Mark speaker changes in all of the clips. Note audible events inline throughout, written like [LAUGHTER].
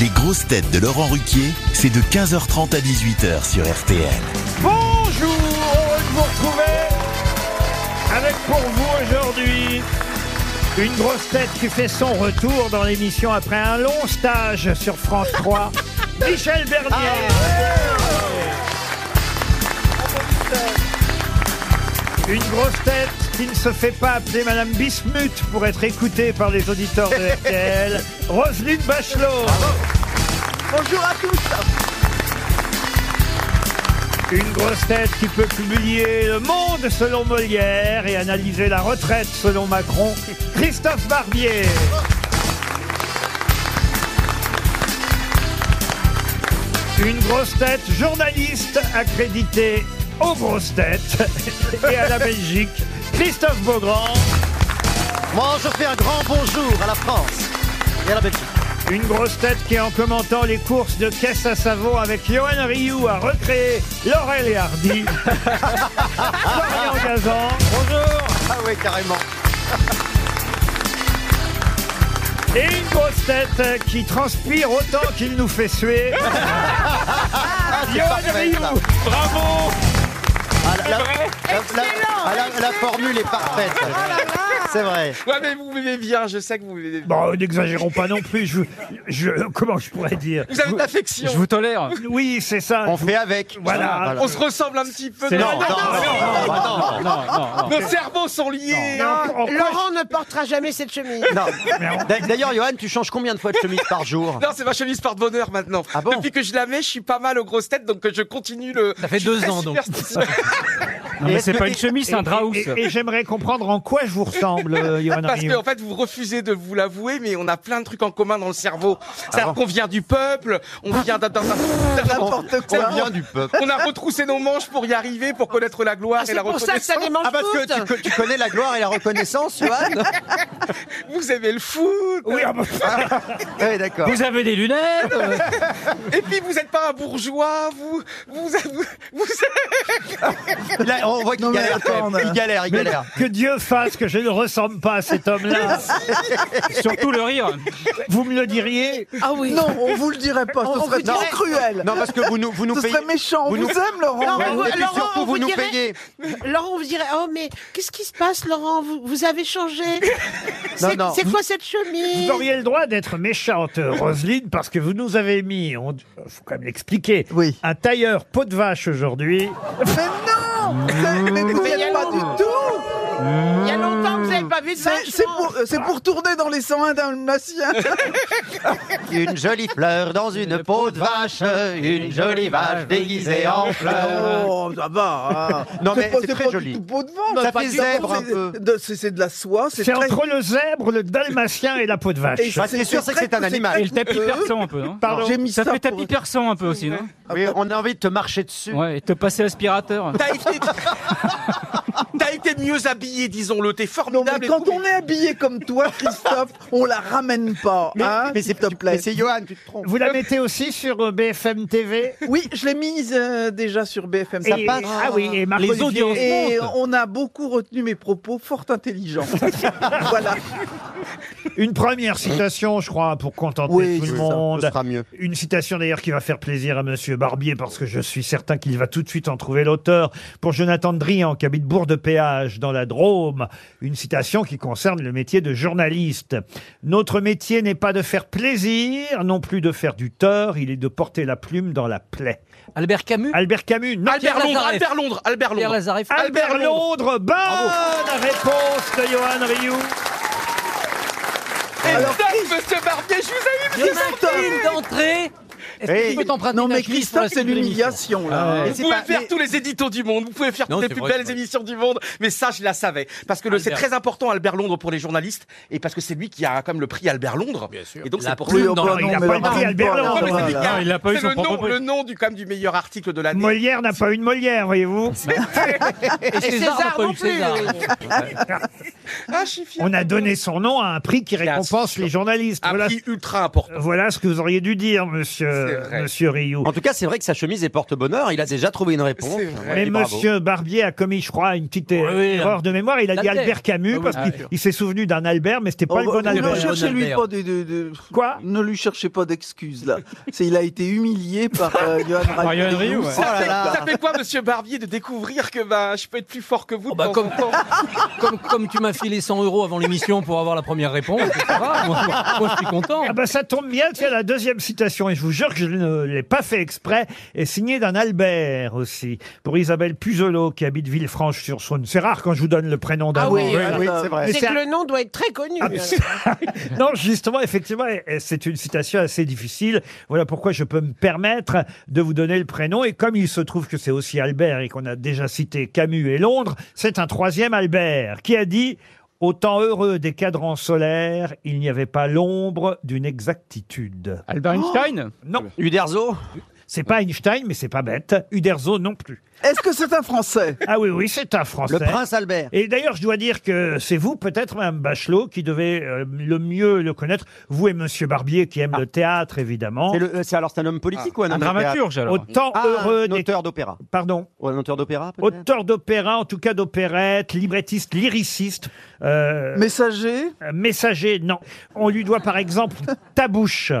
Speaker 1: Les grosses têtes de Laurent Ruquier, c'est de 15h30 à 18h sur RTL.
Speaker 2: Bonjour, heureux de vous retrouver avec pour vous aujourd'hui une grosse tête qui fait son retour dans l'émission après un long stage sur France 3, Michel Bernier. Une grosse tête qui ne se fait pas appeler Madame Bismuth pour être écoutée par les auditeurs de
Speaker 3: [LAUGHS]
Speaker 2: RTL, Roselyne Bachelot.
Speaker 3: Bonjour à tous.
Speaker 2: Une grosse tête qui peut publier Le Monde selon Molière et analyser la retraite selon Macron, Christophe Barbier. Une grosse tête journaliste accréditée aux grosses têtes et
Speaker 3: [LAUGHS]
Speaker 2: à la Belgique, Christophe Beaugrand.
Speaker 3: Moi, je fais un grand bonjour à la France et à la Belgique.
Speaker 2: Une grosse tête qui, en commentant les courses de caisse à savon avec Johan Rioux, a recréé Laurel
Speaker 3: [LAUGHS]
Speaker 2: et Hardy. Florian Gazan.
Speaker 3: Bonjour. Ah oui, carrément.
Speaker 2: Et une grosse tête qui transpire autant qu'il nous
Speaker 3: [LAUGHS]
Speaker 2: fait suer.
Speaker 3: Ah, c'est
Speaker 2: Johan
Speaker 3: parfait, ça.
Speaker 2: Rioux.
Speaker 4: Bravo
Speaker 3: Ah, la, la- la- la- ah, la- la formule est parfaite. C'est vrai.
Speaker 4: Ouais mais vous m'aimez bien, je sais que vous m'aimez bien.
Speaker 5: Bah,
Speaker 2: Bon, n'exagérons pas non plus. Je, je- comment je pourrais dire
Speaker 4: Vous avez de l'affection.
Speaker 5: tolère.
Speaker 2: Oui, c'est ça.
Speaker 3: On fait avec.
Speaker 2: Voilà.
Speaker 4: On se ressemble un petit peu.
Speaker 5: C'est-
Speaker 4: Non,
Speaker 3: Non, non,
Speaker 4: non,
Speaker 3: non, bah non, non,
Speaker 5: Non, non, non.
Speaker 4: Nos cerveaux sont liés. hein.
Speaker 2: Mais on- on-
Speaker 6: Laurent ne portera jamais cette chemise.
Speaker 3: non. D'a- D'ailleurs, Johan, tu changes combien de fois de chemise par jour
Speaker 4: Non, c'est ma chemise par bonheur maintenant.
Speaker 3: Ah bon
Speaker 4: Depuis que je la mets, je suis pas mal aux grosses têtes, donc euh, je continue le.
Speaker 5: Ça fait deux ans, donc. Non,
Speaker 3: Et
Speaker 5: mais
Speaker 3: est-ce
Speaker 5: c'est
Speaker 3: que
Speaker 5: pas
Speaker 3: t'es-
Speaker 5: une chemise, c'est
Speaker 2: et-
Speaker 5: un draus.
Speaker 2: Et, et j'aimerais comprendre en quoi je vous
Speaker 3: [LAUGHS]
Speaker 2: ressemble, euh, Johan
Speaker 4: Parce
Speaker 2: Rioux.
Speaker 4: qu'en fait, vous refusez de vous l'avouer, mais on a plein de trucs en commun dans le cerveau. C'est-à-dire qu'on vient du peuple, on vient d'un. d'un- d'un- d'un-
Speaker 3: N'importe
Speaker 4: quoi.
Speaker 3: On vient du peuple.
Speaker 4: On a retroussé nos manches pour y arriver, pour connaître la gloire et
Speaker 6: c'est
Speaker 4: la
Speaker 6: pour ça que ça
Speaker 4: reconnaissance.
Speaker 6: démange
Speaker 3: Ah, parce que
Speaker 6: toutes.
Speaker 3: tu, co- tu connais la gloire et la reconnaissance, Johan
Speaker 4: Vous aimez le foot.
Speaker 2: Oui, ah bah,
Speaker 3: Oui, d'accord.
Speaker 5: Vous avez des lunettes euh,
Speaker 4: Et puis vous n'êtes pas un bourgeois, vous vous vous, vous-
Speaker 3: Là, On voit qu'il galère quand même. Il galère, il galère.
Speaker 2: que Dieu fasse que je ne ressemble pas à cet homme-là.
Speaker 5: Surtout le rire.
Speaker 2: vous me le diriez
Speaker 6: Ah oui.
Speaker 7: Non, on vous le dirait pas, ce serait
Speaker 3: dirait-
Speaker 7: trop cruel.
Speaker 3: Non, parce que vous nous, vous nous
Speaker 7: ce
Speaker 3: payez.
Speaker 7: serait méchant, on
Speaker 3: vous
Speaker 7: vous,
Speaker 3: nous-
Speaker 7: aime Laurent.
Speaker 6: Non,
Speaker 3: Ouais,
Speaker 6: vous-
Speaker 3: et puis
Speaker 6: Laurent,
Speaker 3: surtout,
Speaker 6: on
Speaker 3: vous
Speaker 6: vous
Speaker 3: nous
Speaker 6: dirait-
Speaker 3: payez.
Speaker 6: Laurent, vous direz Oh, mais qu'est-ce qui se passe, Laurent vous, vous avez changé.
Speaker 3: Non,
Speaker 6: C'est
Speaker 3: non.
Speaker 6: c'est quoi cette chemise
Speaker 2: Vous auriez le droit d'être méchante, Roselyne, parce que vous nous avez mis, on faut quand même l'expliquer,
Speaker 7: Oui.
Speaker 2: un tailleur peau de vache aujourd'hui.
Speaker 7: Mais non c'est- Mais vous
Speaker 6: Mais
Speaker 7: n'êtes pas
Speaker 6: allons.
Speaker 7: du tout
Speaker 6: Il y a longtemps que vous n'avez pas vu de
Speaker 7: C'est c'est
Speaker 6: vachement.
Speaker 7: pour, euh, c'est pour tourner dans les 101 dalmatiens.
Speaker 3: Une jolie fleur dans une peau de vache, une jolie vache déguisée en fleur.
Speaker 7: Oh, ça va. hein.
Speaker 3: Non, mais
Speaker 7: C'est pas-
Speaker 3: c'est
Speaker 7: c'est
Speaker 3: très
Speaker 7: pas
Speaker 3: joli.
Speaker 7: du tout peau de vin.
Speaker 3: Ça
Speaker 7: c'est pas
Speaker 3: fait
Speaker 7: du tout-
Speaker 3: zèbre un
Speaker 7: c'est-
Speaker 3: peu.
Speaker 7: de- C'est c'est de la soie, c'est
Speaker 2: C'est
Speaker 7: très...
Speaker 2: entre le zèbre, le dalmatien et la peau de vache.
Speaker 3: Bah, c'est sûr, c'est que c'est un animal.
Speaker 5: Et le tapis
Speaker 7: Euh,
Speaker 5: persan un peu, non
Speaker 2: Pardon.
Speaker 7: J'ai mis
Speaker 5: Ça
Speaker 7: ça,
Speaker 5: fait
Speaker 7: pour-
Speaker 5: tapis persan un peu aussi, non
Speaker 3: Oui, on a envie de te marcher dessus.
Speaker 5: Ouais, et te passer aspirateur.
Speaker 4: t'as été [LAUGHS] t'as été mieux habillé, disons-le, t'es
Speaker 7: Non,
Speaker 4: formidable.
Speaker 7: mais
Speaker 4: et
Speaker 7: quand
Speaker 4: tout.
Speaker 7: on est habillé comme toi, Christophe, on la ramène pas, hein, s'il te plaît.
Speaker 3: Mais c'est Johan, tu te trompes.
Speaker 2: Vous la mettez aussi sur euh, BFM TV
Speaker 7: Oui, je l'ai mise euh, déjà sur BFM.
Speaker 2: Et-
Speaker 7: passe.
Speaker 2: Ah oui, et Marc
Speaker 5: Les
Speaker 2: Olivier-
Speaker 5: audiences.
Speaker 7: Et
Speaker 5: honte.
Speaker 7: on a beaucoup retenu mes propos fort intelligents. voilà.
Speaker 2: Une première citation, je crois, pour contenter
Speaker 7: Oui,
Speaker 2: tout le
Speaker 7: c'est ça,
Speaker 2: monde.
Speaker 3: Ce sera mieux.
Speaker 2: Une citation d'ailleurs qui va faire plaisir à Monsieur Barbier parce que je suis certain qu'il va tout de suite en trouver l'auteur. Pour Jonathan Drian qui habite Bourg-de-Péage dans la Drôme, une citation qui concerne le métier de journaliste. Notre métier n'est pas de faire plaisir, non plus de faire du tort, il est de porter la plume dans la plaie.
Speaker 5: Albert Camus
Speaker 2: Albert Camus, non.
Speaker 4: Albert
Speaker 5: Pierre
Speaker 4: Londres,
Speaker 5: Lazareff.
Speaker 4: Albert Londres, Albert
Speaker 5: Pierre
Speaker 4: Londres.
Speaker 5: Lazareff
Speaker 2: Albert
Speaker 4: Albert
Speaker 2: Londres, bonne réponse de Johan Rioux.
Speaker 4: Et
Speaker 7: Alors,
Speaker 4: putain, monsieur Barbier, je vous ai eu, monsieur
Speaker 7: Christophe,
Speaker 5: d'entrée Est-ce que
Speaker 3: Hey.
Speaker 5: tu peux t'emprunter
Speaker 7: non
Speaker 5: une
Speaker 7: mais
Speaker 5: chemise pour la
Speaker 7: Christophe, c'est
Speaker 5: suite de l'émission
Speaker 7: l'humiliation
Speaker 2: Ah
Speaker 7: là.
Speaker 3: ouais.
Speaker 4: Vous
Speaker 3: c'est
Speaker 4: pouvez
Speaker 3: pas-
Speaker 4: faire
Speaker 3: mais-
Speaker 4: tous les éditos du monde, vous pouvez faire toutes les plus belles émissions du monde, mais ça, je la savais. Parce que le- c'est
Speaker 5: Albert.
Speaker 4: très important, Albert Londres, pour les journalistes, et parce que c'est lui qui a quand même le prix Albert Londres. Et donc, c'est pour
Speaker 7: Oui,
Speaker 4: ça.
Speaker 7: oh, bah,
Speaker 2: il
Speaker 7: non,
Speaker 2: a
Speaker 7: mais là,
Speaker 2: pas dit
Speaker 7: on
Speaker 2: Albert
Speaker 7: parle,
Speaker 2: Laurent,
Speaker 7: là,
Speaker 2: voilà.
Speaker 7: là.
Speaker 5: Non, il l'a pas eu
Speaker 4: C'est
Speaker 5: son
Speaker 4: le
Speaker 5: propre
Speaker 4: nom,
Speaker 5: prix.
Speaker 4: le nom du, quand même, du meilleur article de l'année.
Speaker 2: Molière n'a pas eu de
Speaker 4: [LAUGHS]
Speaker 2: Molière, voyez-vous.
Speaker 5: Et César n'a pas eu César.
Speaker 4: Ah, je suis fier.
Speaker 2: On a donné son nom à un prix qui
Speaker 4: Bien
Speaker 2: récompense les journalistes.
Speaker 4: Un
Speaker 2: Voilà
Speaker 4: prix ultra important.
Speaker 2: Voilà ce que vous auriez dû dire, monsieur
Speaker 4: vrai.
Speaker 2: monsieur Rioux.
Speaker 3: En tout cas, c'est vrai que sa chemise est porte-bonheur. Il a déjà trouvé une réponse.
Speaker 4: C'est vrai.
Speaker 2: Mais
Speaker 3: Et bravo.
Speaker 2: Monsieur Barbier a commis, je crois, une petite euh,
Speaker 5: Oui, oui,
Speaker 2: erreur de mémoire. Il a
Speaker 5: la
Speaker 2: dit
Speaker 5: tête.
Speaker 2: Albert Camus
Speaker 5: Ah oui,
Speaker 2: parce
Speaker 5: bien
Speaker 2: qu'il
Speaker 5: sûr.
Speaker 2: il s'est souvenu d'un Albert, mais c'était pas le bon
Speaker 7: ne
Speaker 2: Albert.
Speaker 7: Oh, cherchez-lui
Speaker 5: Albert.
Speaker 7: pas de, de- de-
Speaker 2: Quoi
Speaker 7: Ne lui cherchez pas d'excuses là. C'est il a été humilié par euh, Johan Rioux.
Speaker 3: Oh là là.
Speaker 4: Ça fait quoi, monsieur Barbier, de découvrir que bah, je peux être plus fort que vous de
Speaker 5: bah,
Speaker 4: temps
Speaker 5: comme-
Speaker 4: en temps
Speaker 5: [LAUGHS] Comme, comme tu m'as filé 100 euros avant l'émission pour avoir la première réponse, ça va, moi, moi, je suis content.
Speaker 2: Ah bah ça tombe bien, tiens, la deuxième citation, et je vous jure que je ne l'ai pas fait exprès, est signée d'un Albert aussi, pour Isabelle Puzelot, qui habite Villefranche-sur-Saône. C'est rare quand je vous donne le prénom d'un
Speaker 6: Ah oui,
Speaker 2: Albert.
Speaker 6: oui,
Speaker 7: oui,
Speaker 6: attends.
Speaker 7: c'est vrai.
Speaker 2: Mais
Speaker 6: C'est
Speaker 2: c'est
Speaker 6: que
Speaker 2: un-
Speaker 6: le nom doit être très connu. euh,
Speaker 2: Ah, mais c'est- [LAUGHS] non, justement, effectivement, et- et c'est une citation assez difficile. Voilà pourquoi je peux me permettre de vous donner le prénom. Et comme il se trouve que c'est aussi Albert et qu'on a déjà cité Camus et Londres, c'est un troisième Albert qui a dit Au temps heureux des cadrans solaires, il n'y avait pas l'ombre d'une exactitude.
Speaker 5: Albert Einstein
Speaker 4: Oh,
Speaker 2: Non,
Speaker 3: Uderzo
Speaker 2: c'est pas Einstein, mais c'est pas bête. Uderzo non plus.
Speaker 7: Est-ce que c'est un Français
Speaker 2: Ah oui, oui, c'est un
Speaker 3: Le
Speaker 2: Français.
Speaker 3: prince Albert.
Speaker 2: Et d'ailleurs, je dois dire que c'est vous, peut-être, Mme Bachelot, qui devez euh, le mieux le connaître. Vous et Monsieur Barbier, qui aime le théâtre, évidemment.
Speaker 3: Ah.
Speaker 2: Ah.
Speaker 3: C'est le- euh, c'est alors c'est un homme politique ou un, homme de théâtre
Speaker 2: Autant
Speaker 3: Ah,
Speaker 2: heureux
Speaker 3: un
Speaker 2: des...
Speaker 3: auteur d'opéra.
Speaker 2: Pardon.
Speaker 3: Ou un auteur d'opéra peut-être
Speaker 2: Auteur d'opéra, en tout cas d'opérette, librettiste, lyriciste, euh,
Speaker 7: Messager
Speaker 2: euh, messager, non. On lui doit, par exemple, ta bouche.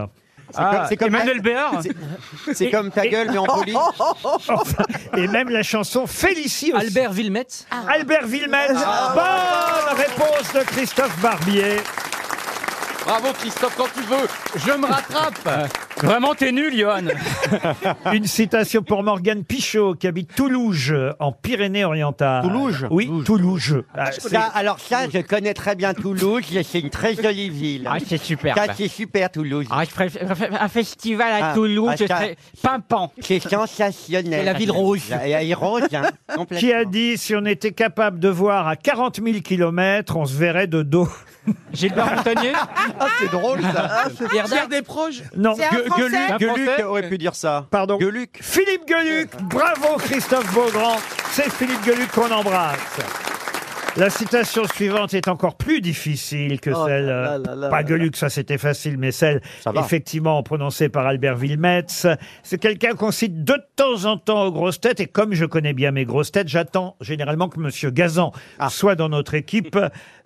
Speaker 3: C'est
Speaker 2: Ah,
Speaker 3: comme- c'est comme,
Speaker 5: Emmanuel Béard
Speaker 3: [LAUGHS] c'est- c'est comme ta gueule, mais en
Speaker 2: Oh,
Speaker 3: poli.
Speaker 2: Enfin, et même la chanson Félicie aussi.
Speaker 5: Albert Villemette
Speaker 6: Ah.
Speaker 2: Albert Villemette. Bonne réponse de Christophe
Speaker 3: [LAUGHS]
Speaker 2: Barbier.
Speaker 4: Bravo, Christophe, quand tu veux.
Speaker 5: Je me rattrape Vraiment, t'es nul,
Speaker 4: [LAUGHS]
Speaker 5: Johan
Speaker 2: Une citation pour Morgane Pichot, qui habite Toulouse, en Pyrénées-Orientales.
Speaker 3: Toulouse
Speaker 2: Oui, Toulouse.
Speaker 5: bah,
Speaker 2: Ah, c'est-
Speaker 3: Euh, Ça, alors ça, je connais très bien Toulouse. C'est une très jolie ville.
Speaker 5: Ah, c'est super bah. Ah,
Speaker 3: Ça, c'est super Toulouse.
Speaker 5: je préfère un festival
Speaker 3: à Ah, Toulouse, ah, je ça- serais
Speaker 5: pimpant.
Speaker 3: C'est sensationnel.
Speaker 5: C'est la ville rose.
Speaker 3: Et elle est rose,
Speaker 2: [LAUGHS]
Speaker 3: hein, complètement.
Speaker 2: Qui a dit si on était capable de voir à 40 000 kilomètres, on se verrait de dos
Speaker 5: Gilbert Montagnier
Speaker 3: Ah, c'est drôle ça.
Speaker 5: Pierre Dac
Speaker 4: Pierre Desproges
Speaker 2: Non.
Speaker 6: C'est un Français
Speaker 3: Gueluc aurait pu dire ça.
Speaker 2: Pardon.
Speaker 3: Gueluc.
Speaker 2: Philippe Gueluc, bravo Christophe Beaugrand. C'est Philippe Gueluc qu'on embrasse. La citation suivante est encore plus difficile que
Speaker 7: Oh
Speaker 2: celle,
Speaker 7: là là
Speaker 2: euh,
Speaker 7: là là
Speaker 2: pas
Speaker 7: là
Speaker 2: Gueluc, ça c'était facile, mais celle
Speaker 3: Ça va.
Speaker 2: effectivement prononcée par Albert Villemetz. C'est quelqu'un qu'on cite de temps en temps aux grosses têtes, et comme je connais bien mes grosses têtes, j'attends généralement que Monsieur Gazan
Speaker 7: Ah.
Speaker 2: soit dans
Speaker 7: [LAUGHS]
Speaker 2: notre équipe,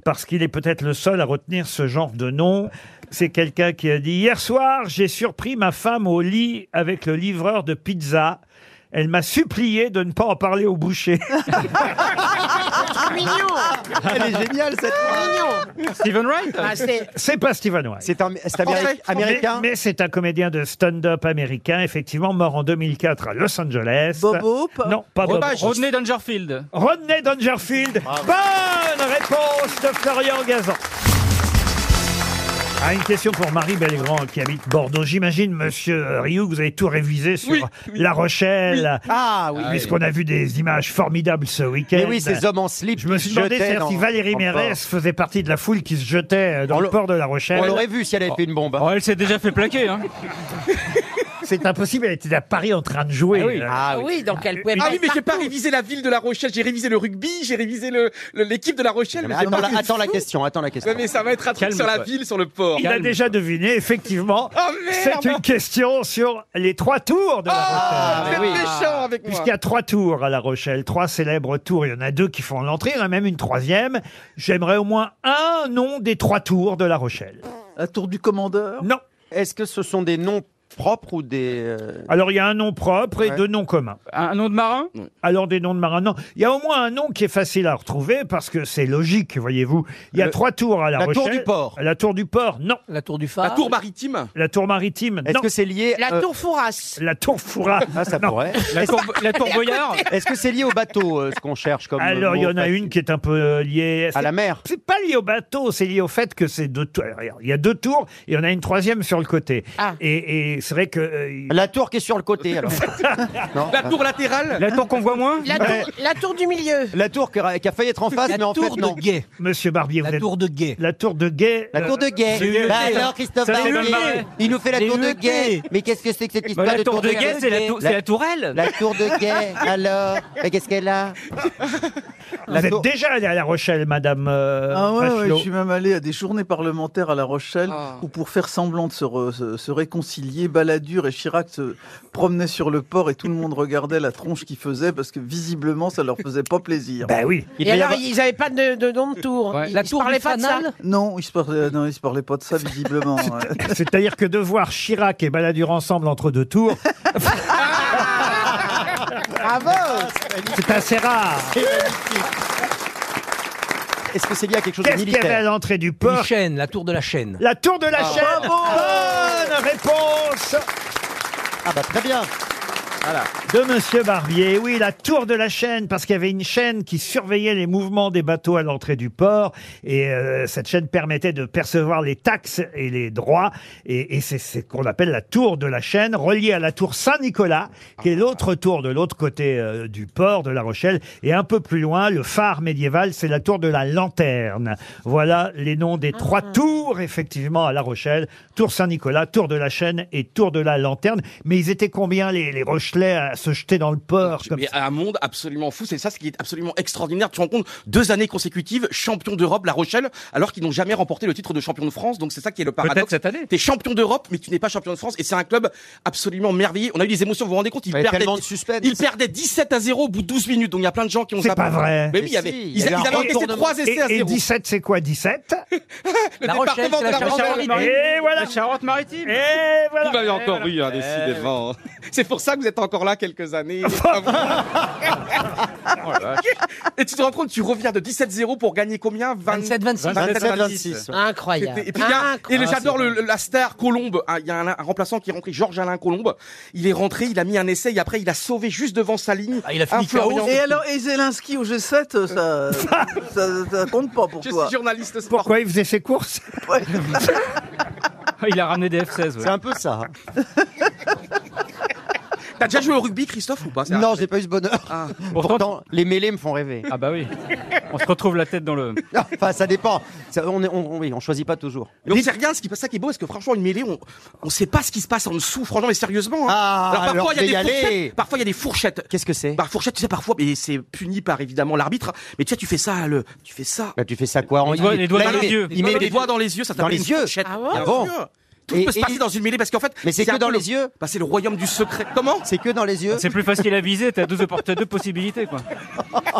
Speaker 2: parce qu'il est peut-être le seul à retenir ce genre de nom. C'est quelqu'un qui a dit Hier soir, j'ai surpris ma femme au lit avec le livreur de pizza. Elle m'a supplié de ne pas en parler au boucher. [LAUGHS]
Speaker 6: trop mignon.
Speaker 3: Elle est géniale cette phrase.
Speaker 6: mignon.
Speaker 5: Stephen Wright
Speaker 6: Ah, c'est-
Speaker 2: C'est pas Stephen White.
Speaker 3: C'est un- c'est améri-
Speaker 4: Français.
Speaker 3: américain.
Speaker 2: Mais, mais c'est un comédien de stand-up américain, effectivement, mort en 2004 à Los Angeles.
Speaker 7: Bobo pas-
Speaker 2: Non, pas
Speaker 6: Oh,
Speaker 2: Bobo.
Speaker 6: bah,
Speaker 5: Rodney Dangerfield.
Speaker 2: Rodney Dangerfield. Bonne réponse de Florian Gazan. Ah, une question pour Marie Belgrand qui habite Bordeaux. J'imagine, monsieur euh, Rioux, que vous avez tout révisé sur
Speaker 4: Oui,
Speaker 2: La Rochelle,
Speaker 3: Ah oui.
Speaker 2: puisqu'on a vu des images formidables ce week-end.
Speaker 3: Mais oui, ces hommes en slip.
Speaker 2: Je me suis
Speaker 3: qui
Speaker 2: demandé
Speaker 3: jetaient
Speaker 2: d'ailleurs si
Speaker 3: dans-
Speaker 2: Valérie
Speaker 3: dans le
Speaker 2: Mérès faisait partie de la foule qui se jetait euh, dans
Speaker 3: On
Speaker 2: le
Speaker 3: l'a-
Speaker 2: port de La
Speaker 3: port. On
Speaker 2: Rochelle.
Speaker 3: l'aurait vu si elle avait fait une bombe. hein.
Speaker 5: Oh, elle s'est déjà fait plaquer,
Speaker 3: [LAUGHS]
Speaker 5: hein
Speaker 2: C'est impossible, elle était à Paris en train de jouer. Euh,
Speaker 3: Ah oui.
Speaker 6: oui, donc elle pouvait
Speaker 4: Ah
Speaker 6: pas
Speaker 4: oui, mais
Speaker 6: être
Speaker 4: j'ai pas
Speaker 6: partout.
Speaker 4: révisé la ville de La Rochelle, j'ai révisé le rugby, j'ai révisé le- le- l'équipe de La Rochelle.
Speaker 3: Mais
Speaker 4: j'ai
Speaker 3: attends,
Speaker 4: pas
Speaker 3: la,
Speaker 4: vu-
Speaker 3: attends la question, attends la question.
Speaker 4: Ouais, mais ça va être un truc
Speaker 5: Calme,
Speaker 4: sur la
Speaker 5: ouais.
Speaker 4: ville, sur le port.
Speaker 2: Il a déjà deviné, effectivement.
Speaker 4: Oh
Speaker 2: C'est
Speaker 4: merde
Speaker 2: une question sur les trois tours de La Rochelle.
Speaker 4: Ah, Vous êtes
Speaker 3: Eh oui.
Speaker 4: méchant avec moi.
Speaker 2: Puisqu'il y a trois tours à La Rochelle, trois célèbres tours. Il y en a deux qui font l'entrée, il y en a même une troisième. J'aimerais au moins un nom des trois tours de La Rochelle.
Speaker 7: La tour du commandeur
Speaker 2: Non.
Speaker 3: Est-ce que ce sont des noms propres ou des. euh,
Speaker 2: Alors il y a un nom propre et
Speaker 3: Ouais.
Speaker 2: deux noms communs.
Speaker 5: Un nom de marin
Speaker 2: Alors des noms de marins. Non, il y a au moins un nom qui est facile à retrouver parce que c'est logique, voyez-vous. Il y a
Speaker 3: Le-
Speaker 2: trois tours à La,
Speaker 3: La
Speaker 2: Rochelle.
Speaker 3: tour du port.
Speaker 2: La tour du port, non.
Speaker 5: La tour du phare.
Speaker 4: La tour maritime
Speaker 2: La tour maritime,
Speaker 3: Est-ce
Speaker 2: non.
Speaker 3: que c'est lié.
Speaker 6: La
Speaker 3: euh,
Speaker 6: tour Fouras.
Speaker 2: La tour Foura.
Speaker 3: Ah, ça
Speaker 2: Non.
Speaker 3: pourrait.
Speaker 5: La tour, la tour Boyard.
Speaker 3: Est-ce que c'est lié au bateau, euh, ce qu'on cherche comme.
Speaker 2: Alors, il y en a une qui est un peu euh, liée.
Speaker 3: À
Speaker 2: c'est-
Speaker 3: la mer.
Speaker 2: C'est pas lié au bateau, c'est lié au fait que c'est deux tours. Alors, Il y a deux tours, il y en a une troisième sur le côté.
Speaker 6: Ah.
Speaker 2: Et, et c'est vrai que. euh,
Speaker 3: La tour qui est sur le côté,
Speaker 2: [LAUGHS]
Speaker 3: alors. non.
Speaker 4: La tour latérale
Speaker 5: La tour qu'on voit moins
Speaker 6: La tour, la tour du milieu.
Speaker 3: La tour qui a, qui a failli être en face, mais en fait, non.
Speaker 5: Guet.
Speaker 2: Monsieur Barbier, vous êtes-
Speaker 5: de Guet.
Speaker 2: La tour de Guet.
Speaker 3: La
Speaker 2: euh,
Speaker 3: tour de
Speaker 5: C'est
Speaker 3: guet. Bah
Speaker 5: hué.
Speaker 3: alors, Christophe
Speaker 5: Ça, c'est le
Speaker 3: Barbier,
Speaker 5: marais.
Speaker 3: il nous fait la
Speaker 5: C'est
Speaker 3: tour de
Speaker 5: hué.
Speaker 3: guet. Mais qu'est-ce que c'est que cette histoire
Speaker 5: Bah, la tour de Guet, c'est la, tour-
Speaker 3: La-
Speaker 5: c'est la tourelle.
Speaker 3: La tour
Speaker 5: [LAUGHS]
Speaker 3: de guet, alors. Mais qu'est-ce qu'elle a
Speaker 2: Vous
Speaker 3: La
Speaker 2: êtes
Speaker 3: tour-
Speaker 2: déjà allé à La Rochelle, madame. euh,
Speaker 7: Ah ouais, ouais,
Speaker 2: Bachelot.
Speaker 7: je suis même allé à des journées parlementaires à La Rochelle
Speaker 4: Ah.
Speaker 7: où pour faire semblant de se, re- se- se réconcilier, Balladur et Chirac se promenaient sur le port et tout le monde regardait la tronche qu'ils faisaient parce que visiblement, ça leur faisait pas plaisir.
Speaker 2: Ben oui.
Speaker 3: Il
Speaker 6: Et
Speaker 3: peut y
Speaker 6: alors,
Speaker 3: avoir-
Speaker 6: ils n'avaient pas de, de nom de tour.
Speaker 5: Ouais.
Speaker 6: Ils,
Speaker 5: La
Speaker 6: ils
Speaker 5: tour
Speaker 6: parlaient
Speaker 5: du
Speaker 6: pas de ça.
Speaker 5: fanal
Speaker 7: Non, ils se parlaient, non, ils se parlaient pas de ça visiblement. ouais.
Speaker 2: C'est-à-dire que de voir Chirac et Balladur ensemble entre deux tours,
Speaker 7: Bravo
Speaker 2: c'est assez rare.
Speaker 3: Est-ce que c'est lié à quelque chose de
Speaker 2: Qu'est-ce qu'il y avait à
Speaker 3: militaire
Speaker 2: l'entrée du
Speaker 5: Une
Speaker 2: port
Speaker 5: chaîne, la tour de la chaîne.
Speaker 2: La tour de la
Speaker 7: Ah,
Speaker 2: chaîne. Bonne réponse
Speaker 3: Ah bah très bien.
Speaker 2: de Monsieur Barbier. Oui, la tour de la chaîne, parce qu'il y avait une chaîne qui surveillait les mouvements des bateaux à l'entrée du port, et euh, cette chaîne permettait de percevoir les taxes et les droits, et, et c'est ce qu'on appelle la tour de la chaîne, reliée à la tour Saint-Nicolas, qui est l'autre tour de l'autre côté euh, du port de La Rochelle, et un peu plus loin, le phare médiéval, c'est la tour de la lanterne. Voilà les noms
Speaker 3: Ah,
Speaker 2: des trois tours, effectivement, à La Rochelle. Tour Saint-Nicolas, Tour de la Chaîne et Tour de la Lanterne. Mais ils étaient combien, les, les Rochelais, à se jeter dans le port comme
Speaker 4: Mais
Speaker 2: ça
Speaker 4: un monde absolument fou, c'est ça ce qui est absolument extraordinaire. Tu te rends compte, deux années consécutives, champion d'Europe, La Rochelle, alors qu'ils n'ont jamais remporté le titre de champion de France. Donc c'est ça qui est le paradoxe.
Speaker 5: cette année.
Speaker 4: T'es champion d'Europe, mais tu n'es pas champion de France. Et c'est un club absolument merveilleux. On a eu des émotions, vous vous rendez compte Ils
Speaker 3: Il y avait
Speaker 4: perdaient,
Speaker 3: tellement de suspense.
Speaker 4: ils perdaient 17 à 0 au bout de 12 minutes. Donc il y a plein de gens qui ont
Speaker 2: C'est
Speaker 4: zappé.
Speaker 2: pas vrai.
Speaker 4: Mais oui, il y
Speaker 3: Mais
Speaker 4: avait,
Speaker 3: si,
Speaker 4: ils,
Speaker 3: il y avait
Speaker 4: ils
Speaker 3: un
Speaker 4: avaient encaissé
Speaker 3: retournement.
Speaker 4: 3 essais à
Speaker 2: et, et
Speaker 4: 0.
Speaker 2: 17, c'est quoi 17
Speaker 4: Le
Speaker 5: La Rochelle,
Speaker 4: département
Speaker 5: c'est
Speaker 4: de
Speaker 5: la
Speaker 4: la
Speaker 5: Charente-
Speaker 4: Rochelle.
Speaker 2: Et voilà
Speaker 5: Charente-Maritime.
Speaker 2: Et voilà
Speaker 4: Vous m'avez encore eu, hein, décidément. C'est pour ça que vous êtes encore là quelques
Speaker 3: [LAUGHS]
Speaker 4: années.
Speaker 3: Oh,
Speaker 4: Et tu te rends compte, tu reviens de 17-0 pour gagner combien 27
Speaker 5: 27, 26.
Speaker 3: 27-26. ouais.
Speaker 6: Incroyable. Ah,
Speaker 4: C'était- Et, puis, il y a- et le-
Speaker 6: Incroyable.
Speaker 4: j'adore le- le- la star Colombe. hein, Il y a un, un remplaçant qui est rentré, Georges Alain Colombe. Il est rentré, il a mis un essai et après il a sauvé juste devant sa ligne.
Speaker 5: Ah, il a fini
Speaker 4: un Florian.
Speaker 5: KO.
Speaker 7: Et alors, et Zelensky au G7,
Speaker 2: [LAUGHS]
Speaker 7: ça, ça, ça compte pas pour
Speaker 4: Je
Speaker 7: toi.
Speaker 4: suis journaliste sport.
Speaker 2: Pourquoi il faisait ses courses [LAUGHS]
Speaker 5: Il a ramené des F-16.
Speaker 3: C'est un peu ça. hein.
Speaker 4: T'as déjà joué au rugby, Christophe, ou pas C'est un-
Speaker 3: Non,
Speaker 4: Ah.
Speaker 3: j'ai pas eu ce bonheur. [LAUGHS] Pourtant, les mêlées me font rêver.
Speaker 5: Ah bah oui. On se retrouve la tête dans le.
Speaker 3: [LAUGHS] Enfin, ça dépend. Ça, on, est, on, oui, on choisit pas toujours.
Speaker 4: Donc c'est rien, ce qui, ça qui est beau, parce que franchement, une mêlée, on, on sait pas ce qui se passe en dessous, franchement, mais sérieusement. hein.
Speaker 3: Ah, alors,
Speaker 4: parfois, il y a des
Speaker 3: je vais y aller.
Speaker 4: fourchettes. Parfois, il y a des fourchettes.
Speaker 3: Qu'est-ce que c'est
Speaker 4: Bah, fourchette, tu sais, parfois, mais c'est puni par évidemment l'arbitre. Mais tu sais, tu fais ça, le, tu fais ça.
Speaker 3: Bah, Tu fais ça quoi en-
Speaker 5: Les doigts- les doigts
Speaker 3: Là,
Speaker 5: dans
Speaker 3: il
Speaker 5: les
Speaker 3: met-
Speaker 5: yeux.
Speaker 3: Il met
Speaker 4: les
Speaker 3: les
Speaker 4: doigts dans les yeux, ça
Speaker 3: Dans
Speaker 4: s'appelle
Speaker 3: les
Speaker 4: une
Speaker 3: yeux
Speaker 4: fourchette.
Speaker 6: Ah ouais
Speaker 4: Bien
Speaker 3: Ah bon
Speaker 4: sûr. Tout
Speaker 3: Et-
Speaker 4: peut se
Speaker 3: et
Speaker 4: passer
Speaker 3: il-
Speaker 4: dans une mêlée parce qu'en fait,
Speaker 3: Mais c'est
Speaker 4: un
Speaker 3: que
Speaker 4: peu
Speaker 3: dans
Speaker 4: le-
Speaker 3: les yeux
Speaker 4: Bah, c'est le royaume du secret. Comment
Speaker 3: C'est que dans les yeux
Speaker 8: C'est plus facile à viser, t'as deux, opportunités, deux possibilités quoi.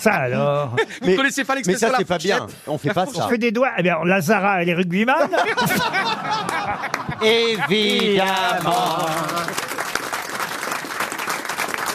Speaker 2: Ça alors
Speaker 4: [LAUGHS] Vous connaissez pas
Speaker 3: Mais
Speaker 4: l'expression
Speaker 3: ça,
Speaker 4: la
Speaker 3: c'est pas bien.
Speaker 4: fourchette
Speaker 3: On fait pas
Speaker 2: On se
Speaker 3: ça.
Speaker 2: fait des doigts. Eh bien, Lazara, elle est rugbyman
Speaker 3: [LAUGHS] Évidemment.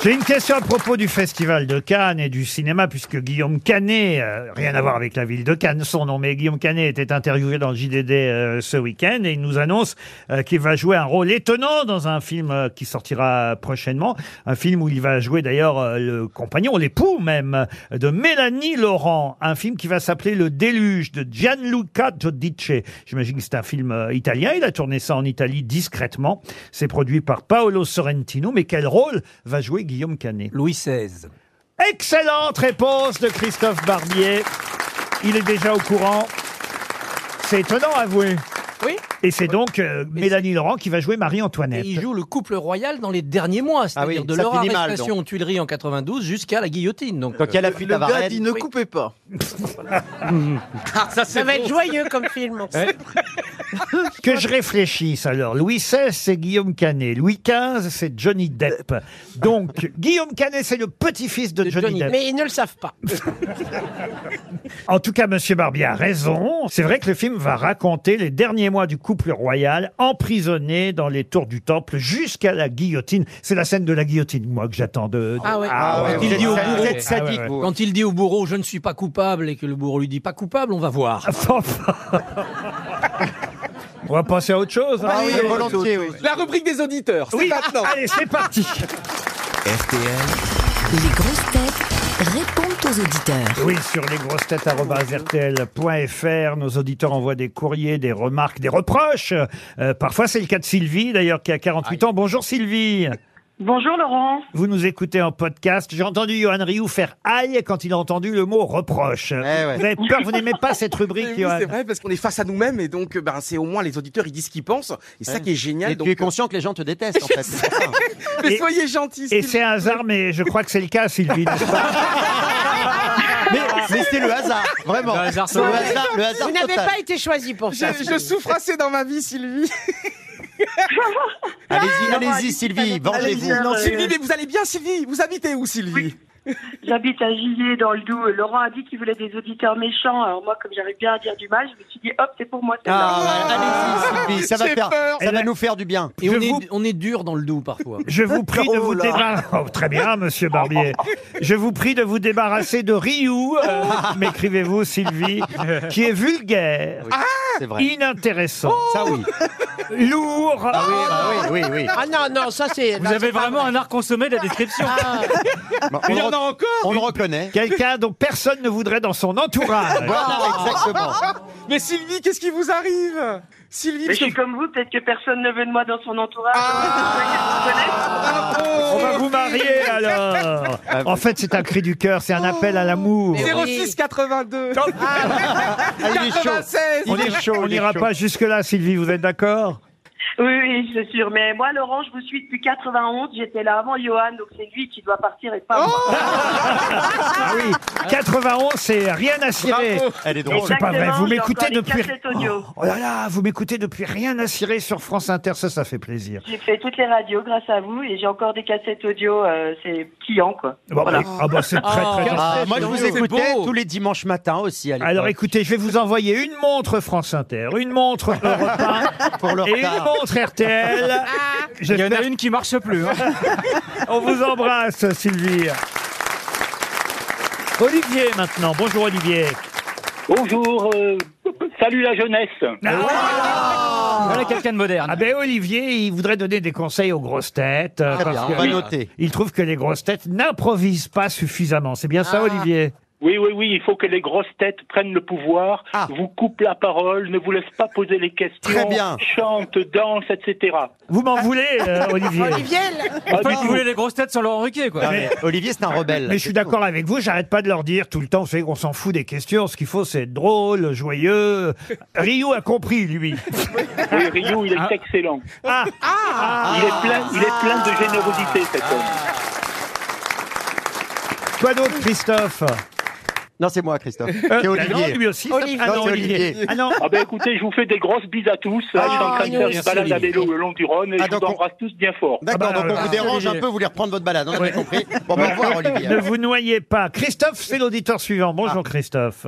Speaker 2: J'ai une question à propos du festival de Cannes et du cinéma, puisque Guillaume Canet, euh, rien à voir avec la ville de Cannes, son nom, mais Guillaume Canet était interviewé dans le JDD euh, ce week-end et il nous annonce euh, qu'il va jouer un rôle étonnant dans un film euh, qui sortira prochainement, un film où il va jouer d'ailleurs euh, le compagnon, l'époux même, euh, de Mélanie Laurent, un film qui va s'appeler Le Déluge de Gianluca Giudice. J'imagine que c'est un film euh, italien, il a tourné ça en Italie discrètement, c'est produit par Paolo Sorrentino, mais quel rôle va jouer Guillaume Canet
Speaker 5: Louis XVI.
Speaker 2: Excellente réponse de Christophe Barbier. Il est déjà au courant. C'est étonnant, avouez.
Speaker 5: Oui.
Speaker 2: Et c'est donc euh, Mélanie Laurent qui va jouer
Speaker 5: Et
Speaker 2: Marie-Antoinette.
Speaker 5: il joue le couple royal dans les derniers mois, c'est-à-dire
Speaker 3: Ah oui,
Speaker 5: de
Speaker 3: ça
Speaker 5: leur
Speaker 3: finit mal,
Speaker 5: arrestation aux Tuileries en 92 jusqu'à la guillotine. Donc, euh,
Speaker 3: Quand il y a la fuite à
Speaker 7: Le gars dit
Speaker 3: Varennes.
Speaker 7: ne
Speaker 5: Oui.
Speaker 7: coupez pas.
Speaker 4: Ah, ça,
Speaker 6: Ça
Speaker 4: c'est
Speaker 6: va
Speaker 4: bon.
Speaker 6: être joyeux comme
Speaker 3: [LAUGHS]
Speaker 6: film.
Speaker 2: Que je réfléchisse alors. Louis XVI, c'est Guillaume Canet. Louis XV, c'est Johnny Depp. Donc, Guillaume Canet, c'est le petit-fils de
Speaker 5: De
Speaker 2: Johnny,
Speaker 5: Johnny
Speaker 2: Depp.
Speaker 6: Mais ils ne le savent
Speaker 3: [LAUGHS]
Speaker 6: pas.
Speaker 2: En tout cas, Monsieur Barbier a raison. C'est vrai que le film va raconter les derniers mois du couple royal emprisonné dans les tours du temple jusqu'à la guillotine. C'est la scène de la guillotine, moi, que j'attends de. de-
Speaker 6: Ah ouais.
Speaker 3: ouais,
Speaker 5: Il
Speaker 3: vous
Speaker 5: dit
Speaker 3: êtes-
Speaker 5: au
Speaker 3: vous
Speaker 5: bourreau.
Speaker 3: êtes sadique,
Speaker 2: Ah ouais,
Speaker 3: vous.
Speaker 5: quand il dit au bourreau je ne suis pas coupable et que le bourreau lui dit pas coupable, on va voir.
Speaker 2: On va passer à autre chose. hein.
Speaker 7: Ah
Speaker 3: oui, volontiers, oui.
Speaker 4: La rubrique des auditeurs. C'est
Speaker 2: Oui,
Speaker 4: maintenant.
Speaker 2: allez, c'est parti.
Speaker 1: RTL,
Speaker 9: Les grosses têtes répondent aux auditeurs.
Speaker 2: Oui, sur lesgrossetêtes.rtl.fr, nos auditeurs envoient des courriers, des remarques, des reproches. Euh, parfois, c'est le cas de Sylvie, d'ailleurs, qui a 48 ans. Bonjour Sylvie.
Speaker 10: Bonjour Laurent.
Speaker 2: Vous nous écoutez en podcast. J'ai entendu Johan Rioux faire aïe quand il a entendu le mot reproche.
Speaker 3: Eh ouais.
Speaker 2: Vous avez peur, vous n'aimez pas cette
Speaker 4: Mais
Speaker 2: rubrique,
Speaker 4: oui,
Speaker 2: Johan.
Speaker 4: c'est vrai parce qu'on est face à nous-mêmes et donc euh, ben, c'est au moins les auditeurs ils disent ce qu'ils pensent et ça qui est génial.
Speaker 3: Et
Speaker 4: donc, euh,
Speaker 3: tu es conscient que les gens
Speaker 4: [LAUGHS]
Speaker 3: te détestent, en fait. c'est pour ça.
Speaker 4: mais
Speaker 2: Et-
Speaker 4: soyez gentils.
Speaker 2: Et
Speaker 4: s'il
Speaker 2: c'est un hasard, mais je crois que c'est le cas, Sylvie.
Speaker 3: [LAUGHS]
Speaker 2: n'est-ce pas
Speaker 3: Mais, mais c'est le hasard, vraiment.
Speaker 5: Le hasard
Speaker 3: le
Speaker 5: total.
Speaker 3: hasard, le hasard
Speaker 6: Vous n'avez
Speaker 3: total.
Speaker 6: pas été choisi pour ça.
Speaker 4: Je, je souffre assez dans ma vie, Sylvie. Ah,
Speaker 3: Allez-y, allez-y, Sylvie, vengez-vous.
Speaker 7: Allez-y, non, c'est-
Speaker 4: Sylvie, mais vous allez bien, Sylvie Vous habitez où, Sylvie
Speaker 10: J'habite à Gillet, dans le Doubs. Laurent a dit qu'il voulait des auditeurs méchants. Alors moi, comme j'arrive bien à dire du mal, je me suis dit, hop, c'est pour moi celle-là.
Speaker 3: Ah, allez-y, Sylvie, ça va,
Speaker 4: J'ai
Speaker 3: faire,
Speaker 4: peur.
Speaker 3: ça va nous faire du bien.
Speaker 5: Et on
Speaker 2: Je
Speaker 5: est,
Speaker 2: vous-
Speaker 5: on est dur dans le doux parfois.
Speaker 2: Je vous prie de
Speaker 7: Oh
Speaker 2: vous
Speaker 7: là.
Speaker 2: débarrasser. très bien, monsieur Barbier. Je vous prie de vous débarrasser de Ryu,
Speaker 7: [LAUGHS]
Speaker 2: euh, m'écrivez-vous, Sylvie, qui est vulgaire,
Speaker 3: C'est vrai.
Speaker 2: inintéressant,
Speaker 3: Ça oui.
Speaker 2: lourd.
Speaker 3: Ah oui, bah oui, oui, oui. Bah,
Speaker 6: Ah non, non, ça c'est.
Speaker 8: Vous avez vraiment un art consommé de la description.
Speaker 3: Bon,
Speaker 4: Il y
Speaker 3: Ah. Bah, on,
Speaker 4: en
Speaker 3: le
Speaker 4: a
Speaker 3: re-
Speaker 4: encore
Speaker 3: on le reconnaît.
Speaker 2: Quelqu'un dont personne ne voudrait dans son
Speaker 3: Ah,
Speaker 2: entourage. Ah.
Speaker 3: Voilà, exactement.
Speaker 4: [LAUGHS] Mais Sylvie, qu'est-ce qui vous arrive Sylvie,
Speaker 10: Mais
Speaker 4: parce
Speaker 10: je suis
Speaker 4: que- Ah,
Speaker 10: comme vous, peut-être que personne ne veut de moi dans son entourage.
Speaker 3: Ah.
Speaker 10: Vous connaissez
Speaker 6: Ah,
Speaker 2: On va vous marier alors.
Speaker 3: Ah,
Speaker 2: En fait, c'est un cri du cœur, c'est un appel à l'amour.
Speaker 6: Mais oui.
Speaker 4: 06 82
Speaker 3: Ah, il est chaud.
Speaker 4: 96
Speaker 3: Il est chaud.
Speaker 2: On
Speaker 3: il est
Speaker 2: n'ira
Speaker 3: chaud.
Speaker 2: pas jusque-là, Sylvie, vous êtes d'accord
Speaker 10: Oui, oui, c'est sûr. Mais moi, Laurent, je vous suis depuis 91. J'étais là avant Johan, donc c'est lui qui doit partir et pas
Speaker 3: Oh
Speaker 10: moi.
Speaker 2: Ah oui, 91, c'est rien à cirer.
Speaker 3: Elle est
Speaker 2: Non,
Speaker 3: drôle.
Speaker 2: c'est pas vrai.
Speaker 10: Exactement,
Speaker 2: Vous
Speaker 10: j'ai
Speaker 2: m'écoutez
Speaker 10: encore les
Speaker 2: depuis.
Speaker 10: cassettes audio.
Speaker 2: Oh là là, vous m'écoutez depuis rien à cirer sur France Inter, ça, ça fait plaisir.
Speaker 10: J'ai fait toutes les radios grâce à vous et j'ai encore des cassettes audio. euh, c'est client, quoi.
Speaker 2: Bon,
Speaker 10: Voilà.
Speaker 2: bah, ah bah, c'est très très bien.
Speaker 3: Ah, moi, je
Speaker 5: C'est
Speaker 3: vous
Speaker 5: beau.
Speaker 3: écoutais tous les dimanches matins aussi. À
Speaker 2: Alors
Speaker 3: l'époque.
Speaker 2: écoutez, je vais vous envoyer une montre France Inter, une montre Europe
Speaker 8: [LAUGHS]
Speaker 2: 1
Speaker 3: pour le
Speaker 2: et une
Speaker 3: retard.
Speaker 2: montre RTL.
Speaker 8: Il y en
Speaker 2: J'espère
Speaker 8: a une qui marche plus. hein.
Speaker 2: [LAUGHS] On vous embrasse, Sylvie. Olivier, maintenant. Bonjour, Olivier.
Speaker 8: Bonjour, euh, salut la jeunesse. Voilà quelqu'un de moderne.
Speaker 2: Ah ben, Olivier, il voudrait donner des conseils aux grosses têtes. euh,
Speaker 3: Très
Speaker 2: parce
Speaker 3: Ah bien, on
Speaker 2: que
Speaker 3: va noter.
Speaker 2: il trouve que les grosses têtes n'improvisent pas suffisamment. C'est bien
Speaker 3: Ah.
Speaker 2: ça, Olivier
Speaker 8: Oui, oui, oui, il faut que les grosses têtes prennent le pouvoir,
Speaker 3: Ah.
Speaker 8: vous coupent la parole, ne vous laissent pas poser les questions,
Speaker 3: Très bien.
Speaker 8: chantent, dansent, etc.
Speaker 2: Vous m'en voulez, euh, Olivier
Speaker 6: Ah, Olivier,
Speaker 8: Pas du
Speaker 5: Vous
Speaker 8: tout. Ah,
Speaker 5: voulez les grosses têtes sur Laurent Ruquier, quoi.
Speaker 3: Non, mais Olivier, c'est un rebelle.
Speaker 2: Mais je suis d'accord avec vous, j'arrête pas de leur dire tout le temps, vous savez, on s'en fout des questions, ce qu'il faut c'est être drôle, joyeux. Rio a compris, lui.
Speaker 8: Oui, Rio, il est excellent.
Speaker 2: Ah,
Speaker 8: Il est plein, il est plein de générosité, cet
Speaker 6: Ah.
Speaker 8: homme.
Speaker 2: quoi d'autre, Christophe
Speaker 3: Non, c'est moi, Christophe. C'est
Speaker 2: Ah
Speaker 3: Olivier.
Speaker 2: non, lui aussi. ça-
Speaker 6: Olivier.
Speaker 2: Ah non,
Speaker 3: Non, c'est Olivier.
Speaker 2: Ah non, Ah,
Speaker 8: Ah ben écoutez, je vous fais des grosses bises à tous. Là, je suis en train de faire une balade à vélo le long du Rhône et
Speaker 3: Ah,
Speaker 8: je vous
Speaker 3: donc on-
Speaker 8: embrasse tous bien fort.
Speaker 3: D'accord,
Speaker 2: Ah bah,
Speaker 3: donc on
Speaker 2: euh,
Speaker 3: vous dérange un peu, vous voulez reprendre votre balade, [LAUGHS] on a bien compris. Bon, bah, au revoir, Olivier. Ah.
Speaker 2: Ne vous noyez pas. Christophe, c'est l'auditeur suivant. Bonjour Christophe.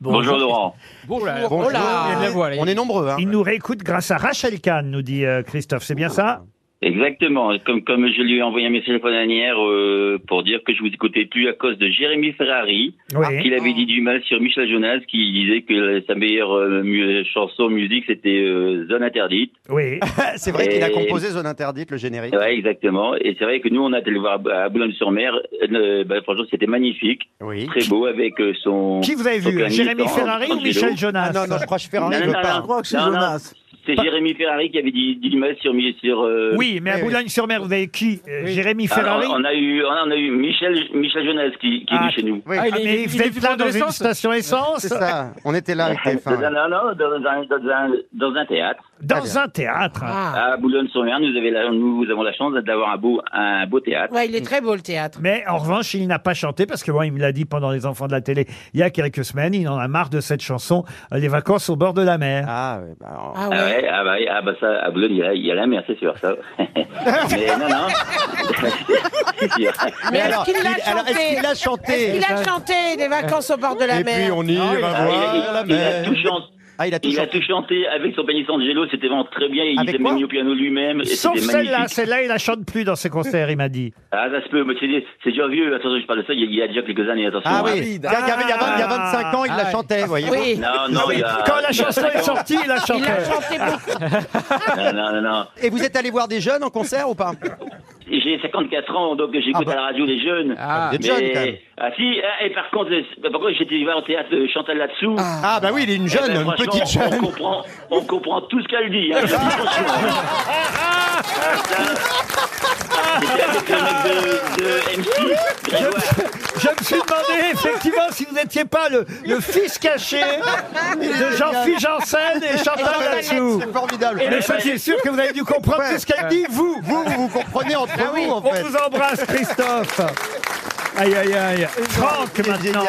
Speaker 5: Bonjour,
Speaker 8: Laurent.
Speaker 3: Bonjour.
Speaker 5: Oh là, il y a de la voix, là.
Speaker 3: On est nombreux, hein.
Speaker 2: Il nous réécoute grâce à Rachel Kahn, nous dit euh, Christophe. C'est bien ça
Speaker 11: Exactement. Comme, comme je lui ai envoyé un message la fois dernière euh, pour dire que je vous écoutais plus à cause de Jérémy Ferrari,
Speaker 2: Oui.
Speaker 11: qu'il
Speaker 10: Ah.
Speaker 11: avait dit du mal sur Michel Jonas, qui disait que la- sa meilleure euh, mu- chanson musique c'était euh, Zone interdite.
Speaker 2: Oui.
Speaker 3: [LAUGHS] C'est vrai qu'il a
Speaker 11: Et-
Speaker 3: composé Zone Interdite, le générique.
Speaker 11: Ouais, exactement. Et c'est vrai que nous on a été le voir à à Boulogne-sur-Mer. Euh, bah, franchement, c'était magnifique,
Speaker 3: Oui.
Speaker 11: très beau avec euh, son.
Speaker 2: Qui vous avez
Speaker 11: Donc,
Speaker 2: vu
Speaker 11: un
Speaker 2: Jérémy
Speaker 11: militant,
Speaker 2: Ferrari
Speaker 11: un
Speaker 2: ou Michel
Speaker 11: vélo.
Speaker 2: Jonas
Speaker 3: Ah non, non, je crois que Ferrari
Speaker 11: Non,
Speaker 3: veut
Speaker 11: non,
Speaker 3: pas.
Speaker 7: je crois que c'est
Speaker 11: Non, non.
Speaker 7: Jonas.
Speaker 11: C'est Jérémy Ferrari qui avait dit, dit du mal sur mi- sur. euh,
Speaker 2: Oui, mais à
Speaker 3: Eh oui.
Speaker 2: Boulogne-sur-Mer, vous avez qui Euh, Jérémy
Speaker 11: alors,
Speaker 2: Ferrari
Speaker 11: on a eu, on a, on a eu Michel, Michel Jonas qui, qui est
Speaker 2: Ah,
Speaker 11: venu chez nous.
Speaker 3: Oui,
Speaker 5: Ah, il
Speaker 2: Ah,
Speaker 5: est-
Speaker 2: mais
Speaker 5: il est
Speaker 2: vous êtes
Speaker 5: plus
Speaker 2: là
Speaker 5: prendre de
Speaker 2: dans une
Speaker 5: l'essence.
Speaker 2: station essence
Speaker 3: c'est ça. On était là
Speaker 8: Ah,
Speaker 3: avec
Speaker 11: Non,
Speaker 3: TF1.
Speaker 11: non, non, dans un, dans un, dans un théâtre.
Speaker 2: dans un théâtre.
Speaker 11: À Boulogne-sur-Mer, nous, avez la- nous avons la chance d'avoir un beau, un beau théâtre.
Speaker 6: ouais, il est très beau le théâtre.
Speaker 2: Mais en revanche, il n'a pas chanté parce que moi, il me l'a dit pendant les enfants de la télé il y a quelques semaines. Il en a marre de cette chanson, euh, les vacances au bord de la mer.
Speaker 3: Ah, ouais, bah, alors-
Speaker 6: Ah
Speaker 11: Ah
Speaker 6: ouais.
Speaker 11: ouais, ah bah, ah bah ça, à Boulogne, il y a, il y a la mer, c'est sûr, ça. [LAUGHS] Mais non, non. c'est sûr.
Speaker 3: [LAUGHS]
Speaker 6: Mais est-ce
Speaker 3: alors,
Speaker 6: qu'il l'a
Speaker 3: il- alors, est-ce
Speaker 6: chanté
Speaker 3: qu'il l'a chanté
Speaker 6: Il a chanté des vacances au bord de la
Speaker 3: Et puis
Speaker 6: mer.
Speaker 3: on ira
Speaker 11: Ah, il, a-
Speaker 3: voir
Speaker 11: il-
Speaker 3: la
Speaker 11: il a
Speaker 3: mer.
Speaker 11: tout chanté.
Speaker 3: Ah, il a tout
Speaker 11: Il a
Speaker 3: chanté.
Speaker 11: tout chanté avec son pianiste Angelo, c'était vraiment très bien. Il
Speaker 3: Avec
Speaker 11: s'est
Speaker 3: quoi
Speaker 11: même mis au piano lui-même. et
Speaker 2: Sauf
Speaker 11: C'était
Speaker 2: celle-là,
Speaker 11: magnifique.
Speaker 2: celle-là, il la chante plus dans ses concerts, il m'a dit.
Speaker 11: Ah, ça se peut, mais c'est- c'est déjà vieux. Attention, je parle de ça, il y a- il y a déjà quelques années, attention.
Speaker 3: Ah
Speaker 11: hein.
Speaker 3: oui, il y a, il y avait- il y a vingt- il y a 25 ans, il la chantait, vous voyez.
Speaker 6: Oui.
Speaker 11: Non, non, il y a.
Speaker 2: Quand la chanson est sortie, il la
Speaker 6: Il a
Speaker 2: chantait.
Speaker 6: chanté beaucoup.
Speaker 11: Non, non, non, non.
Speaker 3: Et vous êtes allé voir des jeunes en concert ou pas
Speaker 11: J'ai 54 ans, donc
Speaker 3: Ah
Speaker 11: j'écoute
Speaker 3: bah.
Speaker 11: à la radio les jeunes.
Speaker 3: Ah, vous êtes jeune, quand même.
Speaker 11: Ah si, ah, et par contre, euh, par contre j'étais voir au théâtre euh, Chantal là-dessous.
Speaker 3: Ah bah oui, il est une jeune, une petite
Speaker 11: Eh ben, On
Speaker 3: jeune.
Speaker 11: comprend, on comprend tout ce qu'elle
Speaker 3: [LAUGHS]
Speaker 11: dit. Hein, je le dis franchement. Putain. J'étais avec le mec de, de M6, Grégoire.
Speaker 2: Je me suis demandé effectivement si vous n'étiez pas le, le fils caché de Jean-Philippe Janssen et Chantal là-dessous.
Speaker 3: C'est formidable. Eh ben,
Speaker 2: Mais ça, c'est sûr que vous avez dû comprendre tout ce qu'elle dit, vous.
Speaker 3: Ah
Speaker 2: Ah
Speaker 3: Vous, vous vous comprenez entre vous, en
Speaker 2: On
Speaker 3: fait.
Speaker 2: vous embrasse, Christophe. Aïe, aïe, aïe. Franck, maintenant.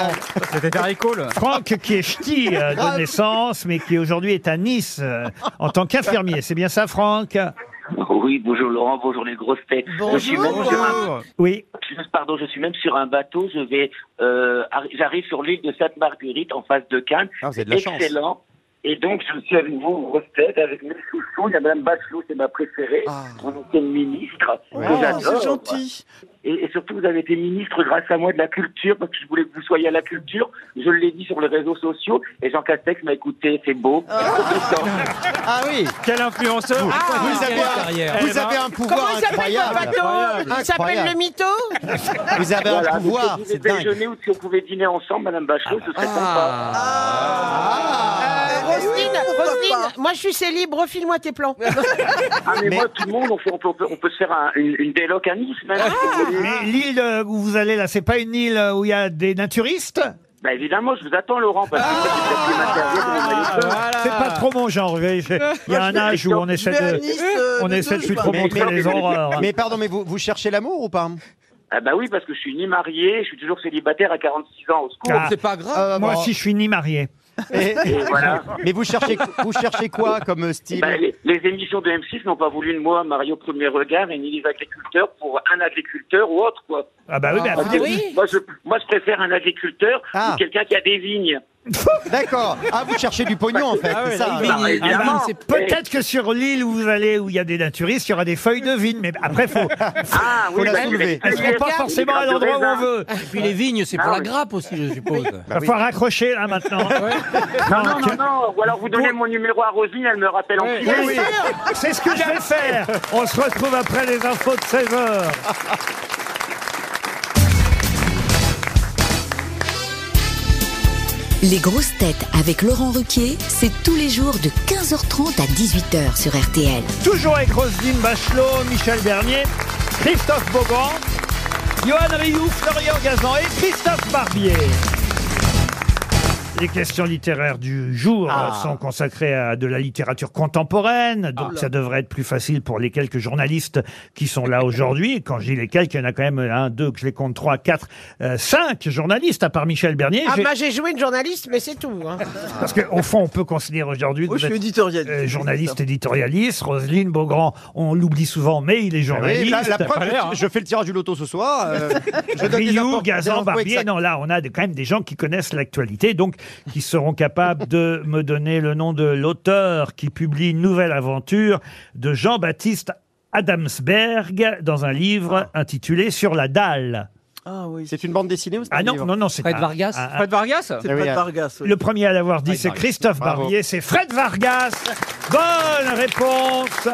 Speaker 5: C'était Harry Cole.
Speaker 2: Franck, qui est ch'ti euh, de
Speaker 5: Grave.
Speaker 2: naissance, mais qui aujourd'hui est à Nice euh, en tant qu'infirmier. C'est bien ça, Franck
Speaker 11: [LAUGHS] Oui, bonjour Laurent, bonjour les grosses têtes. je suis même
Speaker 2: Bonjour.
Speaker 11: sur un...
Speaker 2: Oui.
Speaker 11: Je- Pardon, je suis même sur un bateau. Je vais, euh, arri- j'arrive sur l'île de Sainte-Marguerite en face de Cannes.
Speaker 3: Ah, vous avez de la chance.
Speaker 11: Excellent. Et donc, je suis avec vous, grosses têtes, avec mes chouchous. Il y a Mme Bachelot, c'est ma préférée,
Speaker 3: Ah.
Speaker 11: mon ancienne ministre.
Speaker 7: Ouais.
Speaker 11: que
Speaker 7: Oh,
Speaker 11: j'adore.
Speaker 7: c'est gentil.
Speaker 11: Et, et surtout, vous avez été ministre grâce à moi de la culture, parce que je voulais que vous soyez à la culture. Je l'ai dit sur les réseaux sociaux, et Jean Castex m'a écouté, c'est beau.
Speaker 3: Ah oui
Speaker 5: Quel influenceur
Speaker 3: Ah, Vous avez un- vous avez un pouvoir
Speaker 6: Ah. Comment il s'appelle
Speaker 3: incroyable.
Speaker 6: votre bateau Il s'appelle
Speaker 3: Incroyable.
Speaker 6: le mytho
Speaker 3: [LAUGHS] Vous avez
Speaker 11: Voilà,
Speaker 3: un
Speaker 11: donc,
Speaker 3: pouvoir,
Speaker 11: Si on
Speaker 3: c'est
Speaker 11: pouvait
Speaker 3: dingue.
Speaker 11: déjeuner ou si on pouvait dîner ensemble, Madame Bachelot, ce serait sympa.
Speaker 3: Ah.
Speaker 6: Euh, Roselyne, Roselyne, moi je suis célib, refile-moi
Speaker 3: [LAUGHS]
Speaker 6: tes plans.
Speaker 11: Ah, mais, moi, tout le monde, on, fait- on peut, on peut- on peut se faire un- une, une hein. déloc à Nice, même. si vous voulez.
Speaker 2: Mais l'île euh, où vous allez là, c'est pas une île euh, où il y a des naturistes
Speaker 11: Bah, évidemment, je vous attends, Laurent, parce que c'est
Speaker 2: C'est pas trop mon genre. vous voyez, j'ai- Il y a un âge où on essaie
Speaker 7: vais à
Speaker 2: de,
Speaker 7: Nice, euh,
Speaker 2: on
Speaker 7: de
Speaker 2: essaie de
Speaker 7: deux
Speaker 2: plus trop
Speaker 7: jours.
Speaker 2: montrer les horreurs. hein.
Speaker 3: Mais pardon, mais vous, vous cherchez l'amour ou pas
Speaker 2: [LAUGHS]
Speaker 11: Ah bah oui, parce que je suis ni marié, je suis toujours célibataire à 46 ans, au secours.
Speaker 2: Ah,
Speaker 5: C'est pas grave.
Speaker 3: Ah,
Speaker 2: moi
Speaker 3: bon.
Speaker 2: aussi, je suis ni marié.
Speaker 3: Et-
Speaker 11: Et voilà.
Speaker 3: Mais vous cherchez, vous cherchez quoi comme euh, style
Speaker 11: Bah, les, les émissions de M6 n'ont pas voulu de moi, Mario Premier Regard, et ni les agriculteurs pour un agriculteur ou autre, quoi.
Speaker 2: Ah bah oui, mais
Speaker 11: Parce que moi, je, moi, je préfère un agriculteur
Speaker 3: Ah.
Speaker 11: ou quelqu'un qui a des vignes.
Speaker 3: D'accord. Ah, vous cherchez du pognon en fait, c'est ça.
Speaker 11: Bah, évidemment.
Speaker 2: c'est peut-être que sur l'île où vous allez, où il y a des naturistes, il y aura des feuilles de vigne. Mais après, faut,
Speaker 11: Ah oui,
Speaker 3: la
Speaker 11: bah,
Speaker 3: soulever.
Speaker 11: mais-
Speaker 2: elles seront pas forcément à l'endroit où on veut.
Speaker 5: Et puis les vignes, c'est
Speaker 11: Ah
Speaker 5: pour la grappe aussi, je suppose.
Speaker 2: Il va falloir raccrocher là maintenant.
Speaker 11: Bah Non, non, non, non, ou alors vous donnez mon numéro à Rosine, elle me rappelle en
Speaker 2: Oui,
Speaker 11: privé. Ah,
Speaker 2: oui. C'est ce que je vais faire. On se retrouve après les infos de 16h.
Speaker 9: Les grosses têtes avec Laurent Ruquier, c'est tous les jours de 15h30 à 18h sur RTL.
Speaker 2: Toujours avec Roselyne Bachelot, Michel Bernier, Christophe Beaugrand, Johan Rioux, Florian Gazan et Christophe Barbier. Les questions littéraires du jour
Speaker 3: Ah.
Speaker 2: sont consacrées à de la littérature contemporaine, donc ça devrait être plus facile pour les quelques journalistes qui sont là aujourd'hui. Et Quand je dis les quelques, il y en a quand même un, deux, que je les compte trois, quatre, euh, cinq journalistes à part Michel Bernier.
Speaker 6: Ah
Speaker 2: J'ai-
Speaker 6: bah j'ai joué une journaliste, mais c'est tout. hein.
Speaker 3: Ah.
Speaker 2: Parce qu'au fond, on peut considérer aujourd'hui que
Speaker 7: Moi,
Speaker 2: vous
Speaker 7: je suis
Speaker 2: êtes
Speaker 7: éditorialiste.
Speaker 2: euh, journaliste, éditorialiste. Roselyne Beaugrand, on l'oublie souvent, mais il est journaliste.
Speaker 3: Ah Oui, la, la preuve,
Speaker 5: l'air, hein.
Speaker 3: je, je fais le tirage du loto ce soir. euh, je donne des infos-
Speaker 2: Rioux,
Speaker 3: des
Speaker 2: Gazan,
Speaker 3: infos
Speaker 2: Barbier,
Speaker 3: exactes.
Speaker 2: non, là, on a des- quand même des gens qui connaissent l'actualité, donc qui seront capables de me donner le nom de l'auteur qui publie une nouvelle aventure de Jean-Baptiste Adamsberg dans un livre
Speaker 3: Ah.
Speaker 2: intitulé Sur la dalle.
Speaker 7: Ah oui, c'est
Speaker 3: C'est une bande dessinée ou c'est
Speaker 2: Ah
Speaker 3: un
Speaker 2: non,
Speaker 3: livre
Speaker 2: non, non, c'est
Speaker 5: Fred
Speaker 2: un-
Speaker 5: Vargas
Speaker 2: un- un-
Speaker 5: Fred Vargas
Speaker 7: c'est
Speaker 3: Ah oui,
Speaker 7: pas
Speaker 3: ah.
Speaker 7: Vargas. oui.
Speaker 2: Eh hein. le premier à l'avoir dit,
Speaker 3: Fred
Speaker 2: c'est
Speaker 3: Vargas.
Speaker 2: Christophe
Speaker 3: Bravo.
Speaker 2: Barbier, c'est Fred Vargas. Bonne réponse.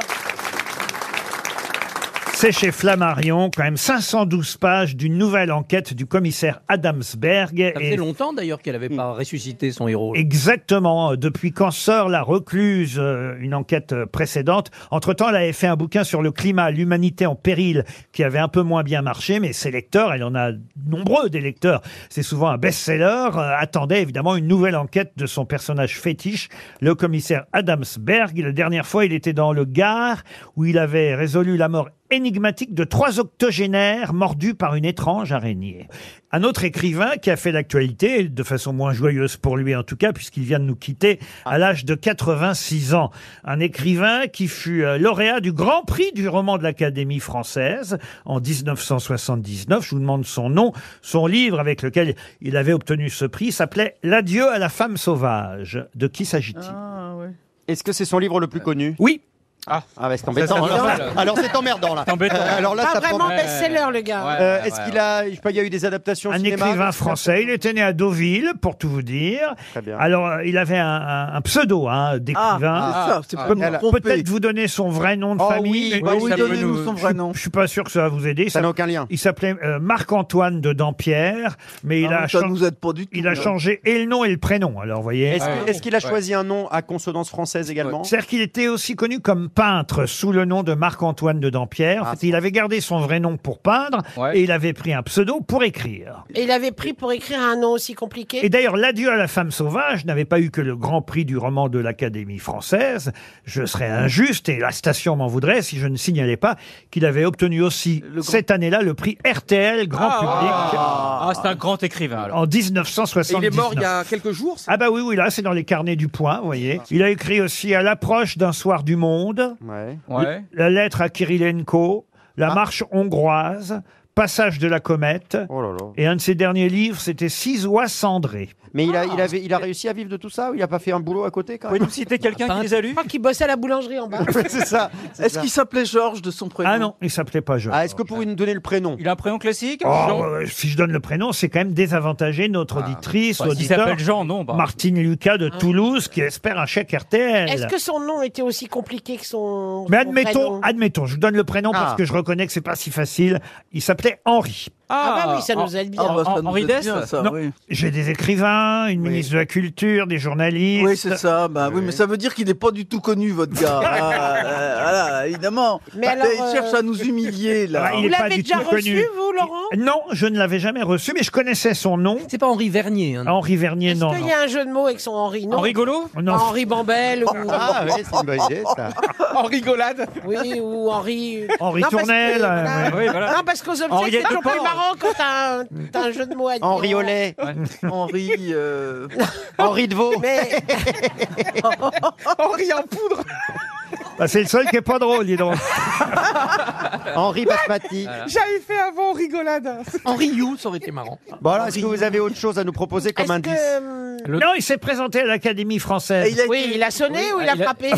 Speaker 2: C'est chez Flammarion, quand même 512 pages d'une nouvelle enquête du commissaire Adamsberg.
Speaker 5: Ça
Speaker 2: Et-
Speaker 5: faisait longtemps d'ailleurs qu'elle n'avait pas ressuscité son héros.
Speaker 2: Exactement. Depuis quand sort la recluse, euh, une enquête euh, précédente. Entre-temps, elle avait fait un bouquin sur le climat, l'humanité en péril, qui avait un peu moins bien marché, mais ses lecteurs, elle en a nombreux des lecteurs, c'est souvent un best-seller, euh, attendaient évidemment une nouvelle enquête de son personnage fétiche, le commissaire Adamsberg. La dernière fois, il était dans le Gard, où il avait résolu la mort énigmatique de trois octogénaires mordus par une étrange araignée. Un autre écrivain qui a fait l'actualité, de façon moins joyeuse pour lui en tout cas, puisqu'il vient de nous quitter à l'âge de 86 ans. Un écrivain qui fut euh, lauréat du Grand Prix du roman de l'Académie française en 1979. Je vous demande son nom. Son livre avec lequel il avait obtenu ce prix s'appelait L'adieu à la femme sauvage. De qui s'agit-il
Speaker 7: Ah, ouais.
Speaker 3: Est-ce que c'est son livre le plus connu
Speaker 2: Oui,
Speaker 3: Ah, bah, c'est embêtant.
Speaker 5: Ça, c'est
Speaker 3: alors,
Speaker 5: normal.
Speaker 3: alors, c'est emmerdant là.
Speaker 5: embêtant.
Speaker 3: Euh, alors là,
Speaker 6: Pas
Speaker 3: ça prend-
Speaker 6: vraiment
Speaker 5: ouais,
Speaker 6: best-seller, le gars.
Speaker 3: Euh, Est-ce qu'il a, je sais pas, il y a eu des adaptations au
Speaker 2: un
Speaker 3: cinéma
Speaker 2: écrivain français. Il était né à Deauville, pour tout vous dire.
Speaker 3: Très bien.
Speaker 2: Alors, euh, il avait un, un- un pseudo hein,
Speaker 7: Ah,
Speaker 2: d'écrivain.
Speaker 7: c'est ça, c'est
Speaker 5: ah,
Speaker 7: pas
Speaker 2: Peut-
Speaker 7: me
Speaker 3: elle-
Speaker 7: tromper.
Speaker 2: Peut-être vous donner son vrai nom de
Speaker 3: Oh
Speaker 2: famille.
Speaker 3: oui,
Speaker 2: mais
Speaker 7: Bah
Speaker 5: Oui,
Speaker 7: oui,
Speaker 5: ça peut
Speaker 7: donnez-nous
Speaker 5: nous-
Speaker 7: son vrai nom.
Speaker 2: Je suis pas sûr que ça va vous aider.
Speaker 3: Ça
Speaker 2: Ça-
Speaker 3: n'a aucun lien.
Speaker 2: il s'appelait euh, Marc-Antoine de Dampierre, mais il,
Speaker 7: Ah,
Speaker 2: a
Speaker 7: ça
Speaker 2: chan-
Speaker 7: nous aide pas du tout. hein.
Speaker 2: il a
Speaker 7: non.
Speaker 2: changé et le nom et le prénom. Alors, vous voyez.
Speaker 3: Est-ce que- est-ce qu'il a choisi un nom à consonance française également
Speaker 2: C'est-à-dire qu'il était aussi connu comme peintre sous le nom de Marc-Antoine de
Speaker 7: Ah,
Speaker 2: Dampierre. En fait, il avait gardé son vrai nom pour peindre et il avait pris un pseudo pour écrire.
Speaker 6: Et il avait pris pour écrire un nom aussi compliqué.
Speaker 2: Et d'ailleurs, l'adieu à la femme sauvage n'avait pas eu que le grand prix du roman de l'Académie française. Je serais injuste et la station m'en voudrait si je ne signalais pas qu'il avait obtenu aussi cette année-là le prix RTL Grand Public
Speaker 5: Ah, c'est un grand écrivain. alors.
Speaker 2: en
Speaker 4: Et
Speaker 2: 1979.
Speaker 4: il est mort il y a quelques jours.
Speaker 2: Ah bah oui, oui, là, c'est dans les carnets du point, vous voyez. Il a écrit aussi À l'approche d'un soir du monde,
Speaker 5: Ouais.
Speaker 2: La lettre à Kirilenko, La marche hongroise, Passage de la comète, et un de ses derniers livres, c'était Six oies cendrées.
Speaker 3: Mais il a,
Speaker 5: Ah.
Speaker 3: il, avait, il a réussi à vivre de tout ça ou il a pas fait un boulot à côté quand même Pouvez-vous citer quelqu'un qui les [LAUGHS] a lus
Speaker 6: Je crois qu'il bossait à la boulangerie en bas.
Speaker 3: C'est ça.
Speaker 7: Est-ce qu'il s'appelait Georges de son prénom
Speaker 2: Ah non, il s'appelait pas Georges.
Speaker 3: Ah, est-ce que vous pouvez nous donner le prénom
Speaker 5: Il a un prénom classique
Speaker 2: Oh,
Speaker 5: Jean-
Speaker 2: euh, si je donne le prénom, c'est quand même désavantagé
Speaker 7: Ah,
Speaker 2: notre
Speaker 7: bah,
Speaker 2: auditrice,
Speaker 5: Enfin, s'il
Speaker 2: auditeur,
Speaker 5: s'appelle Jean, non, bah.
Speaker 2: Martine Lucas de Toulouse, qui espère un chèque RTL.
Speaker 6: Ah. Est-ce que son nom était aussi compliqué que son.
Speaker 2: Mais
Speaker 6: son
Speaker 2: admettons, ah,
Speaker 6: prénom
Speaker 2: admettons, je vous donne le prénom
Speaker 6: Ah.
Speaker 2: parce que je reconnais que c'est pas si facile. Il s'appelait Henri.
Speaker 6: Ah, bah oui, ça nous aide bien.
Speaker 7: Ah, bah, ça nous
Speaker 5: Henri
Speaker 7: aide
Speaker 5: Dess
Speaker 7: bien, ça,
Speaker 2: Non,
Speaker 7: oui.
Speaker 2: J'ai des écrivains, une ministre de la Culture, des journalistes.
Speaker 7: Oui, c'est ça. Bah, oui. mais ça veut dire qu'il n'est pas du tout connu, votre
Speaker 2: [LAUGHS]
Speaker 7: gars. Ah, euh, voilà, évidemment. Bah,
Speaker 6: Mais alors,
Speaker 7: il cherche
Speaker 6: euh,
Speaker 7: à nous humilier, là.
Speaker 2: Ah, il
Speaker 6: Vous
Speaker 2: est pas
Speaker 6: l'avez
Speaker 2: du
Speaker 6: déjà
Speaker 2: tout
Speaker 6: reçu,
Speaker 2: connu.
Speaker 6: vous, Laurent
Speaker 2: Non, je ne l'avais jamais reçu, mais je connaissais son nom.
Speaker 5: C'est pas Henri Vernier. hein.
Speaker 2: Henri Vernier,
Speaker 6: Est-ce
Speaker 2: non.
Speaker 6: qu'il
Speaker 2: non.
Speaker 6: y a un jeu de mots avec son Henri Non.
Speaker 5: En rigolo
Speaker 2: Non.
Speaker 6: Henri Bambel ou.
Speaker 2: [LAUGHS]
Speaker 3: Ah oui, c'est une bonne idée
Speaker 6: [LAUGHS]
Speaker 3: ça.
Speaker 4: En rigolade.
Speaker 6: Oui, ou Henri.
Speaker 2: Henri
Speaker 6: Non, parce que-
Speaker 2: Tournel, euh,
Speaker 6: voilà.
Speaker 5: oui, voilà.
Speaker 6: Non, parce qu'aux objets,
Speaker 5: Henriette
Speaker 6: c'est toujours
Speaker 5: de
Speaker 6: plus
Speaker 5: Port.
Speaker 6: marrant quand t'as un, t'as un jeu de mots à dire.
Speaker 3: Henri Ollet,
Speaker 7: Henri. euh,
Speaker 3: [LAUGHS] Henri Devaux.
Speaker 6: Mais
Speaker 3: [LAUGHS]
Speaker 4: Henri en poudre.
Speaker 2: bah, c'est le seul qui est pas drôle, dis donc.
Speaker 3: Henri Basmati.
Speaker 4: J'avais fait avant en rigolade.
Speaker 5: Henri You, ça aurait été marrant.
Speaker 3: Bon
Speaker 2: Ah
Speaker 3: alors, est-ce que vous avez autre chose à nous proposer comme
Speaker 6: est-ce
Speaker 3: indice
Speaker 6: que.
Speaker 5: Le-
Speaker 2: euh, Non, il s'est présenté à l'Académie française
Speaker 7: et il a
Speaker 6: Oui,
Speaker 7: été-
Speaker 6: il a sonné ou il a
Speaker 5: il a-
Speaker 2: [LAUGHS]
Speaker 6: frappé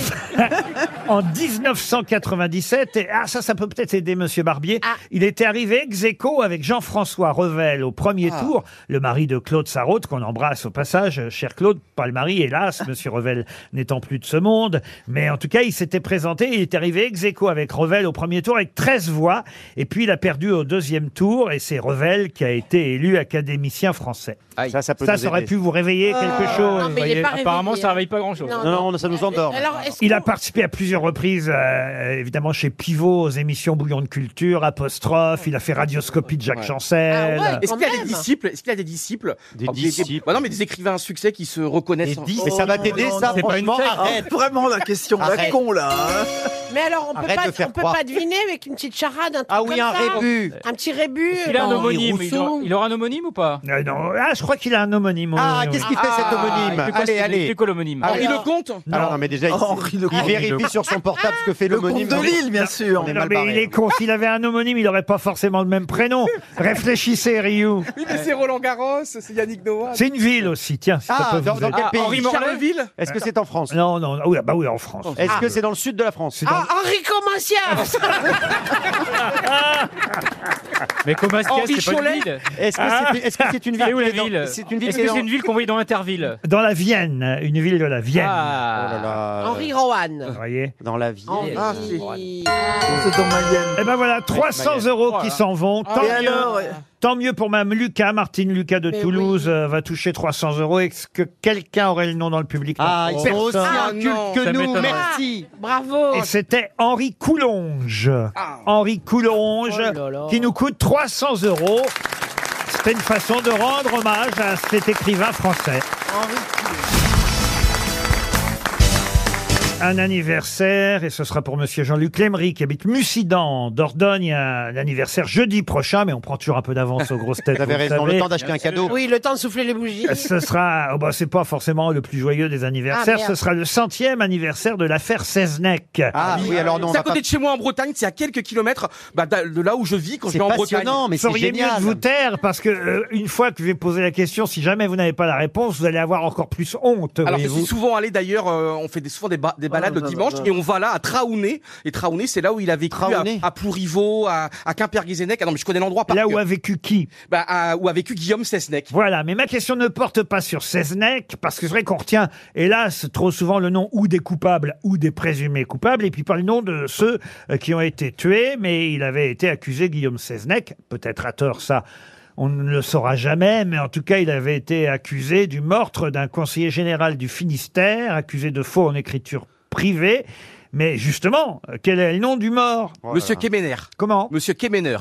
Speaker 2: en 1997. Et, ah, ça, ça peut peut-être aider Monsieur Barbier.
Speaker 6: Ah.
Speaker 2: Il était arrivé ex aequo avec Jean-François Revel au premier
Speaker 3: Ah.
Speaker 2: tour, le mari de Claude Sarraute, qu'on embrasse au passage. Euh, Cher Claude, pas le mari, hélas,
Speaker 3: Ah.
Speaker 2: Monsieur Revel n'étant plus de ce monde. Mais en tout cas, il s'était présenté, il est arrivé ex aequo avec Revel au premier tour avec 13 voix. Et puis, il a perdu au deuxième tour. Et c'est Revel qui a été élu académicien français.
Speaker 3: Ah, Ça, ça peut
Speaker 2: Ça,
Speaker 3: nous
Speaker 2: ça aurait
Speaker 3: aider.
Speaker 2: pu vous réveiller quelque chose.
Speaker 6: Ah. Non, mais il est pas
Speaker 5: Apparemment,
Speaker 6: réveillé. hein.
Speaker 5: ça réveille pas grand-chose.
Speaker 6: Non,
Speaker 3: Non, non, ça nous endort.
Speaker 6: Alors, est-ce
Speaker 2: Il a
Speaker 6: qu'on-
Speaker 2: participé à plusieurs reprises, euh, évidemment, chez Pivot, aux émissions Bouillon de Culture, Apostrophe. Il a fait Radioscopie de Jacques
Speaker 4: Ouais.
Speaker 2: Chancel.
Speaker 6: Ah ouais.
Speaker 4: Est-ce qu'il y a
Speaker 6: Quand
Speaker 4: des
Speaker 6: même.
Speaker 4: disciples Est-ce qu'il y a des disciples
Speaker 3: Des
Speaker 4: Oh,
Speaker 3: disciples.
Speaker 4: Bah non, mais des écrivains à succès qui se reconnaissent. en-
Speaker 3: Mais ça va t'aider ça,
Speaker 5: c'est pas une
Speaker 3: franchement.
Speaker 5: fête.
Speaker 7: Ah, vraiment la question, la
Speaker 3: Arrête.
Speaker 7: con là. hein.
Speaker 6: Mais alors, on peut
Speaker 3: Arrête
Speaker 6: pas,
Speaker 3: de faire
Speaker 6: on peut
Speaker 3: croire.
Speaker 6: pas deviner avec une petite charade, un truc
Speaker 3: Ah oui,
Speaker 6: comme
Speaker 3: un
Speaker 6: ça
Speaker 3: rébut.
Speaker 6: Un petit rébut.
Speaker 5: Il a un
Speaker 6: euh,
Speaker 5: homonyme. Il
Speaker 6: Rousseau.
Speaker 5: aura, il aura un homonyme ou pas
Speaker 2: Euh, non. Ah, je crois qu'il a un homonyme.
Speaker 3: Ah,
Speaker 2: oui,
Speaker 3: qu'est-ce
Speaker 2: oui.
Speaker 3: qu'il fait cet homonyme
Speaker 5: il fait quoi,
Speaker 3: Allez,
Speaker 5: ce- Il
Speaker 3: allez.
Speaker 5: fait quoi l'homonyme
Speaker 3: Ah,
Speaker 4: Henri
Speaker 6: Alors-
Speaker 4: le compte
Speaker 3: Alors, non, mais déjà, il,
Speaker 7: Henri Le
Speaker 3: il
Speaker 7: Comte.
Speaker 3: vérifie sur son portable ce que fait
Speaker 7: Le comte
Speaker 3: l'homonyme.
Speaker 7: de Lille, bien sûr.
Speaker 3: On est
Speaker 2: Non,
Speaker 3: mal
Speaker 2: mais
Speaker 3: barré.
Speaker 2: il est con. S'il avait un homonyme, il n'aurait pas forcément le
Speaker 3: [LAUGHS]
Speaker 2: même prénom. Réfléchissez, Ryu.
Speaker 4: Oui, mais c'est Roland Garros, c'est Yannick Noah. Oh,
Speaker 2: C'est une ville aussi, tiens. si ça
Speaker 3: Ah,
Speaker 2: peut vous
Speaker 3: dans, dans
Speaker 2: aider.
Speaker 3: quel pays
Speaker 5: Henri Morlaix
Speaker 4: Charleville
Speaker 3: Est-ce que c'est en France
Speaker 2: Non, non, oui, ah bah oui, en France.
Speaker 3: Est-ce que c'est dans le Ah, sud de la France
Speaker 6: Ah, Henri Comancias
Speaker 5: Mais Comasquias,
Speaker 4: Henri
Speaker 5: c'est pas
Speaker 4: Cholet
Speaker 5: une ville. Ah.
Speaker 3: Est-ce que c'est est-ce que c'est une ville
Speaker 5: C'est où la
Speaker 3: qui est dans-
Speaker 5: ville
Speaker 3: C'est une ville
Speaker 5: Est-ce
Speaker 3: qui est
Speaker 5: que
Speaker 3: dans-
Speaker 5: c'est une ville qu'on voyait dans Interville
Speaker 2: Dans la Vienne, une ville de la Vienne.
Speaker 3: Oh là
Speaker 5: Ah
Speaker 3: là, euh,
Speaker 6: [LAUGHS] Henri Rohan.
Speaker 2: Vous voyez
Speaker 3: Dans la ville.
Speaker 4: Ah,
Speaker 6: Henri.
Speaker 7: C'est dans Mayenne.
Speaker 2: Eh ben voilà, 300 euros qui s'en vont. Tant
Speaker 7: Et
Speaker 2: mieux.
Speaker 7: alors
Speaker 2: Tant mieux pour Mme Lucas. Martine Lucas de
Speaker 6: Mais
Speaker 2: Toulouse euh, va toucher 300 euros. Est-ce que quelqu'un aurait le nom dans le public
Speaker 3: Ah,
Speaker 2: Non.
Speaker 3: ils sont aussi
Speaker 2: Personne.
Speaker 4: Ah,
Speaker 3: incultes
Speaker 4: non,
Speaker 3: que
Speaker 5: ça
Speaker 3: nous.
Speaker 5: m'étonnerait.
Speaker 3: Merci.
Speaker 6: Bravo
Speaker 2: Et c'était Henri Coulonge. Henri Coulonge,
Speaker 6: Ah. Oh là là.
Speaker 2: qui nous coûte 300 euros. C'était une façon de rendre hommage à cet écrivain français. Un anniversaire, et ce sera pour monsieur Jean-Luc Lémery, qui habite Mussidan, en Dordogne, un anniversaire jeudi prochain, mais on prend toujours un peu d'avance aux grosses têtes.
Speaker 3: Vous avez
Speaker 2: vous
Speaker 3: raison,
Speaker 2: savez.
Speaker 3: le temps d'acheter un cadeau.
Speaker 6: Oui, le temps de souffler les bougies.
Speaker 2: Ce sera, oh bah c'est pas forcément le plus joyeux des anniversaires,
Speaker 6: Ah, merde.
Speaker 2: ce sera le centième anniversaire de l'affaire Seznec.
Speaker 3: Ah oui, alors non, on
Speaker 4: C'est à
Speaker 3: va pas...
Speaker 4: côté de chez moi en Bretagne, c'est à quelques kilomètres bah, d'a- de là où je vis quand je
Speaker 3: C'est
Speaker 4: vais en Bretagne.
Speaker 3: passionnant, mais
Speaker 2: Vous
Speaker 3: c'est
Speaker 2: feriez mieux
Speaker 3: génial.
Speaker 2: de vous taire parce que euh, une fois que je vais poser la question, si jamais vous n'avez pas la réponse, vous allez avoir encore plus honte.
Speaker 4: Alors je
Speaker 2: voyez-vous.
Speaker 4: suis souvent allé d'ailleurs, euh, on fait des, souvent des, ba- des balades
Speaker 7: Ah, non,
Speaker 4: le dimanche
Speaker 7: non, non.
Speaker 4: et on va là à Traouné. Et Traouné, c'est là où il a vécu à,
Speaker 3: Traouné
Speaker 4: à Plouriveau, à, à Quimper-Guézenec. Ah non mais je connais l'endroit par
Speaker 2: Là où
Speaker 4: cœur.
Speaker 2: a vécu qui
Speaker 4: Bah, à- où a vécu Guillaume Sesnec.
Speaker 2: Voilà, mais ma question ne porte pas sur Seznec, parce que c'est vrai qu'on retient, hélas, trop souvent le nom ou des coupables ou des présumés coupables, et puis pas le nom de ceux euh, qui ont été tués, mais il avait été accusé, Guillaume Seznec, peut-être à tort ça. On ne le saura jamais, mais en tout cas, il avait été accusé du meurtre d'un conseiller général du Finistère, accusé de faux en écriture privée. Mais justement, euh, quel est le nom du mort
Speaker 4: Monsieur Kemener.
Speaker 2: Comment
Speaker 4: Monsieur Kemener.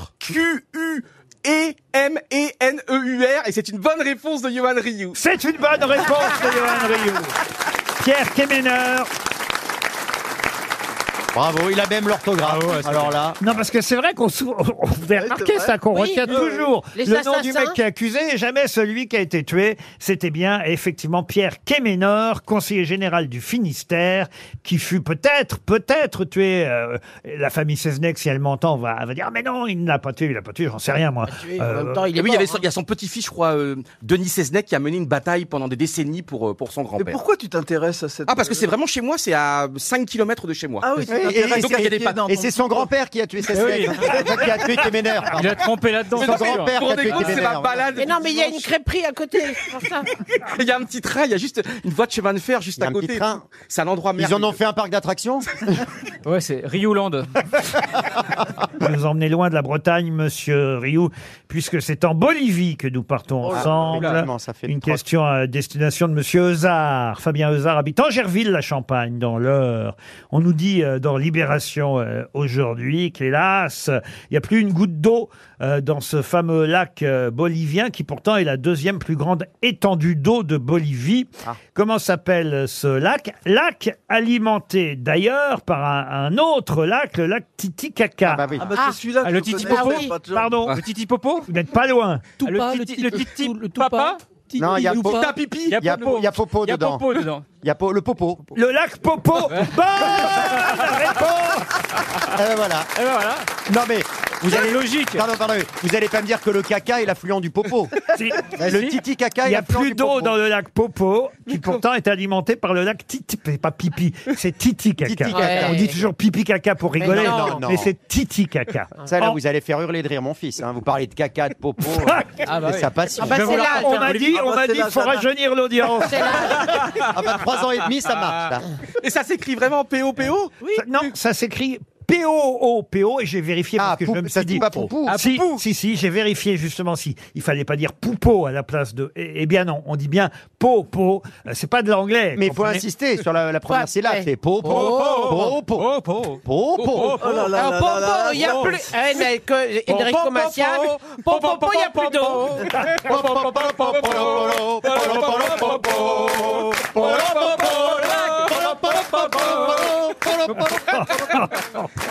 Speaker 4: Q-U-E-M-E-N-E-U-R. Et c'est une bonne réponse de Johan Rioux.
Speaker 2: C'est une bonne réponse de Johan Rioux. Pierre Kemener.
Speaker 3: Bravo, il a même l'orthographe. Alors là.
Speaker 2: Non, parce que c'est vrai qu'on sou- [LAUGHS] on- vous avez remarqué ça, qu'on
Speaker 3: Oui,
Speaker 2: retient
Speaker 3: oui, oui.
Speaker 2: toujours
Speaker 3: Les
Speaker 2: le nom du
Speaker 3: assassins.
Speaker 2: mec qui est accusé et jamais celui qui a été tué. C'était bien, effectivement, Pierre Quéménor, conseiller général du Finistère, qui fut peut-être, peut-être tué. euh, la famille Seznec, si elle m'entend, va, va dire Ah, mais non, il ne l'a pas tué, il l'a pas tué, j'en sais rien, moi. Euh,
Speaker 4: Et oui, il y avait son- il
Speaker 3: hein.
Speaker 4: y a son petit-fils, je crois, euh, Denis Seznec, qui a mené une bataille pendant des décennies pour, euh, pour son
Speaker 7: Mais
Speaker 4: grand-père.
Speaker 7: [LAUGHS] pourquoi tu t'intéresses à cette...
Speaker 4: Ah, parce que c'est vraiment chez moi, c'est à 5 km de chez moi.
Speaker 7: Ah oui, tu
Speaker 4: et,
Speaker 7: t'intéresses
Speaker 4: donc, il y a des
Speaker 7: à-
Speaker 4: pas-
Speaker 7: dans ton-
Speaker 3: grand-père qui a tué
Speaker 4: Eh oui.
Speaker 3: Seznec. C'est ça qui a tué Kemener. pardon.
Speaker 5: Il a trompé là-dedans.
Speaker 3: C'est
Speaker 5: c'est
Speaker 3: son
Speaker 5: sûr.
Speaker 3: grand-père qui a tué Kemener.
Speaker 6: Mais non, mais il y a une crêperie à côté, c'est pour ça.
Speaker 4: Il y a un petit train, il y a juste une voie de chemin de fer juste
Speaker 3: Il y a
Speaker 4: à
Speaker 3: un
Speaker 4: côté.
Speaker 3: petit train.
Speaker 4: C'est un endroit
Speaker 3: Ils en
Speaker 4: merveilleux.
Speaker 3: ont fait un parc d'attractions
Speaker 5: Ouais, c'est Rioland.
Speaker 2: Vous nous emmenez loin de la Bretagne, monsieur Rioux, puisque c'est en Bolivie que nous partons
Speaker 3: Oh là,
Speaker 2: ensemble.
Speaker 3: complètement, ça fait
Speaker 2: Une
Speaker 3: une trotte.
Speaker 2: question à destination de monsieur Euzard. Fabien Euzard habite Angerville-la-Champagne, dans l'Eure. On nous dit euh, dans Libération euh, aujourd'hui qu'hélas, il n'y a plus une goutte d'eau euh, dans ce fameux lac euh, bolivien qui pourtant est la deuxième plus grande étendue d'eau de Bolivie. Comment s'appelle ce lac Lac alimenté d'ailleurs par un, un autre lac, le lac Titicaca.
Speaker 7: Ah bah, c'est Ah. celui-là que
Speaker 2: le
Speaker 7: je connais.
Speaker 2: Titipopo
Speaker 7: Ah oui.
Speaker 2: Pardon.
Speaker 5: Le titipopo
Speaker 2: Vous n'êtes pas loin.
Speaker 5: Ah, le titi- le titi- papa
Speaker 3: Non, il y a
Speaker 5: Titi-
Speaker 3: po-
Speaker 5: Tita pipi.
Speaker 3: Il y a,
Speaker 5: Popo.
Speaker 3: il y a Popo
Speaker 5: Il y a
Speaker 3: dedans.
Speaker 5: Popo dedans.
Speaker 3: Il y a po- le Popo.
Speaker 2: Le lac Popo.
Speaker 3: Eh ben voilà. Non mais vous allez logique. Pardon, pardon. Vous allez pas me dire que le caca est l'affluent du Popo.
Speaker 2: Ah, Si.
Speaker 3: Le titi caca
Speaker 2: Il
Speaker 3: est
Speaker 2: n'y a
Speaker 3: l'affluent
Speaker 2: plus
Speaker 3: du Popo.
Speaker 2: d'eau dans le lac Popo, qui pourtant est alimenté par le lac Titi. C'est pas pipi, c'est Titi Caca.
Speaker 3: Titicaca.
Speaker 2: On dit toujours pipi caca pour
Speaker 3: Mais
Speaker 2: rigoler,
Speaker 3: non, non, non.
Speaker 2: mais c'est Titi Caca.
Speaker 3: Ça là,
Speaker 2: En-
Speaker 3: vous allez faire hurler de rire mon fils. hein. Vous parlez de caca, de Popo. hein.
Speaker 2: Ah bah
Speaker 3: mais
Speaker 2: oui.
Speaker 3: ça passe.
Speaker 2: Ah bah, Je vais c'est vous la là. raconter. On m'a dit-
Speaker 3: bah,
Speaker 2: on m'a dit, faut rajeunir l'audience. C'est
Speaker 3: Ah bah trois ans et demi, ça marche. là.
Speaker 4: Et ça s'écrit vraiment P.O.P.O.
Speaker 2: Oui. Non, ça s'écrit P-O-O-P-O et j'ai vérifié parce que je me
Speaker 3: Ah, ça
Speaker 2: suis
Speaker 3: dit
Speaker 2: dit
Speaker 3: pas poupou. Ah,
Speaker 2: si, si si j'ai vérifié justement si il fallait pas dire poupo à la place de eh eh bien non on dit bien popo Euh, c'est pas de l'anglais
Speaker 3: Mais il faut
Speaker 2: comprenez
Speaker 3: insister sur la, la première syllabe. C'est Popo.
Speaker 2: Oh. Popo.
Speaker 3: Popo. Popo. Popo.
Speaker 6: Oh là là Popo, il n'y a plus. Eh, mais que, Enrico Macias, Popo, il n'y a plus d'eau.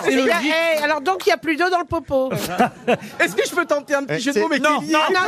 Speaker 4: C'est
Speaker 6: Il y a-
Speaker 4: logique.
Speaker 6: eh, alors donc, il n'y a plus d'eau dans le Popo.
Speaker 4: Est-ce que je peux tenter un petit jeu de mots, mais
Speaker 5: Non,
Speaker 4: qui est lié
Speaker 5: non, non,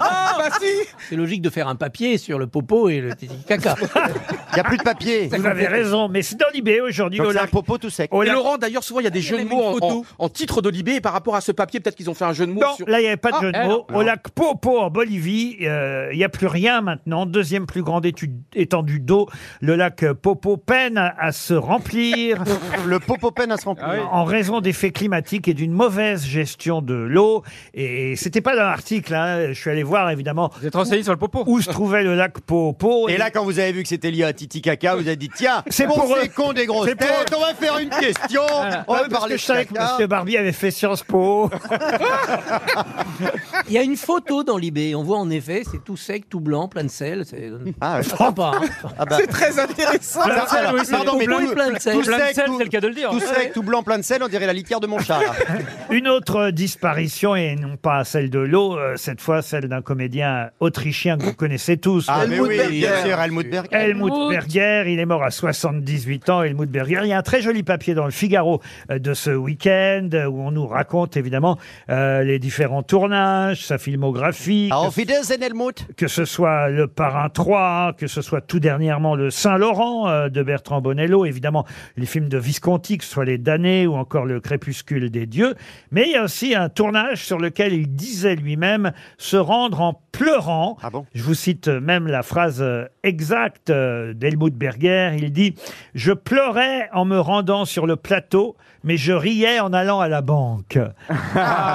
Speaker 4: Ah, bah si
Speaker 5: C'est logique de faire un papier sur le popo et le titicaca.
Speaker 3: Il n'y a plus de papier.
Speaker 2: Vous avez raison, mais c'est dans l'IB aujourd'hui.
Speaker 3: Donc
Speaker 2: au
Speaker 3: c'est un
Speaker 2: lac-
Speaker 3: popo tout sec.
Speaker 2: au
Speaker 4: Et
Speaker 2: lac-
Speaker 4: Laurent, d'ailleurs, souvent, il y a des jeux de mots en, en, en titre de Libé, et par rapport à ce papier, peut-être qu'ils ont fait un jeu de mots.
Speaker 2: Non,
Speaker 4: sur-
Speaker 2: là, il n'y avait pas de
Speaker 4: Ah,
Speaker 2: jeu de
Speaker 4: eh,
Speaker 2: mots.
Speaker 4: non.
Speaker 2: Au lac Popo, en Bolivie, euh, il n'y a plus rien maintenant. Deuxième plus grande étude- étendue d'eau. Le lac Popo peine à, à se remplir
Speaker 3: [LAUGHS] Le popo peine à se remplir. Ah
Speaker 2: en raison d'effets climatiques et d'une mauvaise gestion de l'eau. Et c'était pas dans l'article. hein. Je suis allé voir, évidemment,
Speaker 5: Vous êtes renseigné sur le popo
Speaker 2: où se trouvait le lac Popo.
Speaker 3: Et là, quand vous avez vu que c'était lié à Titi Caca, vous avez dit tiens,
Speaker 2: C'est
Speaker 3: bon,
Speaker 2: pour
Speaker 3: ces
Speaker 2: eux.
Speaker 3: cons des grosses
Speaker 2: C'est pour
Speaker 3: têtes, on va faire une question. On
Speaker 2: Ouais,
Speaker 3: va
Speaker 2: parce
Speaker 3: parler
Speaker 2: que
Speaker 3: de
Speaker 2: je savais
Speaker 3: caca.
Speaker 2: que M. Barbier avait fait Sciences Po.
Speaker 5: [LAUGHS] Il y a une photo dans l'IB, on voit en effet, c'est tout sec, tout blanc, plein de sel. C'est euh,
Speaker 3: Ah ouais.
Speaker 5: sympa. hein.
Speaker 3: Ah bah,
Speaker 4: C'est très intéressant.
Speaker 5: Plein de sel,
Speaker 3: alors,
Speaker 5: oui, c'est
Speaker 3: pardon,
Speaker 5: tout
Speaker 3: mais
Speaker 5: blanc,
Speaker 3: tout-
Speaker 5: plein de sel.
Speaker 3: tout
Speaker 5: Plein de
Speaker 3: sec,
Speaker 5: sel,
Speaker 3: tout-
Speaker 5: c'est le cas de le dire.
Speaker 3: tout
Speaker 5: Ouais.
Speaker 3: sec, tout blanc, plein de sel, on dirait la litière de mon chat. là.
Speaker 2: [LAUGHS] Une autre disparition, et non pas celle de l'eau, euh, cette fois celle d'un comédien autrichien que vous connaissez tous.
Speaker 3: Ah mais
Speaker 7: Helmut
Speaker 3: oui, bien
Speaker 7: Berger.
Speaker 3: sûr, Helmut Berger.
Speaker 2: Helmut Berger, il est mort à 78 ans, Helmut Berger. Il y a un très joli papier dans le Figaro euh, de ce week-end euh, où on nous raconte évidemment euh, les différents tournages, sa filmographie.
Speaker 3: Ah, Auf Wiedersehen, Helmut.
Speaker 2: que ce soit le Parrain 3, que ce soit tout dernièrement le Saint-Laurent euh, de Bertrand Bonello, évidemment les films de Visconti, que ce soit les damnés ou encore le Crépuscule des dieux, mais il y a aussi un tournage sur lequel il disait lui-même se rendre en pleurant.
Speaker 3: Ah bon
Speaker 2: Je vous cite même la phrase euh, exacte euh, d'Helmut Berger, il dit « Je pleurais en me rendant sur le plateau, mais je riais en allant à la banque.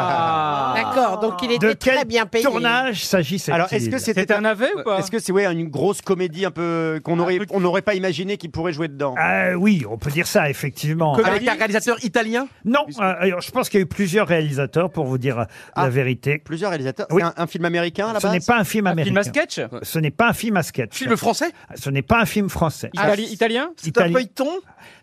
Speaker 6: D'accord, donc il »
Speaker 2: De
Speaker 6: était
Speaker 2: quel
Speaker 6: très [LAUGHS] bien payé.
Speaker 2: tournage s'agissait-il
Speaker 3: Alors, est-ce que c'était
Speaker 5: C'était un AV ou pas
Speaker 3: Est-ce que c'est ouais, une grosse comédie un peu qu'on aurait on n'aurait pas imaginé qu'il pourrait jouer dedans
Speaker 2: Ah oui, on peut dire ça, effectivement.
Speaker 3: Avec un réalisateur
Speaker 4: réalisateur italien
Speaker 2: Non, euh, alors, je pense qu'il y a eu plusieurs réalisateurs pour vous dire euh, la vérité.
Speaker 3: Ah, Plusieurs réalisateurs
Speaker 2: Oui.
Speaker 3: C'est un, un film américain à la
Speaker 2: Ce
Speaker 3: base
Speaker 2: n'est pas un film
Speaker 3: Un film
Speaker 2: américain.
Speaker 3: à
Speaker 4: sketch
Speaker 2: Ce n'est pas un film à sketch.
Speaker 4: Film français
Speaker 2: Ce n'est pas un film français. Ah,
Speaker 3: Itali-
Speaker 4: italien
Speaker 2: C'est un feuilleton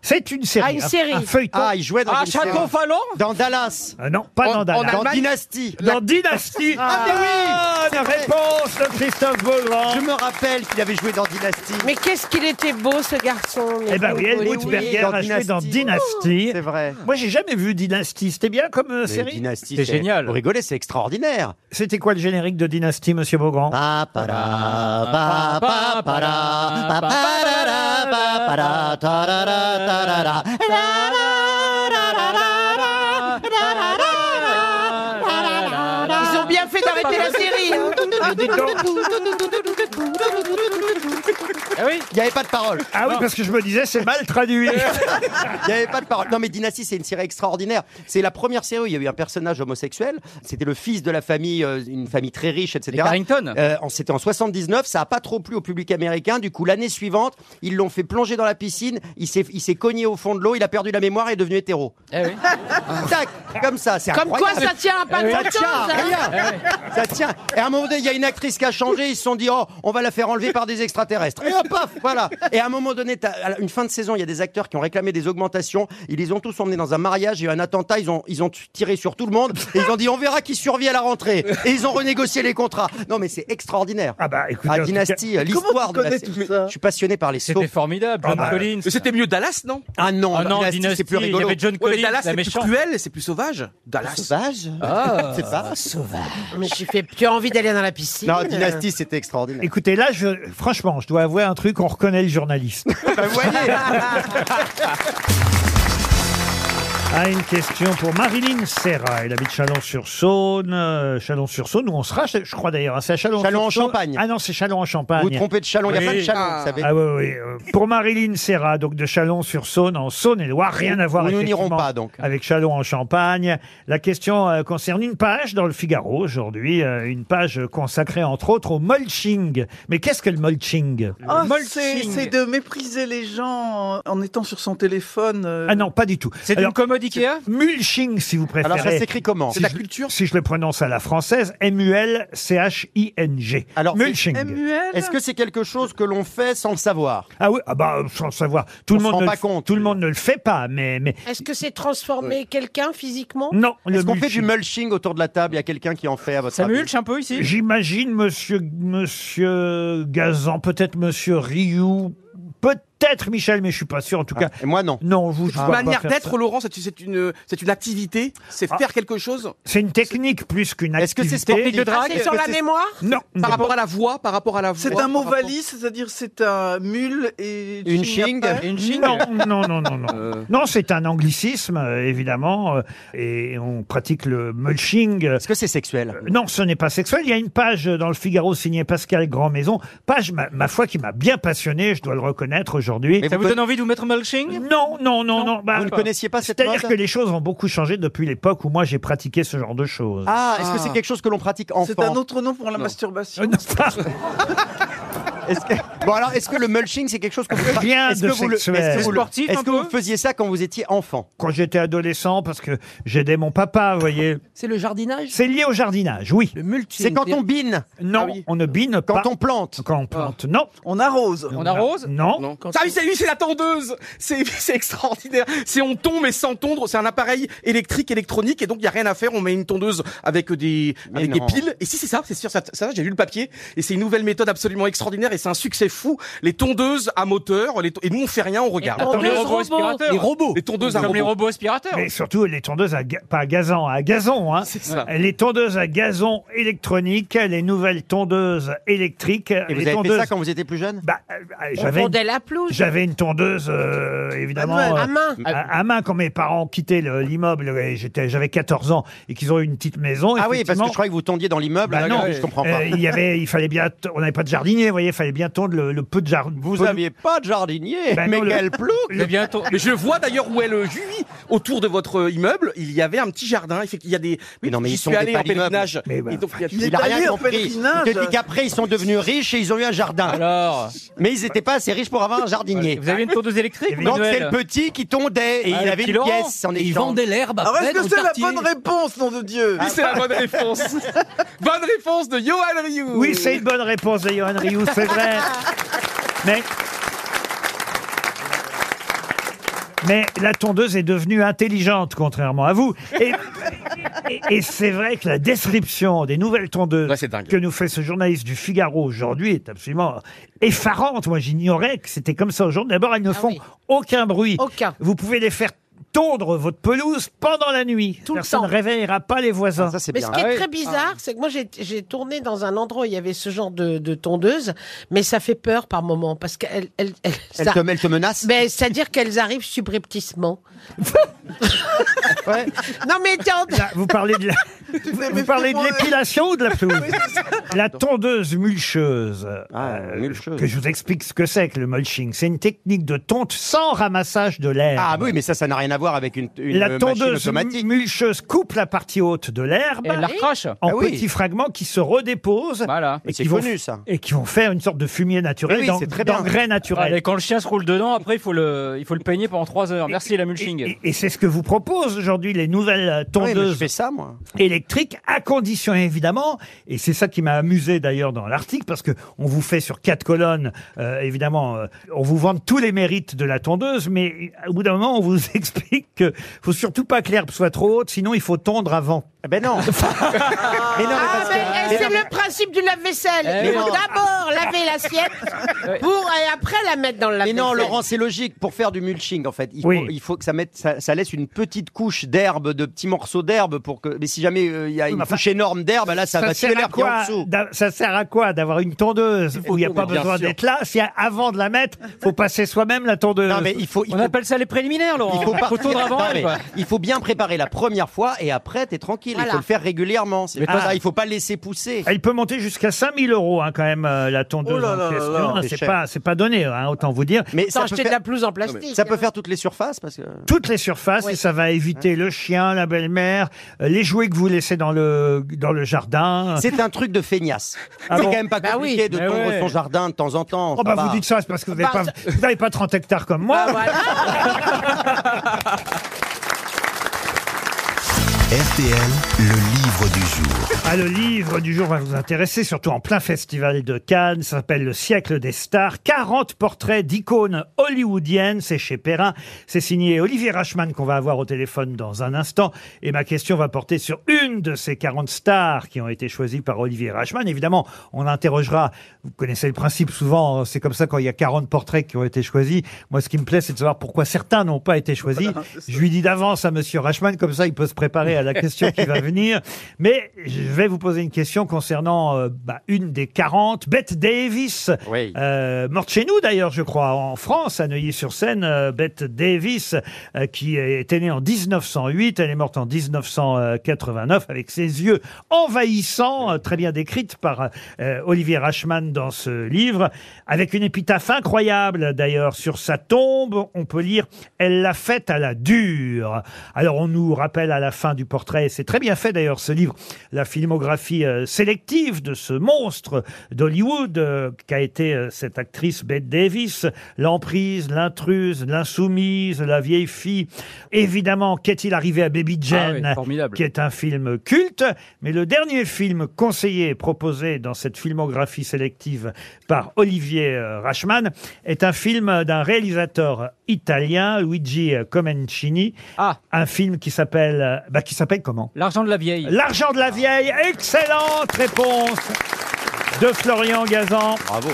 Speaker 2: C'est une série.
Speaker 3: Ah, une
Speaker 2: un-
Speaker 3: série.
Speaker 2: Un feuilleton.
Speaker 3: Ah, il jouait dans Ah, une Château série. Fallon Dans Dallas
Speaker 2: Euh, non, pas dans Dallas.
Speaker 3: Dans Dynasty
Speaker 2: Dans Dynasty
Speaker 3: Ah, mais oui
Speaker 2: Bonne réponse de Christophe Beaugrand
Speaker 3: Je me rappelle qu'il avait joué dans Dynasty.
Speaker 6: Mais qu'est-ce qu'il était beau ce garçon mais
Speaker 2: Eh ben oui,
Speaker 6: beau,
Speaker 2: Elwood
Speaker 6: beau,
Speaker 2: Berger
Speaker 6: beau.
Speaker 2: a joué dans Dynasty.
Speaker 3: Oh, C'est vrai.
Speaker 2: Moi, j'ai jamais vu Dynasty. C'était bien comme euh, série
Speaker 3: Dynasty, c'est génial. Vous rigolez, c'est extraordinaire.
Speaker 2: C'était quoi le générique de Dynasty, monsieur Beaugrand
Speaker 3: Pa, pa, pa, ra, pa, pa, ra, ra, pa, pa, ra, ta, ra, ra, ta, ra, ra.
Speaker 6: Ils ont bien fait d'arrêter la série. hein. Eh
Speaker 3: Il n'y avait pas de parole.
Speaker 2: Ah oui,
Speaker 3: Non.
Speaker 2: parce que je me disais, c'est mal
Speaker 3: [LAUGHS]
Speaker 2: traduit.
Speaker 3: Il n'y avait pas de parole. Non, mais Dynasty, c'est une série extraordinaire. C'est la première série où il y a eu un personnage homosexuel. C'était le fils de la famille, euh, une famille très riche, etc.
Speaker 4: Les Carrington.
Speaker 3: Euh, en- C'était en 79. Ça n'a pas trop plu au public américain. Du coup, l'année suivante, ils l'ont fait plonger dans la piscine. Il s'est il s'est cogné au fond de l'eau. Il a perdu la mémoire et est devenu hétéro. Tac, comme ça. c'est
Speaker 6: Eh Comme quoi,
Speaker 3: incroyable. Eh
Speaker 6: ça tient à pas
Speaker 3: Ça
Speaker 6: grand-chose,
Speaker 3: tient à
Speaker 6: hein.
Speaker 3: rien. Ça tient. Et à un moment donné, il y a une actrice qui a changé. Ils se sont dit, oh, on va la faire enlever par des extraterrestres. Et hop, paf, voilà. Et à un moment donné, t'as- à une fin de saison, il y a des acteurs qui ont réclamé des augmentations. Ils les ont tous emmenés dans un mariage. Il y a eu un attentat. Ils ont, ils ont tiré sur tout le monde. Et ils ont dit, on verra qui survit à la rentrée. Et ils ont renégocié les contrats. Non, mais c'est extraordinaire.
Speaker 2: Ah bah, écoutez, en
Speaker 3: Ah,
Speaker 2: tout cas-
Speaker 3: dynastie,
Speaker 2: Mais comment
Speaker 3: l'histoire
Speaker 2: tu
Speaker 3: de la
Speaker 2: connais
Speaker 3: sé-
Speaker 2: tout
Speaker 3: Mais
Speaker 2: ça
Speaker 3: Je suis passionné par les
Speaker 5: C'était
Speaker 3: sauts.
Speaker 5: formallable, John
Speaker 2: Ah bah,
Speaker 5: Collins.
Speaker 4: Mais c'était mieux Dallas, non
Speaker 3: Ah non,
Speaker 5: Ah non,
Speaker 3: dynastie, c'est
Speaker 5: Dynasty,
Speaker 3: plus
Speaker 5: il y
Speaker 3: rigolo.
Speaker 5: avait John
Speaker 4: Ouais, mais
Speaker 5: Collins,
Speaker 4: Dallas,
Speaker 5: la
Speaker 4: c'est plus
Speaker 5: méchante.
Speaker 4: cruel et c'est plus sauvage. Dallas.
Speaker 3: Sauvage
Speaker 5: Ah.
Speaker 3: C'est pas.
Speaker 6: Mais j'ai fait, tu as envie d'aller dans la piscine.
Speaker 3: Non, dynastie, c'était extraordinaire.
Speaker 2: Écoutez, là, je, franchement, je dois avouer un truc, on reconnaît le journaliste.
Speaker 3: Bah, vous voyez.
Speaker 2: Ah, une question pour Marilyn Serra. Elle habite Chalon-sur-Saône. euh, Chalon-sur-Saône, où on sera, je je crois d'ailleurs. hein, C'est à Chalon.
Speaker 3: Chalon en Champagne.
Speaker 2: Ah non, c'est Chalon-en-Champagne.
Speaker 3: Vous vous trompez de Chalon, il n'y a pas de Chalon, vous savez.
Speaker 2: Ah oui, oui. euh, Pour Marilyn Serra, donc de Chalon-sur-Saône, en Saône-et-Loire, rien à voir
Speaker 3: Nous n'irons
Speaker 2: effectivement,
Speaker 3: pas, donc.
Speaker 2: avec Chalon-en-Champagne. La question euh, concerne une page dans le Figaro aujourd'hui, euh, une page consacrée entre autres au mulching. Mais qu'est-ce que le mulching
Speaker 7: Ah, c'est c'est de mépriser les gens en étant sur son téléphone. euh,
Speaker 2: Ah non, pas du tout.
Speaker 5: C'est une
Speaker 2: Alors,
Speaker 5: commode Ikea
Speaker 2: mulching, si vous préférez.
Speaker 3: Alors, ça s'écrit comment
Speaker 2: Si je- Si je le prononce à la française, M-U-L-C-H-I-N-G.
Speaker 3: Alors,
Speaker 2: mulching.
Speaker 7: Samuel
Speaker 3: Est-ce que c'est quelque chose que l'on fait sans le savoir
Speaker 2: Ah oui, ah bah, euh, sans le savoir.
Speaker 3: On
Speaker 2: Tout le
Speaker 3: se
Speaker 2: monde
Speaker 3: rend
Speaker 2: ne
Speaker 3: pas
Speaker 2: le f-
Speaker 3: compte.
Speaker 2: Tout le monde ne le fait pas, mais, mais
Speaker 6: Est-ce que c'est transformer quelqu'un physiquement
Speaker 2: non. le
Speaker 3: Est-ce qu'on fait
Speaker 2: mulching.
Speaker 3: du mulching autour de la table Il y a quelqu'un qui en fait à votre
Speaker 5: Ça
Speaker 3: avis
Speaker 5: mulche un peu ici
Speaker 2: Ah, J'imagine monsieur, monsieur Gazan, peut-être monsieur Rioux, peut-être Michel, mais je suis pas sûr en tout cas.
Speaker 3: Ah, et moi, non.
Speaker 2: Non, vous, je vois pas
Speaker 4: Manière
Speaker 2: faire ça.
Speaker 4: d'être, Laurent, c'est- c'est une, c'est une activité, c'est
Speaker 2: Ah.
Speaker 4: faire quelque chose
Speaker 2: C'est une technique plus qu'une
Speaker 3: Est-ce que
Speaker 2: activité.
Speaker 3: c'est sportif
Speaker 5: de drague
Speaker 6: Ah, c'est sur la mémoire
Speaker 2: Non,
Speaker 4: par
Speaker 2: non.
Speaker 4: rapport à la voix, par rapport à la voix.
Speaker 7: C'est un mot
Speaker 4: par rapport-
Speaker 7: valise, c'est-à-dire c'est un mule et
Speaker 3: Une Euh.
Speaker 7: ching
Speaker 3: ching
Speaker 7: après.
Speaker 5: Une gigue
Speaker 2: Non, non, non, non, non. Non, c'est un anglicisme, euh, évidemment, euh, et on pratique le mulching. euh,
Speaker 3: Est-ce que c'est sexuel
Speaker 2: Non, ce n'est pas sexuel. Il y a une page dans le Figaro signée Pascal Grandmaison, page, ma, ma foi, qui m'a bien passionné, je dois le reconnaître aujourd'hui.
Speaker 3: Mais
Speaker 5: Ça
Speaker 3: vous
Speaker 5: vous donne
Speaker 3: conna-
Speaker 5: envie de vous mettre mulching
Speaker 2: Non, non, non, non. bah,
Speaker 3: Vous ne connaissiez pas cette mode
Speaker 2: C'est-à-dire que les choses ont beaucoup changé depuis l'époque où moi j'ai pratiqué ce genre de choses.
Speaker 3: Ah, est-ce que
Speaker 4: Ah.
Speaker 3: c'est quelque chose que l'on pratique enfant
Speaker 7: C'est un autre nom pour la masturbation.
Speaker 2: Euh, non, pas
Speaker 3: [LAUGHS] Est-ce que- Bon alors, est-ce que le mulching c'est quelque chose qu'on peut
Speaker 2: Rien
Speaker 3: Est-ce
Speaker 2: de
Speaker 3: que vous le-
Speaker 2: sexuel.
Speaker 3: Est-ce que, vous, le-
Speaker 5: Sportif,
Speaker 3: est-ce
Speaker 5: un
Speaker 3: que
Speaker 5: peu
Speaker 3: vous faisiez ça quand vous étiez enfant
Speaker 2: quand j'étais adolescent parce que j'aidais mon papa, vous voyez.
Speaker 6: C'est le jardinage
Speaker 2: C'est lié au jardinage, oui.
Speaker 6: Le multi.
Speaker 3: C'est quand on bine,
Speaker 2: Non,
Speaker 4: oui.
Speaker 2: on ne bine
Speaker 3: quand
Speaker 2: pas.
Speaker 3: on plante.
Speaker 2: Quand on plante, non.
Speaker 7: On arrose.
Speaker 5: On arrose
Speaker 2: Non.
Speaker 4: Non. Ah oui, c'est lui, c'est la tondeuse. C'est [LAUGHS] c'est extraordinaire. C'est on tombe mais sans tondre. C'est un appareil électrique, électronique, et donc il y a rien à faire. On met une tondeuse avec des
Speaker 3: Mais
Speaker 4: avec
Speaker 3: non.
Speaker 4: des piles. Et si c'est ça, c'est sûr. Ça, ça, j'ai lu le papier. Et c'est une nouvelle méthode absolument extraordinaire. Et c'est un succès fou. Les tondeuses à moteur. les to- et nous on fait rien, on regarde.
Speaker 6: Attends,
Speaker 5: les
Speaker 6: les
Speaker 5: robots
Speaker 6: robots.
Speaker 5: aspirateurs.
Speaker 4: Les Ah. robots. Les tondeuses à
Speaker 5: Comme les
Speaker 4: robots.
Speaker 5: robots aspirateurs.
Speaker 2: Mais surtout les tondeuses à ga- pas à gazon, à gazon, hein.
Speaker 4: C'est ça.
Speaker 2: Les tondeuses à gazon électroniques, les nouvelles tondeuses électriques.
Speaker 3: Et vous
Speaker 2: les
Speaker 3: avez
Speaker 2: tondeuses...
Speaker 3: fait ça quand vous étiez plus jeune
Speaker 2: Bah, euh,
Speaker 6: On
Speaker 2: j'avais
Speaker 6: fondait la pelouse.
Speaker 2: J'avais une tondeuse, euh, évidemment,
Speaker 7: Manuel,
Speaker 2: euh,
Speaker 6: à main.
Speaker 2: à, à main quand mes parents quittaient le- l'immeuble. et j'étais, j'avais 14 ans et qu'ils ont eu une petite
Speaker 3: Ah
Speaker 2: maison.
Speaker 3: oui, parce que
Speaker 2: effectivement,
Speaker 3: je croyais que vous tondiez dans l'immeuble.
Speaker 2: Bah
Speaker 3: Ah,
Speaker 2: non.
Speaker 3: je comprends pas.
Speaker 2: euh, il y avait, il fallait bien, on n'avait pas de jardinier, vous voyez, il fallait fallait bien tondre le, le peu de jardin.
Speaker 3: Vous aviez pas de jardinier,
Speaker 2: Ben
Speaker 3: mais
Speaker 2: non, le-
Speaker 3: quel plouc
Speaker 4: Mais bientôt. Mais je vois d'ailleurs où est le juillet. Autour de votre euh, immeuble, il y avait un petit jardin. Il fait qu'il y a des. Oui,
Speaker 3: non, mais
Speaker 4: j'y
Speaker 3: ils sont
Speaker 4: suis
Speaker 3: des
Speaker 4: allé en
Speaker 3: pas d'immeuble.
Speaker 4: pèlerinage.
Speaker 3: Mais bah,
Speaker 4: Et donc,
Speaker 3: [LAUGHS] Il a rien compris. Il te dit qu'après, ils sont devenus riches et ils ont eu un jardin.
Speaker 5: Alors
Speaker 3: Mais ils n'étaient pas assez riches pour avoir un jardinier.
Speaker 5: Vous avez une tondeuse électrique,
Speaker 3: Donc
Speaker 5: Manuel
Speaker 3: c'est le petit qui tondait et
Speaker 5: Ah,
Speaker 3: il
Speaker 5: le
Speaker 3: avait
Speaker 5: petit
Speaker 3: une
Speaker 5: Laurent.
Speaker 3: pièce en
Speaker 5: Et il
Speaker 3: échange.
Speaker 5: vendait l'herbe
Speaker 7: Alors est-ce que c'est la bonne réponse, nom de Dieu
Speaker 4: Oui, c'est la bonne
Speaker 2: [LAUGHS]
Speaker 4: réponse. bonne réponse de Johan Rioux.
Speaker 2: Oui, c'est une bonne réponse de Johan Rioux,
Speaker 3: [LAUGHS]
Speaker 2: c'est vrai. Mais. Mais la tondeuse est devenue intelligente, contrairement à vous. Et, et- et c'est vrai que la description des nouvelles tondeuses que nous fait ce journaliste du Figaro aujourd'hui est absolument effarante. Moi, j'ignorais que c'était comme ça aujourd'hui. D'abord,
Speaker 6: Ah
Speaker 2: elles ne font aucun bruit. Vous pouvez les faire tondre votre pelouse pendant la nuit.
Speaker 6: Tout le
Speaker 2: Personne
Speaker 6: temps.
Speaker 2: ne réveillera pas les voisins.
Speaker 6: Mais ce qui
Speaker 3: Ah
Speaker 6: est très bizarre, c'est que moi j'ai- j'ai tourné dans un endroit où il y avait ce genre de, de tondeuse, mais ça fait peur par moment parce qu'elle elle, elle,
Speaker 3: Elle te- elle te menace.
Speaker 6: Mais c'est-à-dire qu'elles arrivent subrepticement. [LAUGHS] Non mais tiens,
Speaker 2: Vous parlez
Speaker 3: [LAUGHS]
Speaker 2: de la... Vous parlez de l'épilation ou de la pelouse La tondeuse mulcheuse, euh,
Speaker 3: Ah,
Speaker 2: que je vous explique ce que c'est que le mulching, c'est une technique de tonte sans ramassage de l'herbe.
Speaker 3: Ah oui, mais ça, ça n'a rien à voir avec une, une
Speaker 2: la
Speaker 3: machine
Speaker 2: tondeuse
Speaker 3: automatique.
Speaker 2: mu- mulcheuse coupe la partie haute de l'herbe
Speaker 5: Et elle la recrache.
Speaker 2: en
Speaker 5: Ah oui.
Speaker 2: petits fragments qui se redéposent et,
Speaker 5: c'est
Speaker 2: qui vont,
Speaker 5: connu, ça.
Speaker 2: et qui vont faire une sorte de fumier naturel, d'en- d'engrais naturel.
Speaker 5: Ah, et quand le chien se roule dedans, après, il faut le, il faut le peigner pendant 3 heures. Merci, la mulching.
Speaker 2: Et c'est ce que vous propose aujourd'hui les
Speaker 5: mais
Speaker 2: nouvelles tondeuses
Speaker 5: je fais
Speaker 3: ça, moi.
Speaker 2: électriques, à condition évidemment, et c'est ça qui m'a amusé d'ailleurs dans l'article, parce que on vous fait sur quatre colonnes, euh, évidemment, euh, on vous vante tous les mérites de la tondeuse, mais euh, au bout d'un moment, on vous [LAUGHS] explique que faut surtout pas que l'herbe soit trop haute, sinon il faut tondre avant.
Speaker 3: Ben
Speaker 2: [LAUGHS]
Speaker 3: non.
Speaker 2: mais non,
Speaker 6: Ah, mais, eh,
Speaker 2: mais
Speaker 6: c'est
Speaker 2: non, mais-
Speaker 6: le principe du lave-vaisselle.
Speaker 3: Eh
Speaker 6: Il
Speaker 3: oui. Non.
Speaker 6: faut d'abord laver l'assiette
Speaker 3: [LAUGHS]
Speaker 6: pour et après la mettre dans le
Speaker 3: Mais
Speaker 6: lave-vaisselle.
Speaker 3: non, Laurent, c'est logique. Pour faire du mulching, en fait, il,
Speaker 2: Oui.
Speaker 3: faut, il faut que ça, mette, ça, ça laisse une petite couche d'herbe, de petits morceaux d'herbe pour que. Mais si jamais euh, il y a une
Speaker 2: enfin,
Speaker 3: couche énorme d'herbe, là, ça, va tuer
Speaker 2: sert à
Speaker 3: l'herbe qui est en
Speaker 2: quoi
Speaker 3: dessous.
Speaker 2: d'a- Ça sert à quoi d'avoir une tondeuse où il n'y a
Speaker 3: tout,
Speaker 2: pas
Speaker 3: mais bien
Speaker 2: besoin
Speaker 3: sûr.
Speaker 2: d'être là Si avant de la mettre, faut passer soi-même la tondeuse.
Speaker 3: Non, mais il faut. il
Speaker 5: On
Speaker 3: faut-
Speaker 5: appelle ça les préliminaires, Laurent.
Speaker 3: Il faut, partir-
Speaker 5: tondre avant,
Speaker 3: Non, mais
Speaker 5: quoi.
Speaker 3: il faut bien préparer la première fois et après t'es tranquille. Il
Speaker 5: Voilà.
Speaker 3: faut le faire régulièrement. C'est
Speaker 2: Mais ah.
Speaker 3: pas
Speaker 2: toi-
Speaker 3: ça, Il faut pas le laisser pousser.
Speaker 2: Elle Ah, peut monter jusqu'à 5000 euros hein, quand même euh, la tondeuse
Speaker 3: Oh là
Speaker 2: en
Speaker 3: là
Speaker 2: question.
Speaker 3: là là,
Speaker 2: Non,
Speaker 3: c'est
Speaker 2: c'est
Speaker 3: cher.
Speaker 2: pas c'est pas donné hein, autant vous dire.
Speaker 3: Mais
Speaker 6: Sans acheter
Speaker 3: peut
Speaker 6: de la
Speaker 3: faire-
Speaker 6: pelouse en plastique.
Speaker 2: hein.
Speaker 3: Ça peut faire toutes les surfaces parce que.
Speaker 2: toutes les surfaces et ça va éviter le chien, la belle-mère, euh, les jouets que vous laissez dans le dans le jardin.
Speaker 3: C'est un truc de feignasse.
Speaker 2: Ah
Speaker 3: c'est
Speaker 2: bon
Speaker 3: quand même pas
Speaker 6: Bah oui.
Speaker 3: compliqué de
Speaker 2: Mais
Speaker 3: tondre
Speaker 2: ouais.
Speaker 3: son jardin de temps en temps.
Speaker 2: Oh
Speaker 3: ça
Speaker 2: bah
Speaker 3: va. Bah
Speaker 2: vous dites ça, c'est parce que vous n'avez
Speaker 6: Bah,
Speaker 2: pas, vous n'avez pas 30 hectares comme moi.
Speaker 1: RTL, le livre du jour.
Speaker 2: Ah, le livre du jour va vous intéresser, surtout en plein festival de Cannes. Ça s'appelle Le siècle des stars. 40 portraits d'icônes hollywoodiennes. C'est chez Perrin. C'est signé Olivier Rachman qu'on va avoir au téléphone dans un instant. Et ma question va porter sur une de ces 40 stars qui ont été choisies par Olivier Rachman. Évidemment, on interrogera. Vous connaissez le principe souvent. hein. C'est comme ça quand il y a 40 portraits qui ont été choisis. Moi, ce qui me plaît, c'est de savoir pourquoi certains n'ont pas été choisis. Je lui dis d'avance à monsieur Rachman. Comme ça, il peut se préparer à la question qui va venir. Mais je vais vous poser une question concernant euh, bah, une des 40, Bette Davis.
Speaker 3: Oui.
Speaker 2: Euh, morte chez nous d'ailleurs, je crois, en France, à Neuilly-sur-Seine. euh, Bette Davis, euh, qui était née en 1908, elle est morte en 1989 avec ses yeux envahissants, euh, très bien décrite par euh, Olivier Rachman dans ce livre, avec une épitaphe incroyable d'ailleurs sur sa tombe. On peut lire Elle l'a faite à la dure. Alors on nous rappelle à la fin du portrait, et c'est très bien fait d'ailleurs ce livre, la filmographie euh, sélective de ce monstre d'Hollywood euh, qu'a été euh, cette actrice Bette Davis, l'emprise, l'intruse, l'insoumise, la vieille fille. Évidemment, qu'est-il arrivé à Baby Jane,
Speaker 5: Ah oui, formidable.
Speaker 2: qui est un film culte, mais le dernier film conseillé et proposé dans cette filmographie sélective par Olivier euh, Rachman est un film d'un réalisateur italien, Luigi euh, Comencini,
Speaker 5: Ah.
Speaker 2: un film qui s'appelle, euh, bah, qui s'appelle comment
Speaker 5: L'argent de la vieille.
Speaker 2: L'argent de la vieille, excellente réponse de Florian Gazan.
Speaker 3: Bravo.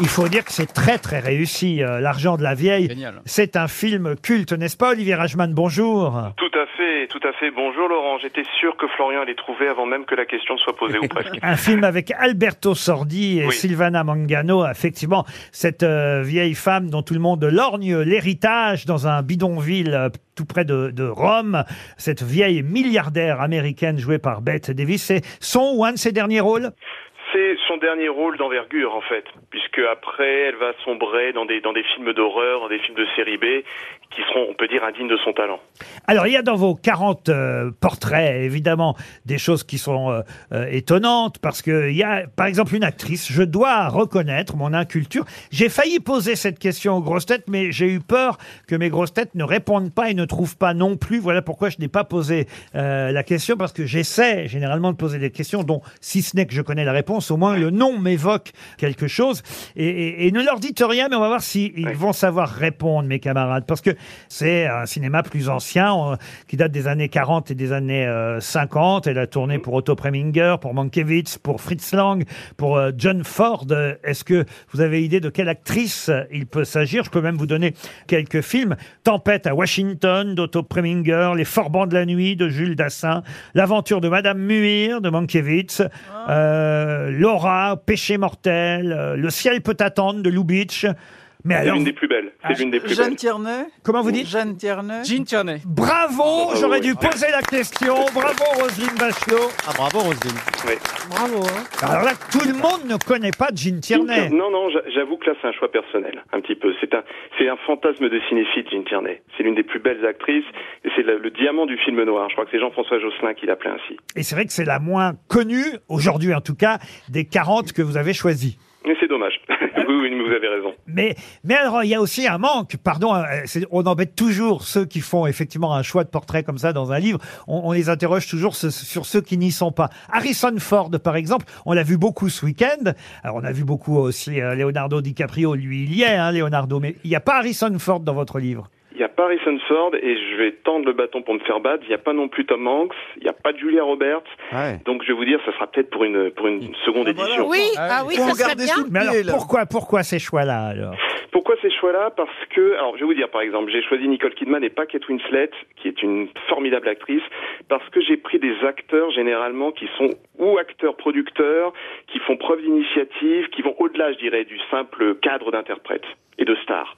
Speaker 2: Il faut dire que c'est très très réussi, euh, L'argent de la vieille.
Speaker 5: Génial.
Speaker 2: C'est un film culte, n'est-ce pas Olivier Rajman, bonjour.
Speaker 12: Tout à fait, tout à fait. Bonjour Laurent, j'étais sûr que Florian allait trouver avant même que la question soit posée ou presque.
Speaker 2: [LAUGHS] Un film avec Alberto Sordi et Silvana Mangano, effectivement, cette euh, vieille femme dont tout le monde lorgne l'héritage dans un bidonville euh, tout près de, de Rome, cette vieille milliardaire américaine jouée par Bette Davis, c'est son ou un de ses derniers rôles
Speaker 12: C'est c'est son dernier rôle d'envergure en fait, puisque après elle va sombrer dans des dans des films d'horreur, dans des films de série B, qui seront, on peut dire, indignes de son talent.
Speaker 2: Alors, il y a dans vos 40 euh, portraits, évidemment, des choses qui sont euh, euh, étonnantes, parce qu'il y a, par exemple, une actrice, je dois reconnaître mon inculture. J'ai failli poser cette question aux grosses têtes, mais j'ai eu peur que mes grosses têtes ne répondent pas et ne trouvent pas non plus. Voilà pourquoi je n'ai pas posé euh, la question, parce que j'essaie généralement de poser des questions dont, si ce n'est que je connais la réponse, au moins le nom m'évoque quelque chose. Et, et- et ne leur dites rien, mais on va voir s'ils ils vont savoir répondre, mes camarades, parce que c'est un cinéma plus ancien, on- qui date des années 40 et des années euh, 50. Elle a tourné pour Otto Preminger, pour Mankiewicz, pour Fritz Lang, pour euh, John Ford. Euh, Est-ce que vous avez idée de quelle actrice euh, il peut s'agir Je peux même vous donner quelques films. Tempête à Washington d'Otto Preminger, Les Forbans de la nuit de Jules Dassin, L'aventure de Madame Muir de Mankiewicz, euh, Laura, Péché mortel, euh, Le ciel peut attendre de Lubitsch. Mais
Speaker 12: C'est
Speaker 2: alors, Ah.
Speaker 12: l'une des plus belles.
Speaker 7: Ah,
Speaker 12: C'est l'une des plus
Speaker 7: Jeanne
Speaker 12: belles.
Speaker 7: Tierney
Speaker 2: Comment vous dites
Speaker 7: Jeanne Tierney
Speaker 5: Jean Tierney.
Speaker 2: Bravo,
Speaker 12: Ah,
Speaker 2: j'aurais
Speaker 12: oui.
Speaker 2: dû poser la question. Bravo Roselyne Bachelot.
Speaker 13: Ah, bravo, Roselyne.
Speaker 12: Oui.
Speaker 6: Bravo.
Speaker 7: hein.
Speaker 2: Alors là, tout le monde ne connaît pas Jean Tierney.
Speaker 12: Non, non, j'a- j'avoue que là, c'est un choix personnel, un petit peu. C'est un, c'est un fantasme de cinéphile, Jean Tierney. C'est l'une des plus belles actrices, et c'est le, le diamant du film noir. Je crois que c'est Jean-François Josselin qui l'appelait ainsi.
Speaker 2: Et c'est vrai que c'est la moins connue, aujourd'hui en tout cas, des 40 que vous avez choisies.
Speaker 12: Mais c'est dommage. [LAUGHS] oui, oui, vous avez raison.
Speaker 2: Mais, mais alors, il y a aussi un manque, pardon, euh, c'est- on embête toujours ceux qui font effectivement un choix de portrait comme ça dans un livre, on, on les interroge toujours ce- sur ceux qui n'y sont pas. Harrison Ford, par exemple, on l'a vu beaucoup ce week-end, alors on a vu beaucoup aussi euh, Leonardo DiCaprio, lui il y est, hein, Leonardo, mais il n'y a pas Harrison Ford dans votre livre.
Speaker 12: Il n'y a pas Harrison Ford, et je vais tendre le bâton pour me faire battre. Il n'y a pas non plus Tom Hanks, il n'y a pas Julia Roberts. Donc, je vais vous dire, ça sera peut-être pour une, pour une seconde édition.
Speaker 6: Oui, ah oui, ça serait bien.
Speaker 2: Mais alors, pourquoi, pourquoi ces choix-là alors
Speaker 12: Pourquoi ces choix-là Parce que, alors je vais vous dire par exemple, j'ai choisi Nicole Kidman et pas Kate Winslet, qui est une formidable actrice, parce que j'ai pris des acteurs généralement qui sont ou acteurs producteurs, qui font preuve d'initiative, qui vont au-delà, je dirais, du simple cadre d'interprète et de star.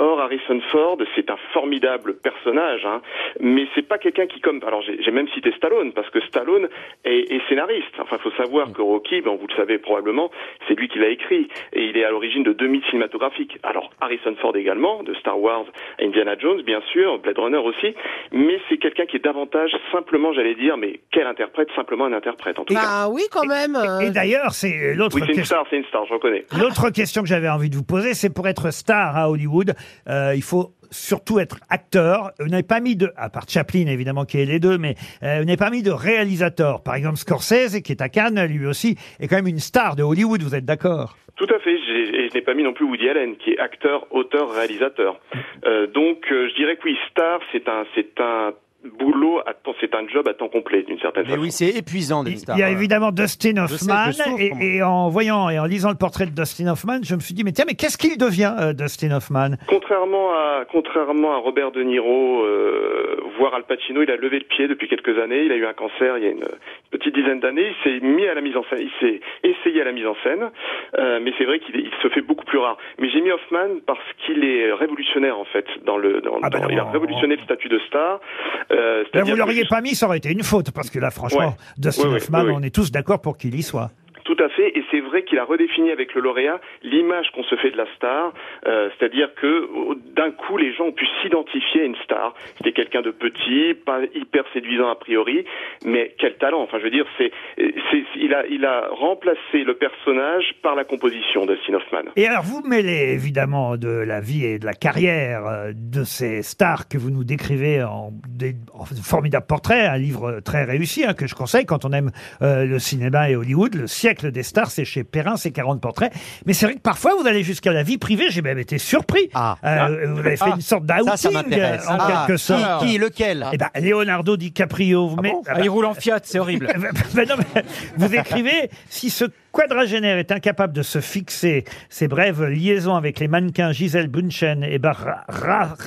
Speaker 12: Or, Harrison Ford, c'est un formidable personnage, hein, mais c'est pas quelqu'un qui, comme, alors j'ai j'ai même cité Stallone, parce que Stallone est, est scénariste. Enfin, faut savoir que Rocky, ben, vous le savez probablement, c'est lui qui l'a écrit, et il est à l'origine de deux mythes cinématographiques. Alors, Harrison Ford également, de Star Wars à Indiana Jones, bien sûr, Blade Runner aussi, mais c'est quelqu'un qui est davantage, simplement, j'allais dire, mais quel interprète, simplement un interprète, en tout cas.
Speaker 6: Bah oui, quand même. euh.
Speaker 2: Et d'ailleurs, c'est l'autre
Speaker 12: Oui, c'est une
Speaker 2: question.
Speaker 12: star, c'est une star, je reconnais.
Speaker 2: L'autre question que j'avais envie de vous poser, c'est pour être star à Hollywood, euh, il faut surtout être acteur. Vous n'avez pas mis de, à part Chaplin évidemment qui est les deux, mais euh, vous n'avez pas mis de réalisateur. Par exemple Scorsese qui est à Cannes, lui aussi est quand même une star de Hollywood. Vous êtes d'accord
Speaker 12: Tout à fait. J'ai- Et je n'ai pas mis non plus Woody Allen, qui est acteur, auteur, réalisateur. Euh, donc, euh, je dirais que oui, star, c'est un, c'est un boulot, à temps- c'est un job à temps complet, d'une certaine
Speaker 13: Mais
Speaker 12: façon.
Speaker 13: oui, c'est épuisant d'être star.
Speaker 2: Il y
Speaker 12: euh,
Speaker 2: a évidemment Dustin
Speaker 13: sais, je
Speaker 2: Hoffman
Speaker 13: souffre,
Speaker 2: et,
Speaker 13: moi.
Speaker 2: et en voyant et en lisant le portrait de Dustin Hoffman, je me suis dit mais tiens mais qu'est-ce qu'il devient euh, Dustin Hoffman
Speaker 12: Contrairement à, contrairement à Robert De Niro, euh, voire Al Pacino, il a levé le pied depuis quelques années. Il a eu un cancer il y a une petite dizaine d'années. Il s'est mis à la mise en scène, il s'est essayé à la mise en scène. Euh, mais c'est vrai qu'il est- il se fait beaucoup plus rare. Mais j'ai mis Hoffman parce qu'il est révolutionnaire, en fait, dans le, dans,
Speaker 2: Ah bah
Speaker 12: dans-
Speaker 2: non.
Speaker 12: il a révolutionné le statut de star. Euh,
Speaker 2: Là,
Speaker 12: c'est-à-dire
Speaker 2: vous
Speaker 12: que
Speaker 2: l'auriez pas mis, ça aurait été une faute parce que là franchement
Speaker 12: Ouais.
Speaker 2: Dustin
Speaker 12: Ouais, ouais,
Speaker 2: Hoffman,
Speaker 12: ouais, ouais.
Speaker 2: on est tous d'accord pour qu'il y soit.
Speaker 12: Tout à fait, et c'est vrai qu'il a redéfini avec le lauréat l'image qu'on se fait de la star, euh, c'est-à-dire que au- d'un coup les gens ont pu s'identifier à une star. C'était quelqu'un de petit, pas hyper séduisant a priori, mais quel talent Enfin, je veux dire, c'est, c'est- il a, il a remplacé le personnage par la composition d'Astin Hoffman.
Speaker 2: Et alors, vous mêlez évidemment de la vie et de la carrière euh, de ces stars que vous nous décrivez en, des, en formidable portrait, un livre très réussi hein, que je conseille quand on aime euh, le cinéma et Hollywood. Le siècle des stars, c'est chez Perrin, c'est 40 portraits. Mais c'est vrai que parfois, vous allez jusqu'à la vie privée. J'ai même été surpris. Euh, vous avez fait
Speaker 13: Ah.
Speaker 2: une sorte
Speaker 13: Ça, ça
Speaker 2: d'outing euh,
Speaker 13: m'intéresse.
Speaker 2: en
Speaker 13: Ah,
Speaker 2: quelque
Speaker 13: qui,
Speaker 2: sorte.
Speaker 13: qui, lequel
Speaker 2: Eh ben, Leonardo DiCaprio. mais,
Speaker 13: Ah, il roule en Fiat, c'est
Speaker 2: [LAUGHS] horrible. bah, vous écrivez si ce quadragénaire est incapable de se fixer ses brèves liaisons avec les mannequins Gisèle Bunchen et Barbara
Speaker 3: Eh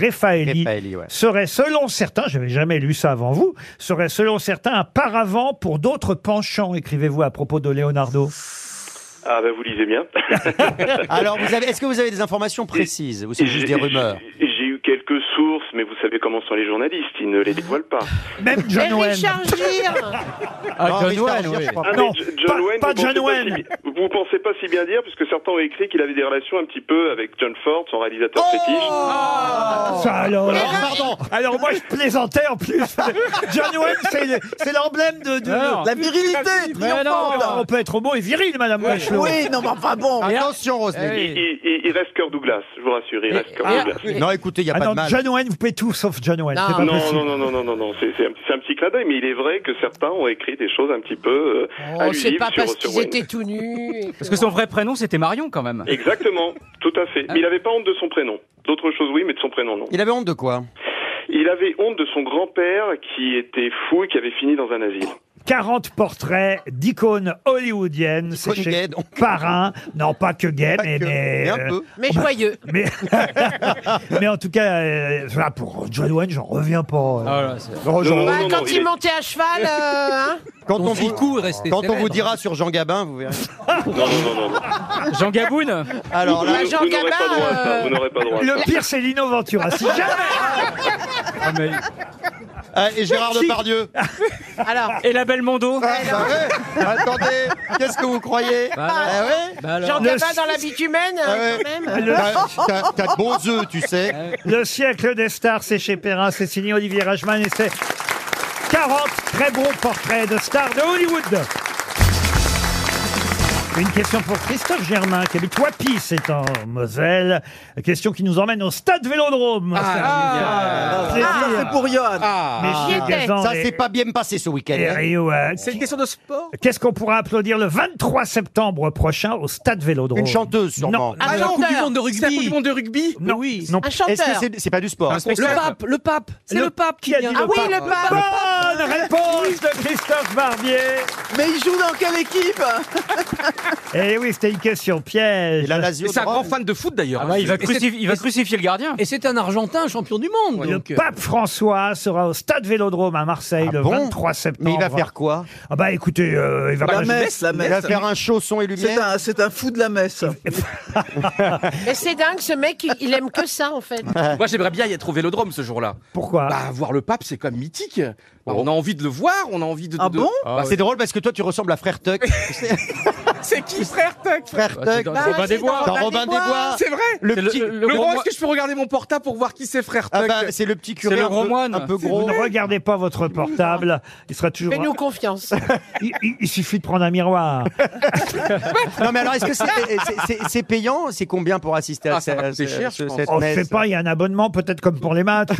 Speaker 2: Raffaelli
Speaker 3: ben, [LAUGHS]
Speaker 13: Raffaelli, ouais.
Speaker 2: serait selon certains, j'avais jamais lu ça avant vous, serait selon certains un paravent pour d'autres penchants, écrivez-vous à propos de Leonardo.
Speaker 12: Ah ben vous lisez bien.
Speaker 13: Alors, vous avez- est-ce que vous avez des informations précises ou c'est juste
Speaker 12: J'ai-
Speaker 13: des rumeurs
Speaker 12: j'ai- J'ai eu quelques quelques sources, mais vous savez comment sont les journalistes, ils ne les dévoilent pas.
Speaker 2: Même John Wayne.
Speaker 12: Ah,
Speaker 2: Non,
Speaker 12: John
Speaker 2: Richard
Speaker 12: Wayne,
Speaker 2: Gere,
Speaker 12: oui.
Speaker 2: je crois
Speaker 12: Ah,
Speaker 2: pas.
Speaker 12: mais
Speaker 2: Non,
Speaker 12: J- John
Speaker 2: pas-
Speaker 12: Wayne,
Speaker 2: pas
Speaker 12: vous pensez
Speaker 2: John
Speaker 12: pas
Speaker 2: Wayne.
Speaker 12: si- vous pensez pas si bien dire, puisque certains ont écrit qu'il avait des relations un petit peu avec John Ford, son réalisateur fétiche.
Speaker 2: Oh. Ça alors.
Speaker 12: Voilà.
Speaker 2: Pardon. Alors moi je plaisantais en [LAUGHS] plus. John Wayne, c'est le- c'est l'emblème de, de-
Speaker 7: Alors. La virilité
Speaker 2: Mais non,
Speaker 7: triomphante.
Speaker 2: on peut être homo et viril, Madame Bachelot.
Speaker 7: Oui, non, mais enfin bon.
Speaker 3: Attention,
Speaker 12: Il, il- il- il reste Kirk Douglas, je vous rassure, il
Speaker 2: Eh,
Speaker 12: reste Kirk
Speaker 2: ah,
Speaker 12: Douglas.
Speaker 3: écoutez, il
Speaker 2: n'y a pas de mal. John Wayne, vous pouvez tout sauf John Wayne. C'est pas
Speaker 12: Non,
Speaker 2: possible.
Speaker 12: non, non, non, non, non, non, c'est c'est un, petit- c'est un petit clin d'œil, mais il est vrai que certains ont écrit des choses un petit peu euh,
Speaker 6: Oh,
Speaker 12: allusives
Speaker 6: c'est pas
Speaker 12: sur,
Speaker 6: parce
Speaker 12: sur
Speaker 6: qu'ils
Speaker 12: Wayne.
Speaker 6: étaient tout [LAUGHS] nus.
Speaker 13: Parce que son vrai prénom, c'était Marion quand même.
Speaker 12: Exactement, tout à fait. Mais il n'avait pas honte de son prénom. D'autres choses, oui, mais de son prénom, non.
Speaker 3: Il avait honte de quoi
Speaker 12: Il avait honte de son grand-père qui était fou et qui avait fini dans un asile.
Speaker 2: 40 portraits d'icônes hollywoodiennes. C'est
Speaker 3: Icônes
Speaker 2: chez
Speaker 3: gays, donc.
Speaker 2: Parrain. Non, pas que gay, mais, mais,
Speaker 3: mais un
Speaker 2: euh,
Speaker 3: peu.
Speaker 6: Mais joyeux.
Speaker 2: [LAUGHS] Mais, mais en tout cas, euh, voilà, pour John Wayne, j'en reviens pas. euh.
Speaker 3: Non, non,
Speaker 6: Bah,
Speaker 3: non,
Speaker 6: quand
Speaker 3: non,
Speaker 6: il,
Speaker 3: il est-
Speaker 6: montait à cheval, euh, hein
Speaker 3: Quand on,
Speaker 6: Son
Speaker 3: vous,
Speaker 6: Vicou est resté
Speaker 3: quand on
Speaker 6: célèbre.
Speaker 3: vous dira sur Jean Gabin, vous verrez.
Speaker 12: [LAUGHS] Non, non, non, non.
Speaker 13: Jean Gaboun
Speaker 3: Alors là,
Speaker 12: vous,
Speaker 6: Jean
Speaker 12: vous n'aurez
Speaker 6: Gabin,
Speaker 12: pas droit à ça,
Speaker 6: euh,
Speaker 12: vous n'aurez pas droit à ça.
Speaker 2: Le pire, c'est Lino Ventura. Si jamais,
Speaker 3: Ah, et Gérard Depardieu.
Speaker 6: Alors,
Speaker 13: Et la belle Mondo
Speaker 3: Ah, bah ouais. Attendez, qu'est-ce que vous croyez
Speaker 4: Bah
Speaker 3: Ah ouais
Speaker 6: Jean
Speaker 2: Le-
Speaker 6: Gabin dans la bitumen, euh,
Speaker 3: Ah ouais.
Speaker 6: quand même.
Speaker 2: Le-
Speaker 3: T'as- T'as t'as de bons œufs, tu
Speaker 6: Ah
Speaker 3: sais.
Speaker 2: le siècle des stars, c'est chez Perrin, c'est signé Olivier Rajman et c'est 40 très bons portraits de stars de Hollywood. Une question pour Christophe Germain, qui habite Wapi, c'est en Moselle. Question qui nous emmène au stade Vélodrome.
Speaker 7: Ah, ça, c'est pour Johan.
Speaker 2: Ah. Mes
Speaker 6: j'y étais.
Speaker 2: Gazan
Speaker 3: Ça
Speaker 2: et-
Speaker 3: s'est pas bien passé ce week-end.
Speaker 2: et
Speaker 3: hein.
Speaker 2: Riohac.
Speaker 13: C'est une question de sport
Speaker 2: Qu'est-ce qu'on pourra applaudir le 23 septembre prochain au stade Vélodrome
Speaker 3: Une chanteuse, sûrement. Ah,
Speaker 2: Non.
Speaker 6: Un
Speaker 5: la Coupe du
Speaker 6: chanteur.
Speaker 5: Monde de
Speaker 4: C'est la Coupe du
Speaker 5: rugby.
Speaker 4: monde de rugby
Speaker 2: Non, oui. non.
Speaker 6: Un
Speaker 3: Est-ce que
Speaker 6: chanteur.
Speaker 3: c'est- c'est pas du sport
Speaker 5: Le pape, le pape, c'est le, pape qui
Speaker 2: a
Speaker 5: a
Speaker 2: dit
Speaker 5: dit
Speaker 2: le
Speaker 6: Ah oui,
Speaker 2: pape.
Speaker 6: le
Speaker 4: Bah,
Speaker 6: pape.
Speaker 2: Bonne réponse de Christophe Barbier.
Speaker 7: Mais il joue dans quelle équipe
Speaker 2: Eh oui, c'était une question piège.
Speaker 3: Et la Lazio
Speaker 4: C'est un
Speaker 3: de Rome.
Speaker 4: grand fan de foot d'ailleurs.
Speaker 13: Ah bah, il va,
Speaker 5: Et c'est-
Speaker 13: crucifier- il va
Speaker 5: et c'est-
Speaker 13: crucifier le gardien.
Speaker 5: Et c'est un Argentin champion du monde.
Speaker 2: Le
Speaker 5: donc, euh,
Speaker 2: pape François sera au stade Vélodrome à Marseille
Speaker 3: Ah
Speaker 2: le
Speaker 3: bon
Speaker 2: 23 septembre.
Speaker 3: Mais il va faire quoi
Speaker 2: Ah bah écoutez, euh, il va
Speaker 7: La
Speaker 2: pas-
Speaker 7: messe, la
Speaker 3: Il va
Speaker 7: messe.
Speaker 3: faire un show son et
Speaker 7: C'est
Speaker 3: lumière
Speaker 7: un, c'est un fou de la
Speaker 2: [LAUGHS]
Speaker 7: messe.
Speaker 6: [LAUGHS] Mais c'est dingue, ce mec, il, il aime que ça, en fait.
Speaker 4: Moi, j'aimerais bien y être au vélodrome ce jour-là.
Speaker 2: Pourquoi
Speaker 4: Bah, voir le pape, c'est quand même mythique. Bah, On a envie de le voir, on a envie de.
Speaker 7: Ah
Speaker 4: de-
Speaker 7: bon
Speaker 4: Ah
Speaker 3: Bah,
Speaker 4: ouais.
Speaker 3: C'est drôle parce que toi tu ressembles à Frère Tuck.
Speaker 4: C'est qui, frère Tuck
Speaker 3: Frère
Speaker 5: Bah, c'est
Speaker 3: Tuck,
Speaker 5: dans-
Speaker 6: Bah,
Speaker 5: Robin
Speaker 6: c'est
Speaker 5: des
Speaker 6: dans
Speaker 5: Bois.
Speaker 3: dans Robin des Bois.
Speaker 4: C'est vrai
Speaker 3: Le
Speaker 5: C'est le-
Speaker 3: petit,
Speaker 5: le- le
Speaker 4: Laurent,
Speaker 5: grand
Speaker 4: est-ce que je peux regarder mon portable pour voir qui c'est frère Tuck
Speaker 3: ah bah, c'est le petit curé
Speaker 13: le
Speaker 3: un
Speaker 13: grand
Speaker 3: peu-
Speaker 13: moine.
Speaker 3: un peu
Speaker 2: Vous
Speaker 3: gros.
Speaker 2: ne regardez pas votre portable, il sera toujours.
Speaker 6: Fais-nous confiance.
Speaker 2: [LAUGHS] Il, il- il suffit de prendre
Speaker 3: [LAUGHS]
Speaker 2: un miroir.
Speaker 3: Non mais alors est-ce que c'est c'est- c'est- c'est payant C'est combien pour assister à
Speaker 4: Ah, ça
Speaker 3: ce-
Speaker 4: va coûter
Speaker 3: ce-
Speaker 4: cher,
Speaker 3: ce-
Speaker 4: je pense.
Speaker 3: cette
Speaker 2: On ne
Speaker 3: messe
Speaker 2: sait Oh, pas, il y a un abonnement peut-être comme pour les matchs,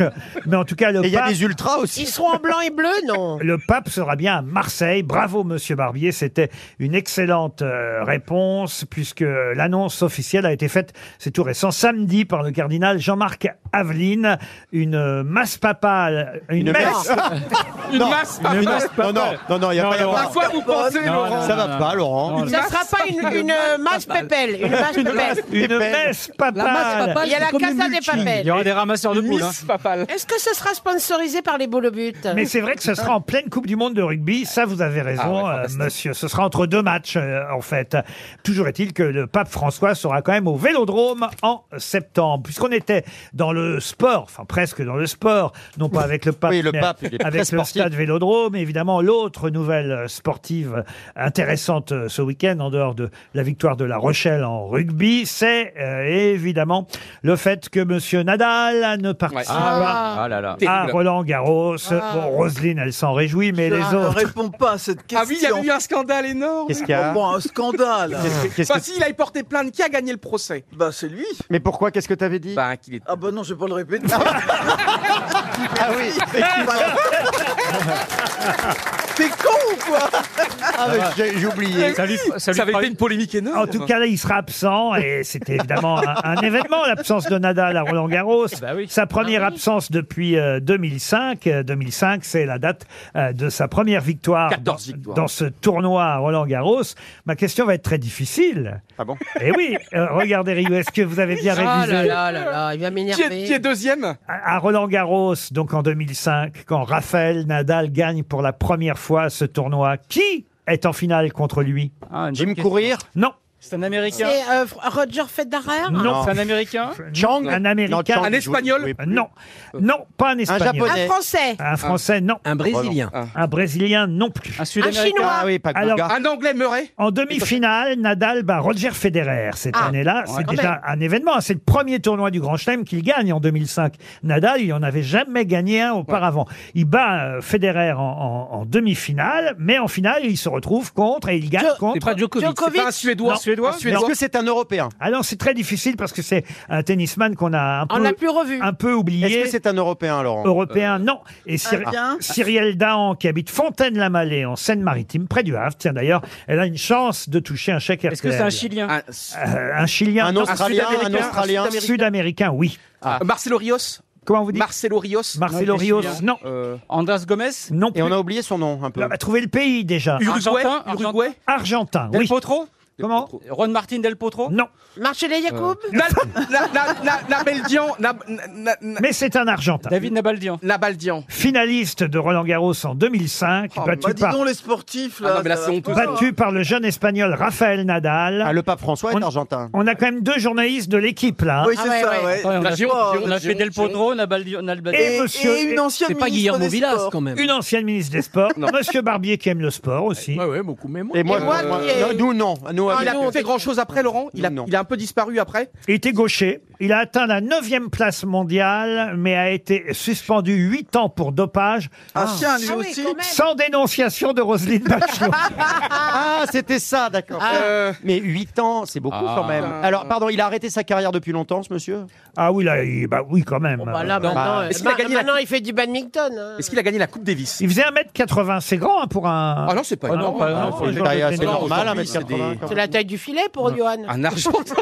Speaker 2: mais en tout cas le
Speaker 3: Et il y a
Speaker 2: pape.
Speaker 3: des ultras
Speaker 6: Ils
Speaker 3: aussi.
Speaker 6: seront en blanc et bleu, non
Speaker 2: Le pape sera bien à Marseille. Bravo, monsieur Barbier. C'était une excellente euh, réponse, puisque l'annonce officielle a été faite, c'est tout récent, samedi par le cardinal Jean-Marc Aveline. Une euh, masse papale. Une,
Speaker 3: Une
Speaker 2: messe.
Speaker 3: [LAUGHS]
Speaker 2: [LAUGHS]
Speaker 4: Une masse
Speaker 13: une
Speaker 4: papale.
Speaker 3: Non
Speaker 13: masse papale.
Speaker 3: non non non, il y a pas y
Speaker 4: À
Speaker 3: avoir.
Speaker 4: quoi vous pensez,
Speaker 13: Non,
Speaker 4: Laurent
Speaker 13: non,
Speaker 3: Ça
Speaker 13: non,
Speaker 3: va
Speaker 13: non.
Speaker 3: pas Laurent.
Speaker 2: Oh,
Speaker 13: Non,
Speaker 6: Ça sera pas une, une, euh, masse pépelle. Une masse pépelle.
Speaker 2: Une messe papale.
Speaker 5: La masse papale,
Speaker 6: Il y a
Speaker 5: c'est
Speaker 6: la
Speaker 5: comme les
Speaker 6: Casa des
Speaker 5: multi.
Speaker 13: Il y
Speaker 6: Papels.
Speaker 13: aura des ramasseurs de
Speaker 4: Une
Speaker 13: poules. hein.
Speaker 4: miss papale.
Speaker 6: Est-ce que ce sera sponsorisé par les Boulobuts
Speaker 2: Mais c'est vrai que ce sera en pleine Coupe du Monde de rugby, ça vous avez
Speaker 3: Ah
Speaker 2: raison, euh, monsieur. Ce sera entre deux matchs, euh, en fait. Toujours est-il que le pape François sera quand même au Vélodrome en septembre. Puisqu'on était dans le sport, enfin presque dans le sport, non pas avec le pape,
Speaker 3: Oui, le
Speaker 2: mais
Speaker 3: pape, il est très
Speaker 2: avec le
Speaker 3: sportif.
Speaker 2: stade Vélodrome. Évidemment, l'autre nouvelle sportive intéressante euh, ce week-end, en dehors de la victoire de La Rochelle en rugby, c'est euh, évidemment le fait que monsieur Nadal ne participe pas
Speaker 13: Ah là là.
Speaker 2: à
Speaker 4: Terrible.
Speaker 2: Roland Garros. Bon, Roselyne, elle s'en réjouit, mais
Speaker 7: Je
Speaker 2: les
Speaker 7: Ah, ne
Speaker 2: autres.
Speaker 7: réponds pas à cette question.
Speaker 4: Ah oui, il y avait eu un scandale énorme.
Speaker 3: Qu'est-ce qu'il y a
Speaker 7: Oh, bon, un scandale.
Speaker 3: Qu'est-ce
Speaker 4: Enfin,
Speaker 3: que-
Speaker 4: si, il a porté plainte. Qui a gagné le procès
Speaker 7: Bah, c'est lui.
Speaker 3: Mais pourquoi Qu'est-ce que t'avais dit
Speaker 4: Bah, qu'il est.
Speaker 7: Ah bah non, je vais pas le répéter.
Speaker 3: Ah oui.
Speaker 7: T'es con ou quoi
Speaker 3: Ah, mais j'ai j'ai oublié.
Speaker 13: Ça, lui, ça, lui
Speaker 4: Ça avait
Speaker 13: fera-
Speaker 4: été une polémique énorme.
Speaker 2: En tout cas, là, il sera absent et c'était évidemment un, un événement, l'absence de Nadal à Roland Garros.
Speaker 13: Bah oui.
Speaker 2: Sa première absence depuis euh, 2005. Euh, 2005, c'est la date euh, de sa première victoire
Speaker 4: 14
Speaker 2: dans-
Speaker 4: victoires.
Speaker 2: dans ce tournoi à Roland Garros. Ma question va être très difficile.
Speaker 3: Ah bon
Speaker 2: Et oui, euh, regardez Rio, est-ce que vous avez bien
Speaker 6: Oh là
Speaker 2: révisé
Speaker 6: là là là, il va
Speaker 4: Qui est, qui est
Speaker 6: m'énerver.
Speaker 4: deuxième
Speaker 2: à Roland Garros, donc en 2005, quand Rafael Nadal gagne pour la première fois ce tournoi, qui est en finale contre lui
Speaker 13: Ah, une
Speaker 3: Jim
Speaker 13: bonne question.
Speaker 3: Courir
Speaker 2: Non,
Speaker 13: C'est un américain.
Speaker 6: C'est euh, Fr- Roger Federer
Speaker 13: C'est un américain.
Speaker 2: Chang, un américain.
Speaker 13: Un espagnol.
Speaker 2: Non. Non, pas un espagnol.
Speaker 6: Un français.
Speaker 2: Un français, non.
Speaker 5: Un Brésilien.
Speaker 2: Un Brésilien, non plus. Un
Speaker 13: Sud-Américain. Un Chinois. Ah oui, pas Goga. Un
Speaker 4: Anglais, Murray.
Speaker 2: En demi-finale, Nadal bat Roger Federer cette
Speaker 13: Ah.
Speaker 2: année-là.
Speaker 13: Ouais.
Speaker 2: C'est
Speaker 13: Quand
Speaker 2: déjà
Speaker 13: même.
Speaker 2: un événement. C'est le premier tournoi du Grand Chelem qu'il gagne en 2005. Nadal, il n'en avait jamais gagné un auparavant. Il bat euh, Federer en, en- en demi-finale, mais en finale, il se retrouve contre et il gagne contre.
Speaker 5: pas Djokovic. Djokovic. C'est pas un Suédois.
Speaker 2: Non.
Speaker 5: Suédois.
Speaker 2: Non.
Speaker 5: Suédois.
Speaker 2: Est-ce que c'est un Européen Ah non, c'est très difficile parce que c'est un tennisman qu'on a un peu,
Speaker 3: On l'a plus revu.
Speaker 2: un peu oublié.
Speaker 3: Est-ce que c'est un Européen, Laurent Euh,
Speaker 2: Européen, non. Et Cyr-
Speaker 3: Indien
Speaker 2: Cyrielle Dahan, qui habite Fontaine-la-Mallée, en Seine-Maritime, près du Havre. Tiens, d'ailleurs, elle a une chance de toucher un chèque Euh,
Speaker 13: Est-ce que c'est un Chilien
Speaker 3: Euh,
Speaker 2: un Chilien.
Speaker 13: Un
Speaker 2: non.
Speaker 13: Australien, un
Speaker 2: Sud-Américain,
Speaker 13: Australien.
Speaker 2: Sud-Américain, Sud-Américain, oui.
Speaker 4: Ah, Marcelo Rios.
Speaker 2: Comment vous dites
Speaker 4: Marcelo Rios.
Speaker 2: Marcelo Rios, non.
Speaker 4: Euh,
Speaker 13: Andrés Gomez
Speaker 2: Non
Speaker 3: Et on a oublié son nom, un peu.
Speaker 2: On a trouvé le pays, déjà.
Speaker 13: Uruguay
Speaker 2: Argentin,
Speaker 13: Uruguay
Speaker 2: Argentin,
Speaker 13: Del
Speaker 2: oui.
Speaker 13: Potro
Speaker 2: Comment
Speaker 13: Ron Martin Del Potro
Speaker 2: Non.
Speaker 6: Marcelo
Speaker 4: Euh,
Speaker 6: Yacoub
Speaker 4: Nabeldian.
Speaker 2: Mais c'est un Argentin.
Speaker 13: David Nabaldian.
Speaker 4: Nabaldian.
Speaker 2: Finaliste de Roland Garros en 2005,
Speaker 4: Oh,
Speaker 2: Oh, battu,
Speaker 7: Bah, dis
Speaker 2: par,
Speaker 7: donc, les sportifs,
Speaker 4: Ah
Speaker 7: là.
Speaker 4: non, mais là,
Speaker 7: ça
Speaker 4: c'est
Speaker 7: va
Speaker 4: honteux,
Speaker 7: pas,
Speaker 2: battu
Speaker 7: hein.
Speaker 2: par le jeune espagnol Rafael Nadal.
Speaker 3: Ah, le pape François est argentin.
Speaker 2: On a quand même deux journalistes de l'équipe, là. hein.
Speaker 4: Ah
Speaker 7: Oui, c'est ça, Ah, ouais. euh,
Speaker 13: Attends, on, a
Speaker 7: Giron,
Speaker 13: fait,
Speaker 7: Giron,
Speaker 13: on a fait
Speaker 7: Giron,
Speaker 13: Del Potro, Nabaldian.
Speaker 2: Et monsieur- et-
Speaker 5: C'est pas Guillermo Villas quand même.
Speaker 2: Une ancienne ministre des Sports. Monsieur Barbier qui aime le sport aussi.
Speaker 5: Ouais, ouais, beaucoup, mais moi.
Speaker 3: Et moi,
Speaker 4: Et moi,
Speaker 3: moi,
Speaker 4: qui est-
Speaker 3: non, nous, non. Nous,
Speaker 4: Il
Speaker 3: avec-
Speaker 4: a pas fait grand chose après, Laurent. Il a,
Speaker 3: Non.
Speaker 4: il a un peu disparu après.
Speaker 2: Il était gaucher. Il a atteint la 9 place mondiale, mais a été suspendu 8 ans pour dopage.
Speaker 7: Ah, tiens, lui
Speaker 6: Ah oui,
Speaker 7: aussi.
Speaker 6: quand même.
Speaker 2: Sans dénonciation de Roselyne Bachelot.
Speaker 3: Ah, c'était ça, d'accord. Euh, Mais 8 ans, c'est beaucoup quand même. Alors, pardon, il a arrêté sa carrière depuis longtemps, ce monsieur
Speaker 2: ah oui, là, il- bah oui, quand même.
Speaker 6: Bah là, maintenant,
Speaker 3: bah,
Speaker 6: euh,
Speaker 4: est-ce qu'il a
Speaker 6: bah,
Speaker 4: gagné la
Speaker 6: maintenant, il fait du badminton. hein.
Speaker 4: Est-ce qu'il a gagné la Coupe Davis
Speaker 2: Il faisait 1m80, c'est grand hein, pour un.
Speaker 4: Ah non, c'est pas
Speaker 13: Ah non,
Speaker 4: énorme.
Speaker 13: pas-
Speaker 4: Ah,
Speaker 13: non,
Speaker 2: pour
Speaker 13: faut-
Speaker 2: les
Speaker 3: C'est
Speaker 2: joueurs de
Speaker 3: taille- c'est
Speaker 2: tennis.
Speaker 3: normal,
Speaker 4: aujourd'hui, c'est
Speaker 3: 1m80.
Speaker 4: des-
Speaker 3: quand
Speaker 6: C'est
Speaker 3: même.
Speaker 6: la taille du filet pour Johan.
Speaker 4: Un
Speaker 6: [LAUGHS]
Speaker 4: Argentin.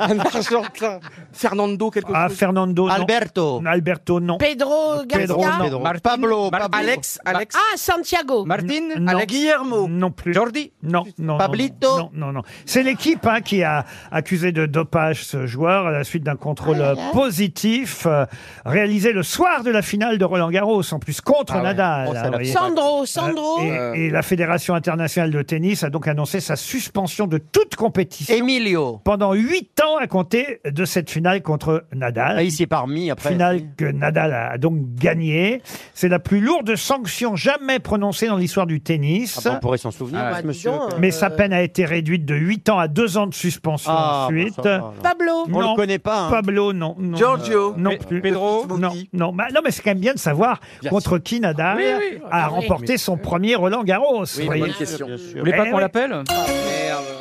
Speaker 4: un Argentin. Fernando, quelque
Speaker 2: Ah,
Speaker 4: chose.
Speaker 2: Fernando. non.
Speaker 3: Alberto.
Speaker 2: Alberto, non.
Speaker 6: Pedro Garcia.
Speaker 2: Pedro, non.
Speaker 3: Pedro.
Speaker 13: Martin-
Speaker 3: Pablo,
Speaker 13: Martin-
Speaker 3: Pablo.
Speaker 4: Alex, Alex.
Speaker 6: Ah, Santiago.
Speaker 13: Martin
Speaker 2: Non.
Speaker 13: Alex
Speaker 7: Guillermo.
Speaker 2: Non plus.
Speaker 13: Jordi
Speaker 2: Non, non, non.
Speaker 3: Pablito.
Speaker 2: Non, non, non. C'est l'équipe hein, qui a accusé de dopage ce joueur à la suite d'un contrôle
Speaker 6: Aïe, aïe, aïe.
Speaker 2: positif euh, réalisé le soir de la finale de Roland Garros, en plus contre
Speaker 4: Ah ouais.
Speaker 2: Nadal.
Speaker 4: Oh, ça
Speaker 2: hein,
Speaker 4: l'a
Speaker 2: vous voyez.
Speaker 6: Sandro,
Speaker 2: Euh,
Speaker 6: Sandro.
Speaker 2: et-
Speaker 4: Euh.
Speaker 2: et, la Fédération internationale de tennis a donc annoncé sa suspension de toute compétition
Speaker 3: Emilio.
Speaker 2: pendant huit ans à compter de cette finale contre Nadal.
Speaker 3: Ah, il s'y est parmi après.
Speaker 2: Finale que Nadal a donc gagnée. C'est la plus lourde sanction jamais prononcée dans l'histoire du tennis.
Speaker 3: Ah, bah, on pourrait s'en souvenir,
Speaker 13: Ah,
Speaker 3: ce
Speaker 6: bah, dis
Speaker 3: monsieur.
Speaker 6: donc, euh,
Speaker 2: Mais sa peine a été réduite de 8 ans à 2 ans de suspension
Speaker 3: Ah, bah,
Speaker 2: ensuite.
Speaker 3: ça va, alors.
Speaker 6: Pablo.
Speaker 3: on
Speaker 2: non.
Speaker 3: le connaît pas. hein.
Speaker 2: Pablo, non. non
Speaker 7: Giorgio.
Speaker 2: Non
Speaker 13: Pe-
Speaker 2: plus.
Speaker 13: Pedro.
Speaker 2: Non, non, bah, non, mais c'est quand même bien de savoir
Speaker 4: Bien
Speaker 2: contre qui Nadal
Speaker 13: Oui, oui.
Speaker 2: a
Speaker 6: Oui.
Speaker 2: remporté son premier Roland Garros. vous
Speaker 4: Oui,
Speaker 2: voyez.
Speaker 4: bonne question.
Speaker 13: Vous voulez pas
Speaker 2: Eh
Speaker 13: qu'on
Speaker 2: oui.
Speaker 3: Ah,
Speaker 13: l'appelle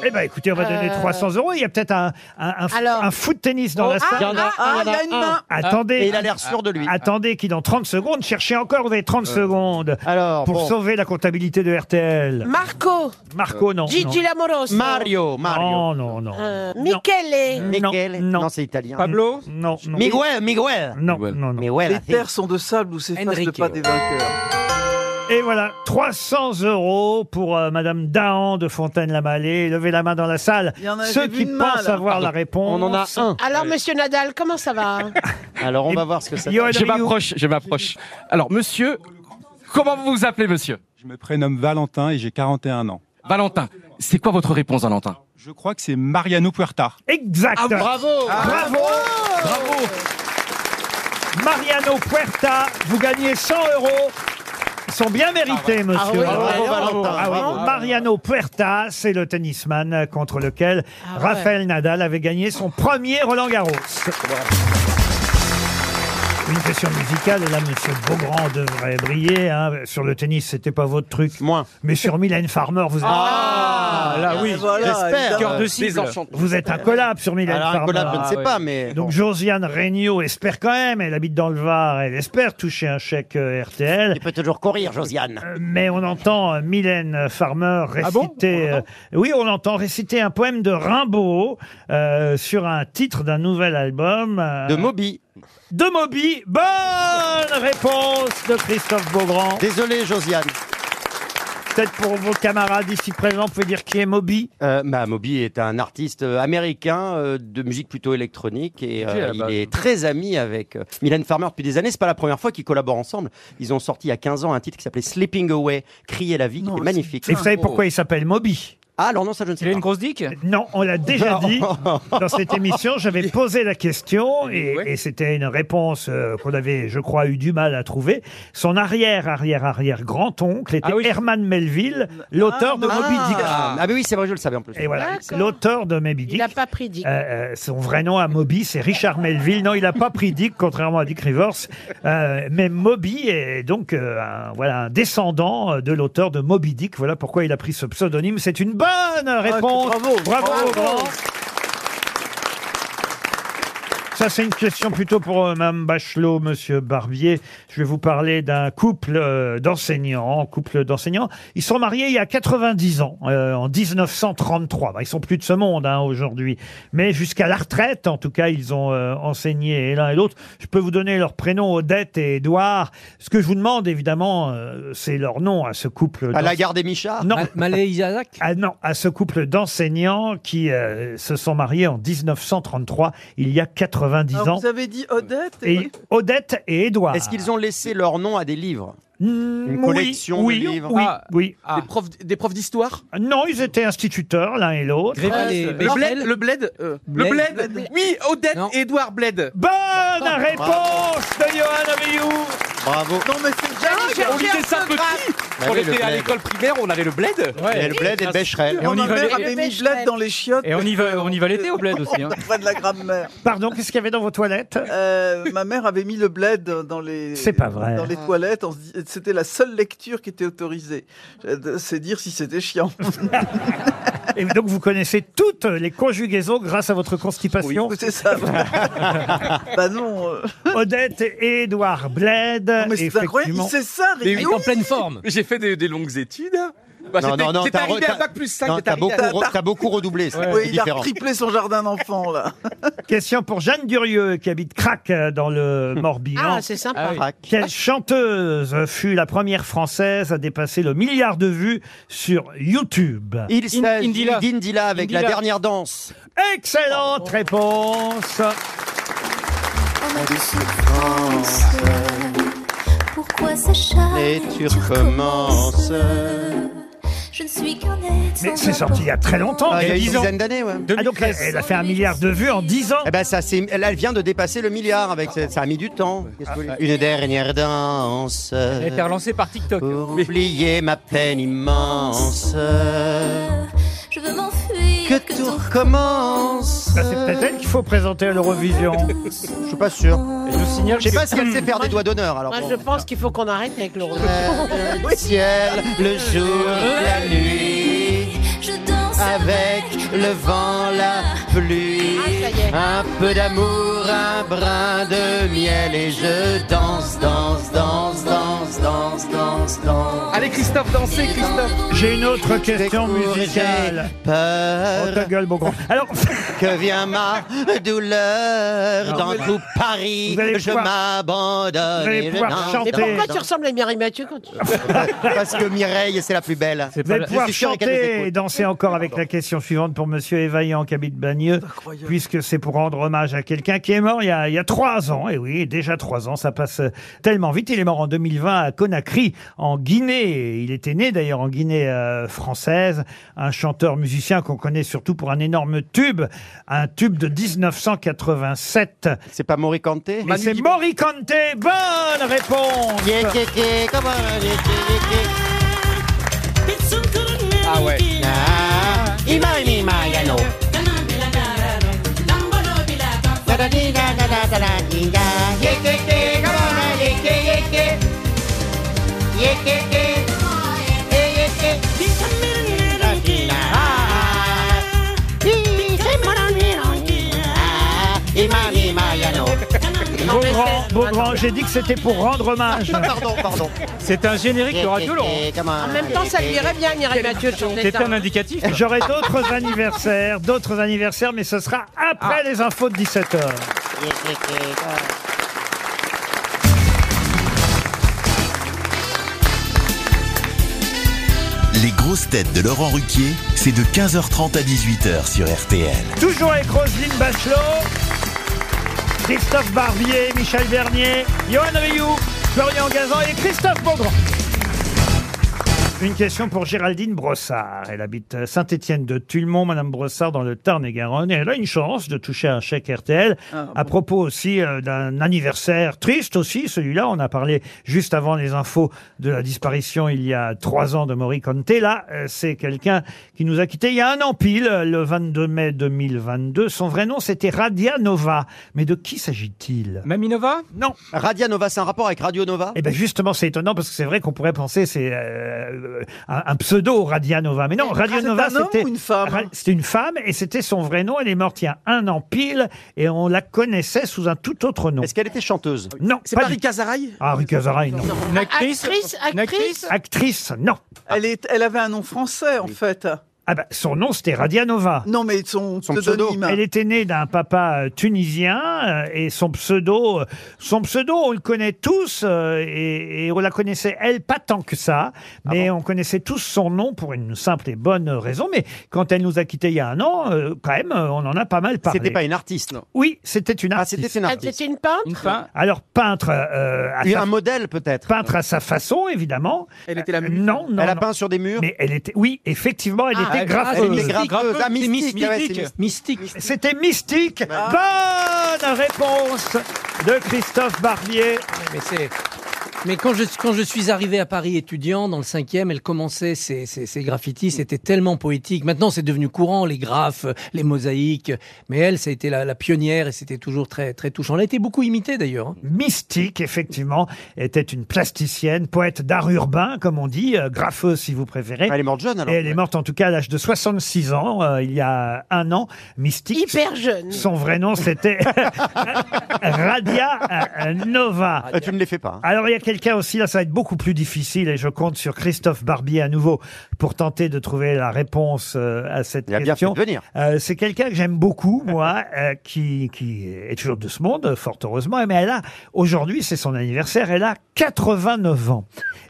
Speaker 2: Eh ben, écoutez, on va donner
Speaker 6: Euh.
Speaker 2: 300 euros. Il y a peut-être un, un, un,
Speaker 6: Alors.
Speaker 2: un foot tennis dans la
Speaker 6: ah,
Speaker 2: salle.
Speaker 6: ah,
Speaker 7: Ah, il y a une main.
Speaker 3: Et
Speaker 2: Attendez,
Speaker 3: il a l'air sûr de lui. Euh.
Speaker 2: attendez, qui dans 30 secondes, cherchez encore des 30 secondes
Speaker 3: Alors,
Speaker 2: pour
Speaker 3: bon.
Speaker 2: sauver la comptabilité de RTL.
Speaker 6: Marco.
Speaker 2: Marco, non.
Speaker 6: Euh,
Speaker 2: Oh,
Speaker 6: Gigi Lamoros.
Speaker 3: Mario, Mario.
Speaker 2: Non, non, non.
Speaker 6: Euh,
Speaker 2: Non.
Speaker 6: Michele.
Speaker 2: Non,
Speaker 3: Michele.
Speaker 2: non.
Speaker 3: c'est italien.
Speaker 13: Pablo
Speaker 2: Non, non.
Speaker 3: Miguel, Miguel.
Speaker 2: Non,
Speaker 5: Miguel.
Speaker 2: non, non.
Speaker 3: Miguel.
Speaker 7: Les terres sont de sable où s'effacent le
Speaker 5: Enrique,
Speaker 7: pas
Speaker 5: ouais.
Speaker 7: des vainqueurs.
Speaker 2: Et voilà, 300 euros pour euh, Madame Dahan de Fontaine-la-Mallée. Levez la main dans la salle.
Speaker 7: Il y en a-
Speaker 2: Ceux
Speaker 7: j'ai vu
Speaker 2: qui
Speaker 7: une main,
Speaker 2: pensent
Speaker 7: là.
Speaker 2: avoir la réponse.
Speaker 3: Ah,
Speaker 2: Ah,
Speaker 3: On en a un.
Speaker 6: Alors, monsieur Nadal, comment ça va hein
Speaker 3: Alors, on va voir ce que ça
Speaker 2: Johan
Speaker 14: Je
Speaker 2: Rioux.
Speaker 14: m'approche, je m'approche. Alors, monsieur, comment vous vous appelez, monsieur
Speaker 15: Je me prénomme Valentin et j'ai 41 ans.
Speaker 14: Valentin. C'est quoi votre réponse, Valentin
Speaker 15: Je crois que c'est Mariano Puerta.
Speaker 2: Exact. Ah, Bravo.
Speaker 14: Bravo
Speaker 2: Mariano Puerta, vous gagnez 100 euros. Ils sont bien mérités, monsieur.
Speaker 6: oui,
Speaker 2: Bravo,
Speaker 6: Bravo,
Speaker 2: Valentin. Ah oui, Mariano Puerta, c'est le tennisman contre lequel
Speaker 6: Ah ouais.
Speaker 2: Rafael Nadal avait gagné son premier Roland Garros. Une question musicale, et là, monsieur Beaugrand devrait briller. hein. Sur le tennis, c'était pas votre truc.
Speaker 3: Moins.
Speaker 2: Mais sur Mylène Farmer, vous êtes,
Speaker 13: Ah, là oui.
Speaker 7: Voilà,
Speaker 3: j'espère.
Speaker 13: Cœur de cible.
Speaker 4: Désenchanté.
Speaker 2: vous êtes un collab sur Mylène
Speaker 3: Alors, un
Speaker 2: Farmer.
Speaker 3: collab, je ne sais
Speaker 13: ouais.
Speaker 3: pas, mais.
Speaker 2: Donc Josiane Regnault espère quand même, elle habite dans le Var, elle espère toucher un chèque euh, RTL.
Speaker 3: Il peut toujours courir, Josiane.
Speaker 2: Euh, Mais on entend euh, Mylène Farmer réciter,
Speaker 13: Ah bon On l'entend
Speaker 2: euh, oui, on entend réciter un poème de Rimbaud euh, sur un titre d'un nouvel album euh,
Speaker 3: De Moby.
Speaker 2: de Moby. Bonne réponse de Christophe Beaugrand.
Speaker 3: Désolé, Josiane.
Speaker 2: Peut-être pour vos camarades ici présents, vous pouvez dire qui est Moby.
Speaker 3: Euh, bah, Moby est un artiste euh, américain euh, de musique plutôt électronique et euh,
Speaker 13: à la
Speaker 3: il
Speaker 13: base.
Speaker 3: est très ami avec euh, Mylène Farmer depuis des années. C'est pas la première fois qu'ils collaborent ensemble. Ils ont sorti il y a 15 ans un titre qui s'appelait Sleeping Away, Crier la vie, qui
Speaker 7: Non,
Speaker 3: est magnifique.
Speaker 2: Et vous savez pourquoi il s'appelle Moby
Speaker 3: Ah, alors non, ça je ne sais pas. Il a une grosse dick
Speaker 2: Non, on
Speaker 3: [LAUGHS]
Speaker 2: l'a déjà dit dans cette émission, j'avais posé la question et, et c'était une réponse euh, qu'on avait, je crois, eu du mal à trouver. Son arrière, arrière, arrière grand-oncle était Herman Melville, l'auteur de
Speaker 3: Ah,
Speaker 2: Moby Dick.
Speaker 3: Ah, oui, c'est vrai, je le savais en plus.
Speaker 2: Et voilà, l'auteur de Moby Dick.
Speaker 6: Il n'a pas pris dit.
Speaker 2: Euh, euh, son vrai nom à Moby, c'est Richard Melville. Non, il n'a pas pris Dick, contrairement à Dick Rivers. Euh, mais Moby est donc euh, un, voilà, un descendant euh, de l'auteur de Moby Dick. Voilà pourquoi il a pris ce pseudonyme. C'est une bonne
Speaker 3: Ah,
Speaker 2: réponse.
Speaker 7: bravo,
Speaker 2: bravo,
Speaker 7: bravo.
Speaker 2: Laurent. Ça, c'est une question plutôt pour euh, Mme Bachelot, Monsieur Barbier. Je vais vous parler d'un couple euh, d'enseignants. Couple d'enseignants. Ils sont mariés il y a 90 ans, euh, en 1933. Bah, ils sont plus de ce monde hein, aujourd'hui. Mais jusqu'à la retraite, en tout cas, ils ont euh, enseigné et l'un et l'autre. Je peux vous donner leurs prénoms, Odette et Édouard. Ce que je vous demande, évidemment, euh, c'est leur nom à ce couple.
Speaker 3: À la
Speaker 2: d'ense-
Speaker 3: gare des Michards
Speaker 2: non. Ah non, à ce couple d'enseignants qui euh, se sont mariés en 1933, il y a 90
Speaker 7: Alors,
Speaker 2: ans.
Speaker 7: Ah, vous avez dit Odette
Speaker 2: Et Odette et Édouard.
Speaker 3: Est-ce qu'ils ont laissé leur nom à des livres
Speaker 2: Une
Speaker 3: collection
Speaker 2: oui,
Speaker 3: de livres
Speaker 2: Oui,
Speaker 7: Ah,
Speaker 2: oui.
Speaker 4: Des profs, des profs d'histoire
Speaker 2: Non, ils étaient instituteurs l'un et l'autre.
Speaker 4: Ah, c'est- le bled, le bled, euh, le
Speaker 2: Bled.
Speaker 4: bled. Oui, Odette, Edouard Bled.
Speaker 2: Bonne réponse de Johan Rioux. Ah,
Speaker 3: Bravo.
Speaker 7: Non, mais c'est dingue
Speaker 4: On lisait ça petit.
Speaker 7: Bah
Speaker 4: on
Speaker 7: oui, le
Speaker 4: était à
Speaker 7: bled.
Speaker 4: l'école primaire, on avait le bled. Ah,
Speaker 7: Ouais. Et le bled et le
Speaker 4: Becherel.
Speaker 7: Et on y va.
Speaker 4: avait
Speaker 7: mère avait mis de l'aide dans les chiottes.
Speaker 13: Et on y va, on y va l'été au bled aussi. Hein.
Speaker 7: On apprend de la grammaire.
Speaker 2: Pardon, qu'est-ce qu'il y avait dans vos toilettes
Speaker 7: Euh, ma mère avait mis le bled dans les.
Speaker 2: C'est pas vrai.
Speaker 7: Dans les toilettes, on se dit- c'était la seule lecture qui était autorisée. Euh, C'est dire si c'était
Speaker 2: [LAUGHS]
Speaker 7: chiant.
Speaker 2: Et donc vous connaissez toutes les conjugaisons grâce à votre constipation.
Speaker 7: C'est
Speaker 2: [LAUGHS]
Speaker 7: ça. bah non. euh.
Speaker 2: Odette et Édouard Bled.
Speaker 7: mais c'est incroyable, il sait ça,
Speaker 4: Mais
Speaker 7: Rio.
Speaker 4: oui. J'ai fait des, des longues études. Bah,
Speaker 16: Non,
Speaker 4: c'était-
Speaker 16: non, non,
Speaker 4: t'es
Speaker 16: t'as
Speaker 4: arrivé
Speaker 16: re-
Speaker 4: à bac plus 5,
Speaker 16: non, t'as beaucoup,
Speaker 7: à-
Speaker 16: re- t'as beaucoup redoublé, c'est
Speaker 7: Oui, il a
Speaker 16: différent.
Speaker 7: triplé son jardin d'enfants, là.
Speaker 2: Question pour Jeanne Durieux qui habite Crac euh, dans
Speaker 6: [LAUGHS]
Speaker 2: le Morbihan.
Speaker 6: Ah, c'est sympa. Ah oui. Crac.
Speaker 2: Quelle chanteuse fut la première française à dépasser le milliard de vues sur YouTube
Speaker 3: Il s'agit
Speaker 2: Indila.
Speaker 3: d'Indila avec la
Speaker 2: Indila.
Speaker 3: dernière danse.
Speaker 2: Excellente réponse.
Speaker 9: Pourquoi s'acharne
Speaker 3: Et tu recommences.
Speaker 9: Je ne suis qu'un être.
Speaker 2: Mais c'est sorti il y a très longtemps.
Speaker 3: Ah, il y a une
Speaker 2: 10 ans.
Speaker 3: dizaine d'années, ouais.
Speaker 2: Ah, donc elle, elle a fait un milliard de vues en 10 ans.
Speaker 3: Eh ben ça, c'est, elle elle vient de dépasser le milliard avec cette- ça a mis du temps. Qu'est-ce que vous
Speaker 4: Ah,
Speaker 3: voulez Une dernière danse.
Speaker 13: Elle a été relancée par TikTok.
Speaker 3: Pour oublier Euh, ma peine immense.
Speaker 9: Je veux m'enfuir.
Speaker 3: Que tout recommence.
Speaker 2: Bah, c'est peut-être elle qu'il faut présenter à l'Eurovision.
Speaker 3: Je suis pas sûr.
Speaker 13: signale
Speaker 3: Je sais
Speaker 13: que-
Speaker 3: pas si elle sait faire des doigts d'honneur. Alors
Speaker 6: Moi,
Speaker 3: bon.
Speaker 6: je pense qu'il faut qu'on arrête avec Euh, le
Speaker 2: Euh,
Speaker 3: Le ciel, le jour, la nuit.
Speaker 9: Je danse
Speaker 3: Avec Ah, le vent, la pluie, un peu d'amour, un brin de miel et je danse, danse, danse, danse, danse, danse, danse.
Speaker 4: Allez, Christophe, dansez, Christophe.
Speaker 2: J'ai une autre question
Speaker 3: Découragé,
Speaker 2: musicale.
Speaker 3: Peur
Speaker 2: Oh, ta gueule, bon grand. Alors, [LAUGHS]
Speaker 3: que vient ma douleur
Speaker 2: Non,
Speaker 3: dans
Speaker 2: mais-
Speaker 3: tout Paris.
Speaker 2: Vous allez
Speaker 3: Je
Speaker 2: pouvoir-
Speaker 3: m'abandonne.
Speaker 2: vous allez
Speaker 3: et je
Speaker 2: pouvoir
Speaker 3: danse,
Speaker 2: chanter.
Speaker 3: danse,
Speaker 6: Mais pourquoi
Speaker 3: danse.
Speaker 6: tu ressembles à Mireille Mathieu quand tu...
Speaker 3: Parce que Mireille, c'est la plus belle.
Speaker 2: vous allez pouvoir
Speaker 3: Je suis sûr qu'elle nous
Speaker 2: chanter
Speaker 3: écoute.
Speaker 2: et danser encore avec la question suivante pour Monsieur Évaillant qui habite Bagneux, puisque c'est pour rendre hommage à quelqu'un qui est mort il y, a, il y a trois ans. Et oui, déjà trois ans, ça passe tellement vite. Il est mort en 2020 à Conakry, en Guinée. Il était né d'ailleurs en Guinée euh, française, un chanteur musicien qu'on connaît surtout pour un énorme tube, un tube de 1987.
Speaker 3: C'est pas Moricante
Speaker 2: Mais c'est Morricante, bonne réponse
Speaker 3: Yeah, yeah, yeah, come on, yeah, yeah, yeah, yeah.
Speaker 4: Ah ouais.
Speaker 3: Ah, Imani Mayano. Imani Mayano.
Speaker 2: Beaugrand, Beaugrand, j'ai dit que c'était pour rendre
Speaker 3: [LAUGHS]
Speaker 2: hommage.
Speaker 3: Pardon, pardon.
Speaker 13: C'est un générique de radio, Laurent.
Speaker 6: En même temps, ça lui irait bien, Mireille Mathieu, de chanter
Speaker 13: C'était
Speaker 6: ça.
Speaker 13: un
Speaker 6: [LAUGHS]
Speaker 13: indicatif.
Speaker 2: J'aurai d'autres anniversaires, d'autres anniversaires, mais ce sera après les infos de 17h.
Speaker 1: Les grosses têtes de Laurent Ruquier, c'est de 15h30 à 18h sur RTL.
Speaker 2: Toujours avec Roselyne Bachelot, Christophe Barbier, Michel Bernier, Johan Rioux, Florian Gazan et Christophe Beaugrand. Une question pour Géraldine Brossard. Elle habite Saint-Étienne de Tulmont, Madame Brossard, dans le Tarn-et-Garonne. Et elle a une chance de toucher un chèque RTL.
Speaker 16: Ah,
Speaker 2: à propos aussi euh, d'un anniversaire triste aussi, celui-là. On a parlé juste avant les infos de la disparition il y a trois ans de Maury Conté. Là, euh, c'est quelqu'un qui nous a quittés il y a un an pile, euh, le 22 mai 2022. Son vrai nom, c'était Radia Nova. Mais de qui s'agit-il Maminova Non.
Speaker 3: Radia Nova, c'est un rapport avec Radio
Speaker 7: Ah.
Speaker 3: Nova
Speaker 2: Eh bien justement, c'est étonnant parce que c'est vrai qu'on pourrait penser c'est euh, un, un pseudo Radia Nova. Mais non,
Speaker 7: Eh,
Speaker 2: Radia
Speaker 7: c'est
Speaker 2: Nova,
Speaker 7: un homme
Speaker 2: c'était
Speaker 7: ou une femme
Speaker 2: Ra- C'était une femme et c'était son vrai nom. Elle est morte il y a un an pile et on la connaissait sous un tout autre nom. Est-ce
Speaker 3: qu'elle était chanteuse
Speaker 2: Non.
Speaker 4: C'est
Speaker 2: pas
Speaker 4: pas
Speaker 2: du-
Speaker 4: Rika Zaraï
Speaker 2: Ah, Rika Zaraï, non.
Speaker 7: Une actrice Actrice, Une actrice
Speaker 2: Actrice, non.
Speaker 7: Elle, est, elle avait un nom français, en fait.
Speaker 2: Ah bah, son nom, c'était Radianova.
Speaker 7: Non, mais son, pseudonyme.
Speaker 2: Elle était née d'un papa euh, tunisien euh, et son pseudo, euh, son pseudo, on le connaît tous euh, et, et on la connaissait elle pas tant que ça,
Speaker 3: Ah
Speaker 2: mais on connaissait tous son nom pour une simple et bonne raison. Mais quand elle nous a quittés il y a un an, euh, quand même, euh, on en a pas mal parlé.
Speaker 3: C'était pas une artiste, non Ah,
Speaker 2: Oui, c'était une artiste.
Speaker 3: c'était une artiste.
Speaker 6: Ah, une peintre
Speaker 2: Alors peintre, euh, à
Speaker 3: Une-
Speaker 2: sa-
Speaker 3: un modèle peut-être.
Speaker 2: Peintre à sa façon, évidemment.
Speaker 3: Elle était la
Speaker 2: muse. Non, non.
Speaker 3: Elle a
Speaker 2: non.
Speaker 3: peint sur des murs.
Speaker 2: Mais elle était, oui, effectivement, elle
Speaker 3: Ah,
Speaker 2: était
Speaker 3: elle- elle
Speaker 2: graffeuse.
Speaker 3: était graffeuse. Ah, mystique, Mystique. ouais, c'est mystique.
Speaker 2: C'était mystique. Bonne réponse de Christophe Barbier.
Speaker 5: Mais c'est. Mais quand je, quand je suis arrivé à Paris étudiant, dans le cinquième, elle commençait ses, ses, ses graffitis, c'était tellement poétique. Maintenant, c'est devenu courant, les graphes, les mosaïques. Mais elle, ça a été la, la pionnière et c'était toujours très, très touchant. Elle a été beaucoup imitée d'ailleurs. hein.
Speaker 2: Mystique, effectivement, était une plasticienne, poète d'art urbain, comme on dit, euh, graffeuse si vous préférez.
Speaker 3: Elle est morte jeune alors.
Speaker 2: Et elle est morte en tout cas à l'âge de 66 ans, euh, il y a un an. Mystique.
Speaker 6: Hyper jeune.
Speaker 2: Son vrai
Speaker 6: [LAUGHS]
Speaker 2: nom, c'était Radia euh, Nova.
Speaker 3: Euh, tu ne les fais pas. hein.
Speaker 2: Alors, il y a quelqu'un aussi, là, ça va être beaucoup plus difficile, et je compte sur Christophe Barbier à nouveau pour tenter de trouver la réponse euh, à cette
Speaker 3: a bien
Speaker 2: question.
Speaker 3: fait de venir.
Speaker 2: Euh, c'est quelqu'un que j'aime beaucoup, moi, [LAUGHS] euh, qui, qui est toujours de ce monde, fort heureusement, mais elle a, aujourd'hui, c'est son anniversaire, elle a 89 ans.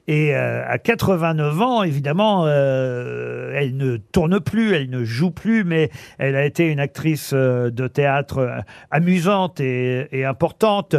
Speaker 2: Et euh, à 89 ans, évidemment, euh, elle ne tourne plus, elle ne joue plus, mais elle a été une actrice euh, de théâtre euh, amusante et- et importante.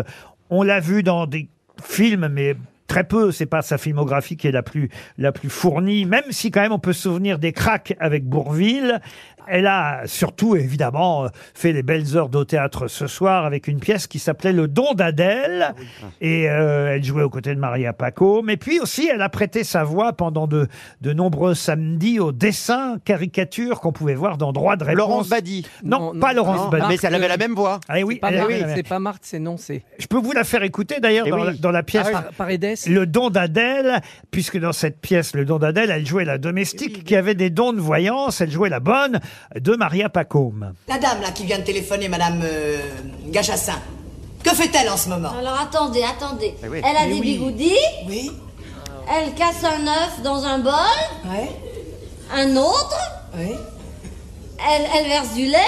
Speaker 2: On l'a vu dans des films, mais très peu. C'est pas sa filmographie qui est la plus, la plus fournie, même si quand même on peut se souvenir des cracks avec Bourville. Elle a surtout, évidemment, euh, fait les belles heures d'au théâtre ce soir avec une pièce qui s'appelait Le Don d'Adèle.
Speaker 5: Ah
Speaker 2: Et euh, elle jouait aux côtés de Maria Paco. Mais puis aussi, elle a prêté sa voix pendant de, de nombreux samedis aux dessins, caricatures qu'on pouvait voir dans Droit de réponse.
Speaker 3: Laurence Badi.
Speaker 2: Non,
Speaker 5: Non,
Speaker 2: pas
Speaker 5: non,
Speaker 2: Laurence
Speaker 5: non.
Speaker 2: Badi.
Speaker 5: Mais elle avait la
Speaker 3: même voix.
Speaker 2: Ah oui,
Speaker 5: Pas
Speaker 2: elle
Speaker 5: Marthe,
Speaker 2: avait la même.
Speaker 5: c'est pas Marthe, c'est non, c'est.
Speaker 2: Je peux vous la faire écouter d'ailleurs
Speaker 5: Eh
Speaker 2: dans,
Speaker 5: oui.
Speaker 2: la- dans la pièce
Speaker 5: Ah oui. Par- par Edès.
Speaker 2: Le don d'Adèle, puisque dans cette pièce, le don d'Adèle, elle jouait la domestique qui avait des dons de voyance, elle jouait la bonne de Maria Pacôme.
Speaker 17: La dame là qui vient de téléphoner, Madame euh, Gachassin, que fait-elle en ce moment
Speaker 18: Alors attendez, attendez.
Speaker 17: Eh oui.
Speaker 18: Elle a
Speaker 17: Mais
Speaker 18: des
Speaker 17: oui.
Speaker 18: bigoudis.
Speaker 17: Oui.
Speaker 18: Elle casse un œuf dans un bol. Un autre. Elle, elle verse du lait.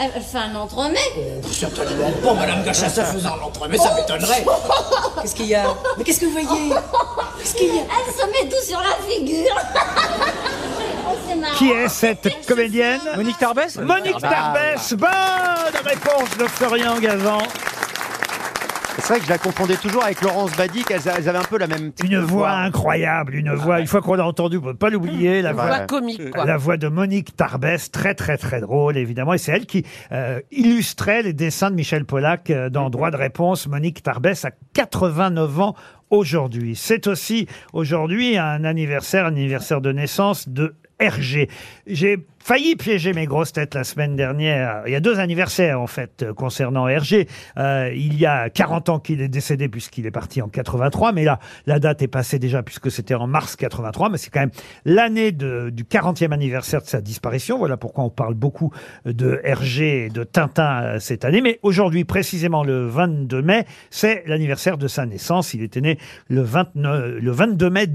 Speaker 18: Elle, elle fait un entremets.
Speaker 17: Certainement pas, Madame Gachassin faisant l'entremets, ça m'étonnerait. Qu'est-ce qu'il y a Mais qu'est-ce que vous voyez Qu'est-ce qu'il y a
Speaker 18: Elle se met tout sur la figure. [LAUGHS] Oh, c'est marrant.
Speaker 2: Qui est cette comédienne Monique
Speaker 5: Tarbès
Speaker 2: Monique Tarbès, bonne réponse de Florian Gazan.
Speaker 3: C'est vrai que je la confondais toujours avec Laurence Badi, qu'elles a- elles avaient un peu la même.
Speaker 2: Une voix incroyable, une voix, une fois qu'on l'a entendue, on ne peut pas l'oublier. La
Speaker 3: Une voix comique, quoi.
Speaker 2: La voix de Monique Tarbès, très très très drôle, évidemment. Et c'est elle qui euh, illustrait les dessins de Michel Pollack euh, dans Droit de réponse. Monique Tarbès a 89 ans aujourd'hui. C'est aussi aujourd'hui un anniversaire, anniversaire de naissance de Hergé. J'ai failli piéger mes grosses têtes la semaine dernière. Il y a deux anniversaires, en fait, euh, concernant Hergé. Euh, il y a 40 ans qu'il est décédé, puisqu'il est parti en 83. Mais là, la date est passée déjà, puisque c'était en mars 83. Mais c'est quand même l'année de- du 40e anniversaire de sa disparition. Voilà pourquoi on parle beaucoup de Hergé et de Tintin euh, cette année. Mais aujourd'hui, précisément le 22 mai, c'est l'anniversaire de sa naissance. Il était né le, 29 le 22 mai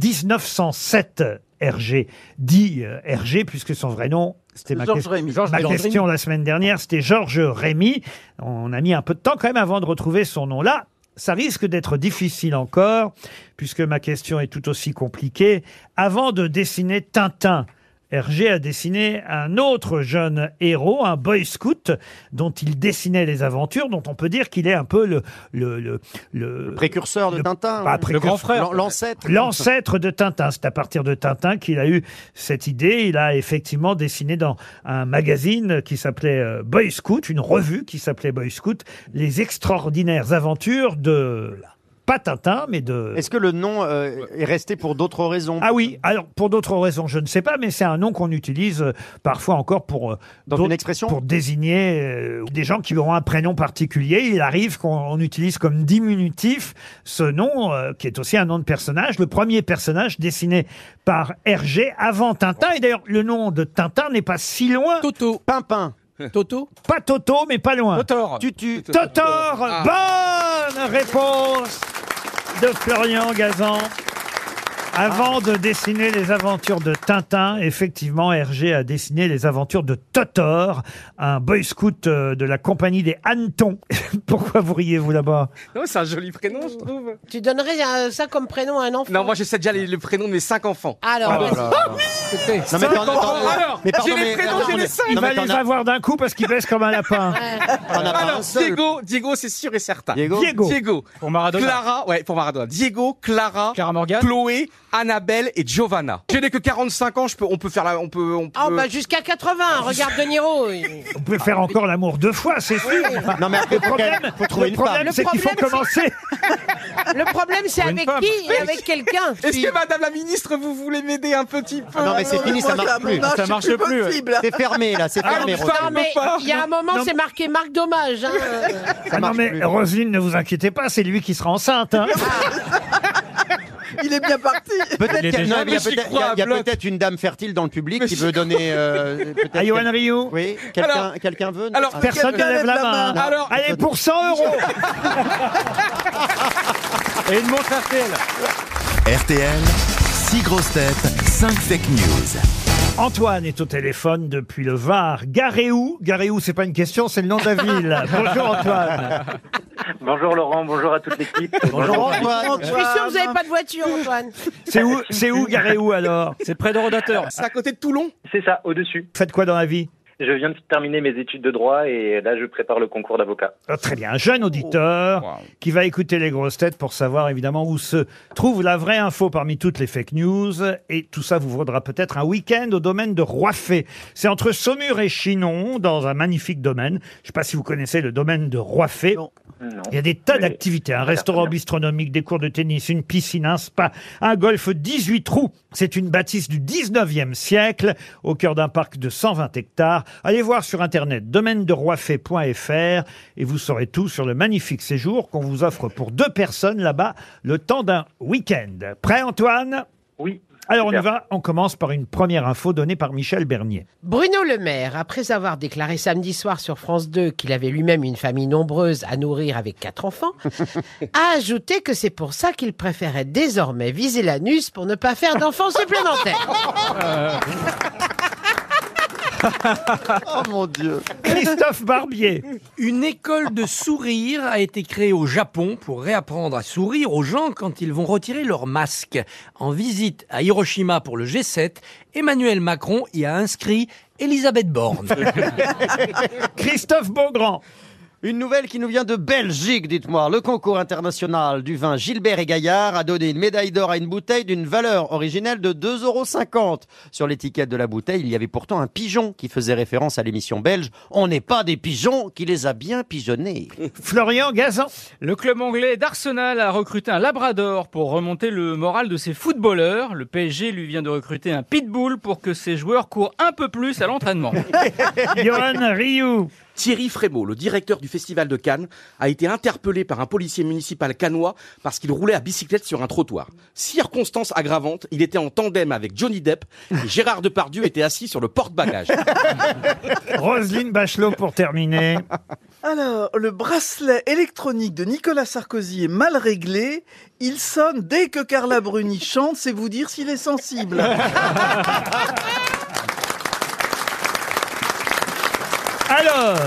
Speaker 2: 1907. Hergé, dit euh, Hergé, puisque son vrai nom, c'était ma,
Speaker 7: Georges
Speaker 2: ques-
Speaker 7: Rémy.
Speaker 2: ma
Speaker 7: Georges Rémy.
Speaker 2: question la semaine dernière, c'était Georges Rémy. On a mis un peu de temps quand même avant de retrouver son nom là. Ça risque d'être difficile encore, puisque ma question est tout aussi compliquée. Avant de dessiner Tintin, Hergé a dessiné un autre jeune héros, un boy scout, dont il dessinait les aventures, dont on peut dire qu'il est un peu le... Le, le,
Speaker 3: précurseur de Tintin. hein.
Speaker 2: pas
Speaker 3: Le
Speaker 2: précurseur.
Speaker 3: grand frère. L'an- l'ancêtre.
Speaker 2: L'ancêtre de Tintin. C'est à partir de Tintin qu'il a eu cette idée. Il a effectivement dessiné dans un magazine qui s'appelait euh, Boy Scout, une revue qui s'appelait Boy Scout, les extraordinaires aventures de... Pas Tintin, mais de...
Speaker 3: Est-ce que le nom euh, est resté pour d'autres raisons
Speaker 2: Ah oui, alors pour d'autres raisons, je ne sais pas, mais c'est un nom qu'on utilise euh, parfois encore pour euh, d'autres- pour désigner euh, des gens qui auront un prénom particulier. Il arrive qu'on on utilise comme diminutif ce nom euh, qui est aussi un nom de personnage. Le premier personnage dessiné par Hergé avant Tintin. Et d'ailleurs, le nom de Tintin n'est pas si loin.
Speaker 5: Toto.
Speaker 2: Pimpin.
Speaker 5: Toto.
Speaker 2: Pas Toto, mais pas loin.
Speaker 14: Totor.
Speaker 2: Tutu. Totor. Bonne réponse de Florian Gazan. Avant de dessiner les aventures de Tintin, effectivement, Hergé a dessiné les aventures de Totor, un boy scout euh, de la compagnie des Hannetons. [LAUGHS] Pourquoi vous riez-vous là-bas
Speaker 14: Non, c'est un joli prénom, je trouve.
Speaker 6: Tu donnerais euh, ça comme prénom à un enfant
Speaker 14: Non, moi, je sais déjà les- le prénom de mes cinq enfants.
Speaker 6: Alors,
Speaker 14: Ah,
Speaker 6: vas-y.
Speaker 14: bah, ah oui
Speaker 3: Oh Non, mais
Speaker 14: Cinq
Speaker 3: attends,
Speaker 14: enfants.
Speaker 3: attends,
Speaker 14: Alors,
Speaker 3: mais pardon,
Speaker 14: j'ai les
Speaker 3: mais-
Speaker 14: prénoms,
Speaker 3: attends,
Speaker 14: j'ai les
Speaker 3: mais-
Speaker 14: cinq.
Speaker 3: non,
Speaker 2: Bah, Il
Speaker 3: mais
Speaker 2: va les
Speaker 3: t'en as-
Speaker 2: avoir d'un coup parce qu'il baisse comme un lapin.
Speaker 3: T'en as pas
Speaker 14: Alors,
Speaker 3: un seul.
Speaker 14: Diego, Diego, c'est sûr et certain.
Speaker 3: Diego
Speaker 14: Diego.
Speaker 3: Diego.
Speaker 14: Pour Maradona. Clara, ouais, pour Maradona. Diego, Clara, Chloé, Annabelle et Giovanna. Je n'ai que 45 ans, je peux, on peut faire la, on peut, on peut.
Speaker 6: Ah, bah, jusqu'à
Speaker 14: [LAUGHS]
Speaker 6: 80, regarde De Niro. il-
Speaker 2: On peut faire encore l'amour deux fois, c'est sûr.
Speaker 3: Non, mais après,
Speaker 2: le
Speaker 3: faut
Speaker 2: problème,
Speaker 3: qu'elle- faut trouver
Speaker 2: le
Speaker 3: une
Speaker 2: problème,
Speaker 3: femme.
Speaker 2: c'est
Speaker 3: Le
Speaker 2: qu'il faut
Speaker 3: problème,
Speaker 2: commencer.
Speaker 6: Le problème, c'est
Speaker 2: Pour une
Speaker 6: avec
Speaker 2: femme.
Speaker 6: qui
Speaker 14: Mais-
Speaker 6: et avec quelqu'un.
Speaker 14: Est-ce que Madame la Ministre, vous voulez m'aider un petit peu
Speaker 3: Ah non, mais c'est fini, ça marche plus.
Speaker 14: Ça marche plus. ouais.
Speaker 3: C'est fermé, là, c'est
Speaker 14: Ah,
Speaker 3: fermé.
Speaker 14: une
Speaker 3: Roger.
Speaker 14: femme,
Speaker 6: Non, mais
Speaker 14: pas.
Speaker 6: il y a un moment, c'est marqué marque dommage. hein.
Speaker 2: Ah non, mais Roselyne, ne vous inquiétez pas, c'est lui qui sera
Speaker 3: [LAUGHS]
Speaker 2: enceinte. hein.
Speaker 7: Il est bien [LAUGHS] parti.
Speaker 3: Peut-être
Speaker 2: Il est
Speaker 3: qu'il y a-
Speaker 2: déjà-
Speaker 3: non, mais il y a
Speaker 2: mais j'y
Speaker 3: peut-être- il
Speaker 2: crois
Speaker 3: y a- il y a
Speaker 2: à bloc.
Speaker 3: peut-être une dame fertile dans le public qui veut donner.
Speaker 2: [LAUGHS]
Speaker 3: euh, peut-être
Speaker 2: Ah, Johan
Speaker 3: quel-
Speaker 2: Rioux
Speaker 3: Oui, quelqu'un
Speaker 14: Alors-
Speaker 3: quelqu'un veut non
Speaker 14: alors,
Speaker 3: Ah,
Speaker 2: Personne ne
Speaker 14: Quelqu'un
Speaker 2: lève la main. hein.
Speaker 14: Alors-
Speaker 2: Allez, pour 100 euros
Speaker 14: Et une montre RTL.
Speaker 1: RTL, 6 grosses têtes, 5 fake news.
Speaker 2: Antoine est au téléphone depuis le Var. Garéou, Garéou, c'est pas une question, c'est le nom de
Speaker 14: [LAUGHS]
Speaker 2: la ville. Bonjour Antoine.
Speaker 16: [LAUGHS] Bonjour Laurent, bonjour à toute l'équipe.
Speaker 6: Je suis sûr que vous n'avez pas de voiture, Antoine.
Speaker 2: C'est où, c'est où Garéou alors
Speaker 13: C'est près de Rodateur.
Speaker 14: C'est à côté de Toulon.
Speaker 16: C'est ça, au-dessus.
Speaker 2: Faites quoi dans la vie
Speaker 16: Je viens de terminer mes études de droit et là je prépare le concours d'avocat.
Speaker 2: Ah, Très bien, un jeune auditeur qui va écouter les grosses têtes pour savoir évidemment où se trouve la vraie info parmi toutes les fake news. Et tout ça vous vaudra peut-être un week-end au domaine de Roiffet. C'est entre Saumur et Chinon, dans un magnifique domaine. Je ne sais pas si vous connaissez le domaine de Roiffet.
Speaker 16: Non.
Speaker 2: Il y a des tas
Speaker 16: Mais-
Speaker 2: d'activités, un restaurant bistronomique, des cours de tennis, une piscine, un spa, un golf 18 trous. C'est une bâtisse du 19e siècle au cœur d'un parc de 120 hectares. Allez voir sur internet domaine de roifet.fr et vous saurez tout sur le magnifique séjour qu'on vous offre pour deux personnes là-bas le temps d'un week-end. Prêt Antoine
Speaker 16: Oui.
Speaker 2: Alors on y va, on commence par une première info donnée par Michel Bernier.
Speaker 6: [LAUGHS] Bruno Le Maire, après avoir déclaré samedi soir sur France 2 qu'il avait lui-même une famille nombreuse à nourrir avec quatre [LAUGHS] enfants, a ajouté que c'est pour ça qu'il préférait désormais viser l'anus pour ne pas faire d'enfants supplémentaires. [LAUGHS]
Speaker 7: Oh mon Dieu.
Speaker 2: Christophe Barbier.
Speaker 5: Une école de sourire a été créée au Japon pour réapprendre à sourire aux gens quand ils vont retirer leur masque. En visite à Hiroshima pour le G7, Emmanuel Macron y a inscrit Elisabeth Borne.
Speaker 2: [LAUGHS] Christophe Beaugrand.
Speaker 3: Une nouvelle qui nous vient de Belgique, dites-moi. Le concours international du vin Gilbert et Gaillard a donné une médaille d'or à une bouteille d'une valeur originelle de 2,50 euros. Sur l'étiquette de la bouteille, il y avait pourtant un pigeon qui faisait référence à l'émission belge On n'est pas des pigeons qui les a bien pigeonnés.
Speaker 2: Florian Gazan.
Speaker 13: Le club anglais d'Arsenal a recruté un labrador pour remonter le moral de ses footballeurs. Le PSG lui vient de recruter un pitbull pour que ses joueurs courent un peu plus à l'entraînement.
Speaker 2: [LAUGHS] Johan Rioux.
Speaker 4: Thierry Frémaux, le directeur du Festival de Cannes, a été interpellé par un policier municipal cannois parce qu'il roulait à bicyclette sur un trottoir. Circonstance aggravante, il était en tandem avec Johnny Depp et Gérard Depardieu était assis sur le porte-bagages.
Speaker 2: Roselyne Bachelot pour terminer.
Speaker 7: Alors, le bracelet électronique de Nicolas Sarkozy est mal réglé. Il sonne dès que Carla Bruni chante, c'est vous dire s'il est sensible.
Speaker 2: Alors,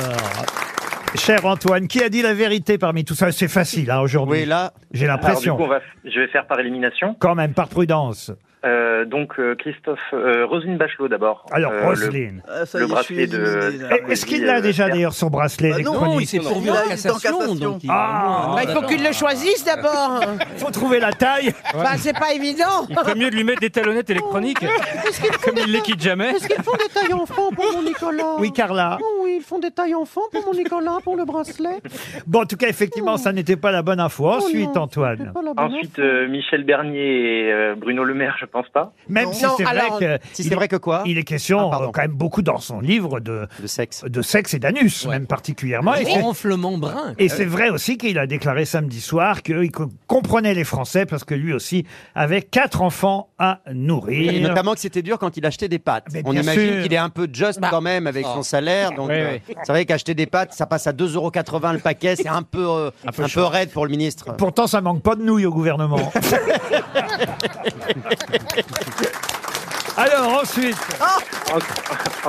Speaker 2: cher Antoine, qui a dit la vérité parmi tout ça C'est facile hein, aujourd'hui.
Speaker 3: Oui, là.
Speaker 2: J'ai
Speaker 16: Alors, du coup,
Speaker 2: l'impression.
Speaker 16: on va- je vais faire par élimination.
Speaker 2: Quand même, par prudence.
Speaker 19: Euh, donc euh, Christophe, euh, Roselyne Bachelot d'abord.
Speaker 2: Alors,
Speaker 16: Euh,
Speaker 19: le-
Speaker 2: Roselyne.
Speaker 19: Le,
Speaker 2: Ah, ça y est, je suis
Speaker 19: bracelet de.
Speaker 2: éliminé, là. Et- Eh, est-ce qu'il l'a déjà, d'ailleurs, son bracelet Bah non, électronique il s'est pourvu en cassation, donc il- Ah,
Speaker 20: Bah, il faut
Speaker 2: d'accord.
Speaker 20: qu'il le choisisse d'abord.
Speaker 2: Faut trouver la taille.
Speaker 20: Bah, c'est pas évident.
Speaker 8: Il ferait mieux de lui mettre des talonnettes électroniques,
Speaker 2: Oh.
Speaker 8: comme il les quitte jamais.
Speaker 6: Ils font des tailles enfants pour mon Nicolas.
Speaker 2: Oui, Carla.
Speaker 6: Oh oui, ils font des tailles enfants pour mon Nicolas, pour le bracelet.
Speaker 2: Bon, en tout cas, effectivement, ça n'était pas la bonne info. Ensuite,
Speaker 6: Oh, bah non,
Speaker 2: Antoine.
Speaker 19: Ensuite, euh, Michel Bernier et euh, Bruno Le Maire, je pense pas.
Speaker 2: Même si c'est vrai que. il- Il est question, euh, quand même, beaucoup dans son livre de.
Speaker 3: sexe.
Speaker 2: De sexe et d'anus, même particulièrement. Et c'est-
Speaker 5: Ronflement brun.
Speaker 2: Et c'est vrai aussi qu'il a déclaré samedi soir qu'il co- comprenait les Français parce que lui aussi avait quatre enfants à nourrir.
Speaker 3: Et notamment que c'était dur quand il achetait des pâtes.
Speaker 2: Ah, Mais
Speaker 3: On
Speaker 2: bien
Speaker 3: imagine
Speaker 2: sûr.
Speaker 3: qu'il est un peu just quand même avec
Speaker 2: Oh.
Speaker 3: son salaire. Donc,
Speaker 2: Oui,
Speaker 3: euh,
Speaker 2: oui.
Speaker 3: c'est vrai qu'acheter des pâtes, ça passe à 2,80€ le paquet. C'est un peu, euh, un peu,
Speaker 2: chaud.
Speaker 3: raide pour le ministre.
Speaker 2: Pourtant, ça manque pas de nouilles
Speaker 3: [LAUGHS]
Speaker 2: au gouvernement. Alors ensuite.
Speaker 3: Ah
Speaker 19: En-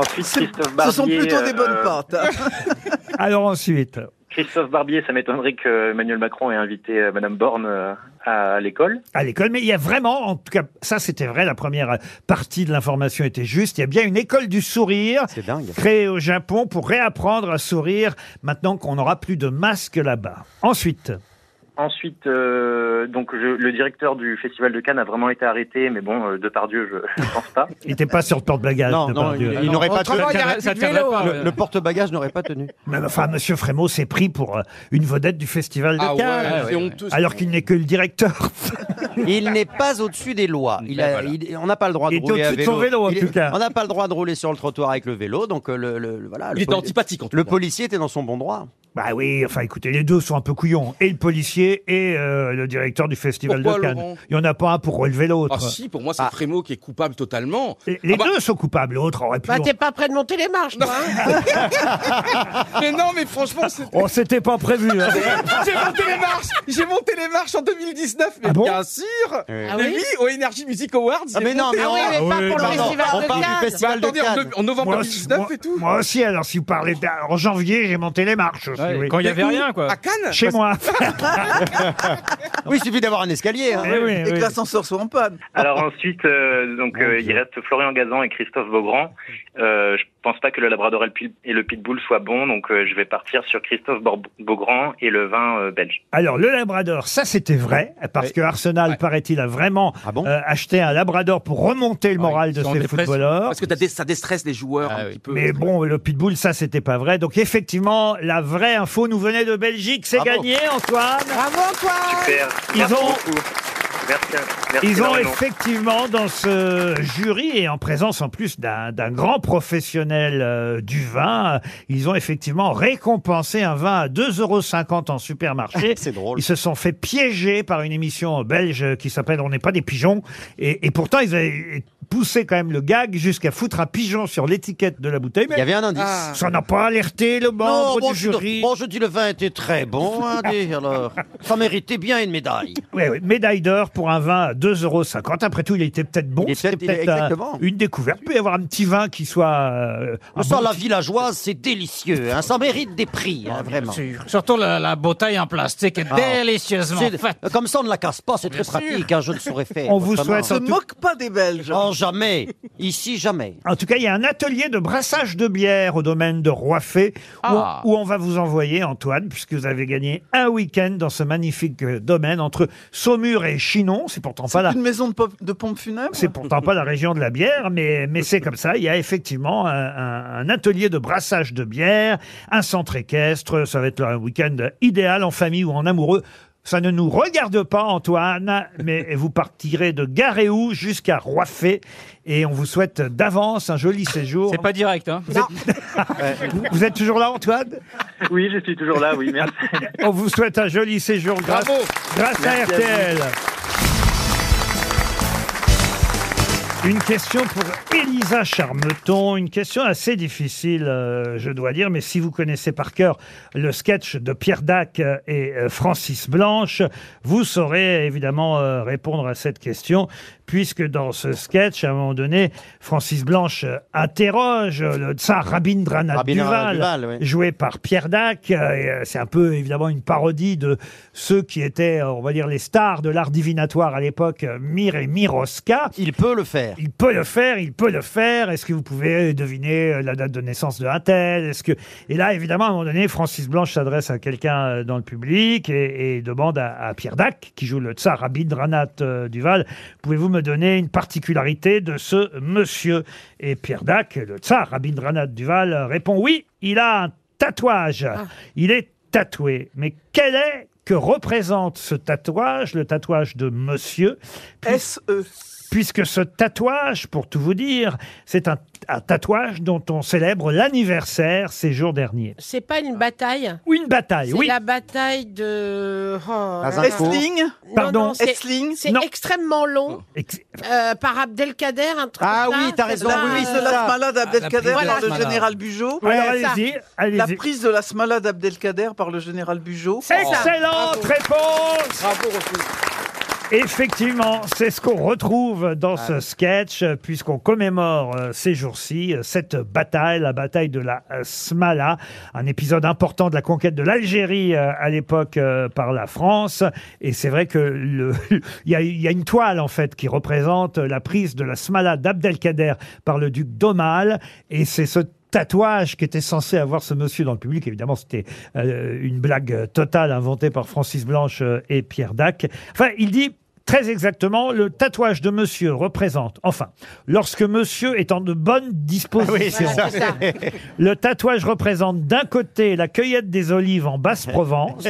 Speaker 19: Ensuite, Christophe Barbier.
Speaker 7: Ce sont plutôt des bonnes
Speaker 19: euh,
Speaker 7: pâtes.
Speaker 2: [LAUGHS] Alors ensuite.
Speaker 19: Christophe Barbier, ça m'étonnerait que Emmanuel Macron ait invité euh, Madame Borne euh, à l'école.
Speaker 2: à l'école. Mais il y a vraiment, en tout cas, ça c'était vrai, la première partie de l'information était juste. Il y a bien une école du sourire créée au Japon pour réapprendre à sourire maintenant qu'on n'aura plus de masque là-bas. Ensuite.
Speaker 19: Ensuite, euh, donc je- le directeur du Festival de Cannes a vraiment été arrêté, mais bon, euh, Depardieu, je, je pense pas.
Speaker 2: Il n'était pas sur le porte-bagages.
Speaker 3: Non, non,
Speaker 2: Depardieu.
Speaker 3: il- il n'aurait pas tenu.
Speaker 2: Le-
Speaker 3: Le, le porte-bagages n'aurait pas tenu.
Speaker 2: Mais enfin, Monsieur Frémaux s'est pris pour euh, une vedette du Festival de
Speaker 3: Ah ouais,
Speaker 2: Cannes,
Speaker 3: c'est honteux, ce
Speaker 2: alors qu'il n'est que le directeur.
Speaker 3: Il n'est pas au-dessus des lois. Il
Speaker 2: Ben
Speaker 3: a-
Speaker 2: voilà.
Speaker 3: il- on n'a pas le droit de
Speaker 2: Il était
Speaker 3: rouler à
Speaker 2: au-dessus de son vélo, en
Speaker 3: Il est-
Speaker 2: tout cas.
Speaker 3: On n'a pas le droit de rouler sur le trottoir avec le vélo. Donc euh, le, le- le- voilà.
Speaker 2: Il
Speaker 3: le
Speaker 2: était antipathique, en tout
Speaker 3: Le
Speaker 2: cas.
Speaker 3: policier était dans son bon droit.
Speaker 2: Bah oui, enfin écoutez, les deux sont un peu couillons. Et le policier et euh, le directeur du Festival
Speaker 21: Pourquoi,
Speaker 2: de Cannes.
Speaker 21: Laurent
Speaker 2: Il n'y en a pas un pour relever l'autre.
Speaker 21: Ah si, pour moi, c'est Frémo qui est coupable totalement.
Speaker 2: Les,
Speaker 4: Ah
Speaker 2: les
Speaker 4: bah
Speaker 2: deux sont coupables, l'autre aurait pu.
Speaker 20: Bah, t'es pas prêt de monter les marches, toi.
Speaker 6: hein
Speaker 4: mais non, mais franchement, c'est.
Speaker 2: Oh, c'était
Speaker 4: [LAUGHS]
Speaker 2: pas prévu. hein.
Speaker 4: J'ai monté les marches, j'ai monté les marches en 2019, mais bien sûr.
Speaker 2: Ah
Speaker 4: mais
Speaker 2: oui
Speaker 4: oui, au Energy Music Awards.
Speaker 3: Ah, mais
Speaker 4: j'ai
Speaker 3: non,
Speaker 4: monté
Speaker 3: mais
Speaker 4: les
Speaker 3: on-
Speaker 4: marches.
Speaker 3: Ah oui, mais pas pour
Speaker 4: pardon, on
Speaker 3: le festival de
Speaker 4: parle du
Speaker 3: Cannes.
Speaker 4: festival
Speaker 3: Bah,
Speaker 4: de
Speaker 3: attendez, en
Speaker 4: Cannes.
Speaker 3: deux-
Speaker 4: En novembre
Speaker 2: Moi aussi,
Speaker 4: 2019
Speaker 2: moi-
Speaker 4: et tout.
Speaker 2: Moi aussi, alors si vous parlez d'un- en janvier, j'ai monté les marches aussi.
Speaker 8: Ouais,
Speaker 2: oui.
Speaker 8: quand il y avait
Speaker 2: Mais où
Speaker 8: rien, quoi.
Speaker 4: À Cannes
Speaker 2: Chez moi.
Speaker 3: oui, il suffit d'avoir un escalier. hein.
Speaker 2: Eh oui,
Speaker 7: Et que
Speaker 2: oui.
Speaker 7: l'ascenseur soit en panne.
Speaker 19: [LAUGHS] Alors ensuite, euh, donc euh, il reste Florian Gazan et Christophe Beaugrand. Euh, je pense pas que le Labrador et le Pit- et le Pitbull soient bons, donc euh, je vais partir sur Christophe Bor- Beaugrand et le vin euh, belge.
Speaker 2: [LAUGHS] Alors, le Labrador, ça c'était vrai, parce que Arsenal, paraît-il, a vraiment euh, aché un Labrador pour remonter le moral de ses footballeurs.
Speaker 21: Parce que t'as dé- ça déstresse les joueurs un petit peu.
Speaker 2: Mais bon, le Pitbull, ça c'était pas vrai. Donc, effectivement, la vraie info nous venait de Belgique.
Speaker 8: Ah
Speaker 2: C'est
Speaker 21: Bravo.
Speaker 2: gagné, Antoine.
Speaker 20: Bravo, Antoine
Speaker 19: Super.
Speaker 2: Ils
Speaker 19: Merci
Speaker 2: ont-
Speaker 19: beaucoup. Merci, merci
Speaker 2: Ils ont
Speaker 19: énormément.
Speaker 2: effectivement dans ce jury et en présence en plus d'un d'un grand professionnel euh, du vin, euh, ils ont effectivement récompensé un vin à 2,50 euros
Speaker 3: [LAUGHS]
Speaker 2: en supermarché. C'est drôle. Ils se sont fait piéger par une émission belge qui s'appelle On n'est pas des pigeons et, et pourtant ils avaient poussé quand même le gag jusqu'à foutre un pigeon sur l'étiquette de la bouteille. Mais
Speaker 3: Il y avait un indice. Ah.
Speaker 2: Ça n'a pas alerté le membre
Speaker 3: Non, bon,
Speaker 2: du
Speaker 3: je dis-
Speaker 2: jury.
Speaker 3: bon, je dis le vin était très bon.
Speaker 2: [LAUGHS]
Speaker 3: hein, dis, alors. Ça méritait bien une médaille.
Speaker 2: Ouais, ouais, médaille d'or pour un vin à 2,50 euros. Après tout, il était peut-être bon.
Speaker 3: Il est
Speaker 2: C'était
Speaker 3: peut-être- il est-
Speaker 2: peut-être un-
Speaker 3: exactement.
Speaker 2: une découverte. Il peut y avoir un petit vin qui soit. euh, un
Speaker 3: ça,
Speaker 2: bon
Speaker 3: la
Speaker 2: petit-
Speaker 3: villageoise, c'est délicieux. hein. Ça mérite des prix,
Speaker 2: Ah,
Speaker 3: hein, vraiment.
Speaker 22: Surtout la, la bouteille en plastique est
Speaker 3: Ah.
Speaker 22: délicieusement
Speaker 3: C'est-
Speaker 22: faite.
Speaker 3: Comme ça, on ne la casse pas, c'est très
Speaker 22: Bien sûr.
Speaker 3: pratique. hein, je ne saurais faire.
Speaker 2: On vous souhaite
Speaker 3: Ne
Speaker 2: en
Speaker 3: se
Speaker 2: tout-
Speaker 3: moque pas des Belges. Oh, jamais. Ici, jamais.
Speaker 2: En tout cas, il y a un atelier de brassage de bière au domaine de Roiffet où,
Speaker 3: Ah.
Speaker 2: où on va vous envoyer, Antoine, puisque vous avez gagné un week-end dans ce magnifique euh, domaine entre Saumur et Chinon. C'est pourtant pas la.
Speaker 7: Une maison de, pop- de pompe funèbre.
Speaker 2: C'est pourtant pas la région de la bière, mais, mais c'est comme ça. Il y a effectivement un, un- un atelier de brassage de bière, un centre équestre. Ça va être un week-end idéal en famille ou en amoureux. Ça ne nous regarde pas, Antoine, mais [LAUGHS] vous partirez de Garéou jusqu'à Roiffet. Et on vous souhaite d'avance un joli séjour.
Speaker 8: C'est pas direct, hein.
Speaker 2: Vous- [LAUGHS] Vous êtes toujours là, Antoine
Speaker 19: Oui, je suis toujours là, oui, merci.
Speaker 2: [LAUGHS] On vous souhaite un joli séjour grâce,
Speaker 19: Bravo
Speaker 2: grâce
Speaker 19: Merci
Speaker 2: à
Speaker 19: à vous.
Speaker 2: RTL. Une question pour Elisa Charmeton, une question assez difficile, euh, je dois dire, mais si vous connaissez par cœur le sketch de Pierre Dac euh, et euh, Francis Blanche, vous saurez évidemment euh, répondre à cette question, puisque dans ce sketch, à un moment donné, Francis Blanche euh, interroge euh, le tsar Rabindranath
Speaker 3: Rabindranath
Speaker 2: Duval,
Speaker 3: Duval, oui.
Speaker 2: joué par Pierre Dac. Euh, et, euh, C'est un peu évidemment une parodie de ceux qui étaient, euh, on va dire, les stars de l'art divinatoire à l'époque, euh, Mir et Miroska.
Speaker 3: Il peut le faire.
Speaker 2: Il peut le faire, il peut le faire. Est-ce que vous pouvez deviner euh, la date de naissance de un tel Est-ce que et là évidemment à un moment donné, Francis Blanche s'adresse à quelqu'un euh, dans le public et, et demande à, à Pierre Dac, qui joue le tsar Rabindranath euh, Duval, pouvez-vous me donner une particularité de ce monsieur Et Pierre Dac, le tsar Rabindranath Duval euh, répond oui, il a un tatouage.
Speaker 6: Ah.
Speaker 2: Il est tatoué. Mais quel est que représente ce tatouage, le tatouage de monsieur
Speaker 7: S.E.
Speaker 2: Puisque ce tatouage, pour tout vous dire, c'est un, un tatouage dont on célèbre l'anniversaire ces jours derniers.
Speaker 6: C'est pas une bataille
Speaker 2: Ou une bataille,
Speaker 6: C'est
Speaker 2: oui.
Speaker 6: la bataille de... Oh, là là.
Speaker 2: Esling
Speaker 6: Non,
Speaker 2: Pardon.
Speaker 6: non, c'est-
Speaker 2: Esling
Speaker 6: C'est
Speaker 2: Non.
Speaker 6: extrêmement long. Euh, par Abdelkader, un truc
Speaker 7: Ah
Speaker 6: comme ça,
Speaker 7: oui, t'as
Speaker 6: c'est
Speaker 7: raison,
Speaker 6: pas,
Speaker 7: oui, oui,
Speaker 6: euh,
Speaker 7: c'est la Smalade Abdelkader
Speaker 6: Voilà.
Speaker 7: par le général Bugeaud.
Speaker 2: Ouais, Alors, c'est ça. allez-y, allez-y.
Speaker 7: La prise de la Smalade Abdelkader par le général Bugeaud.
Speaker 8: Oh.
Speaker 2: Excellente réponse Effectivement, c'est ce qu'on retrouve dans ce sketch, euh, puisqu'on commémore euh, ces jours-ci euh, cette bataille, la bataille de la euh, Smala, un épisode important de la conquête de l'Algérie euh, à l'époque euh, par la France. Et c'est vrai que le- [LAUGHS] il y, a- il y a une toile en fait qui représente la prise de la Smala d'Abdelkader par le duc d'Aumale, et c'est ce tatouage qu'était censé avoir ce monsieur dans le public. Évidemment, c'était euh, une blague euh, totale inventée par Francis Blanche euh, et Pierre Dac. Enfin, il dit très exactement, le tatouage de monsieur représente, enfin, lorsque monsieur est en de bonnes dispositions,
Speaker 3: Ah Oui, c'est ça.
Speaker 2: [LAUGHS] le tatouage représente d'un côté la cueillette des olives en Basse-Provence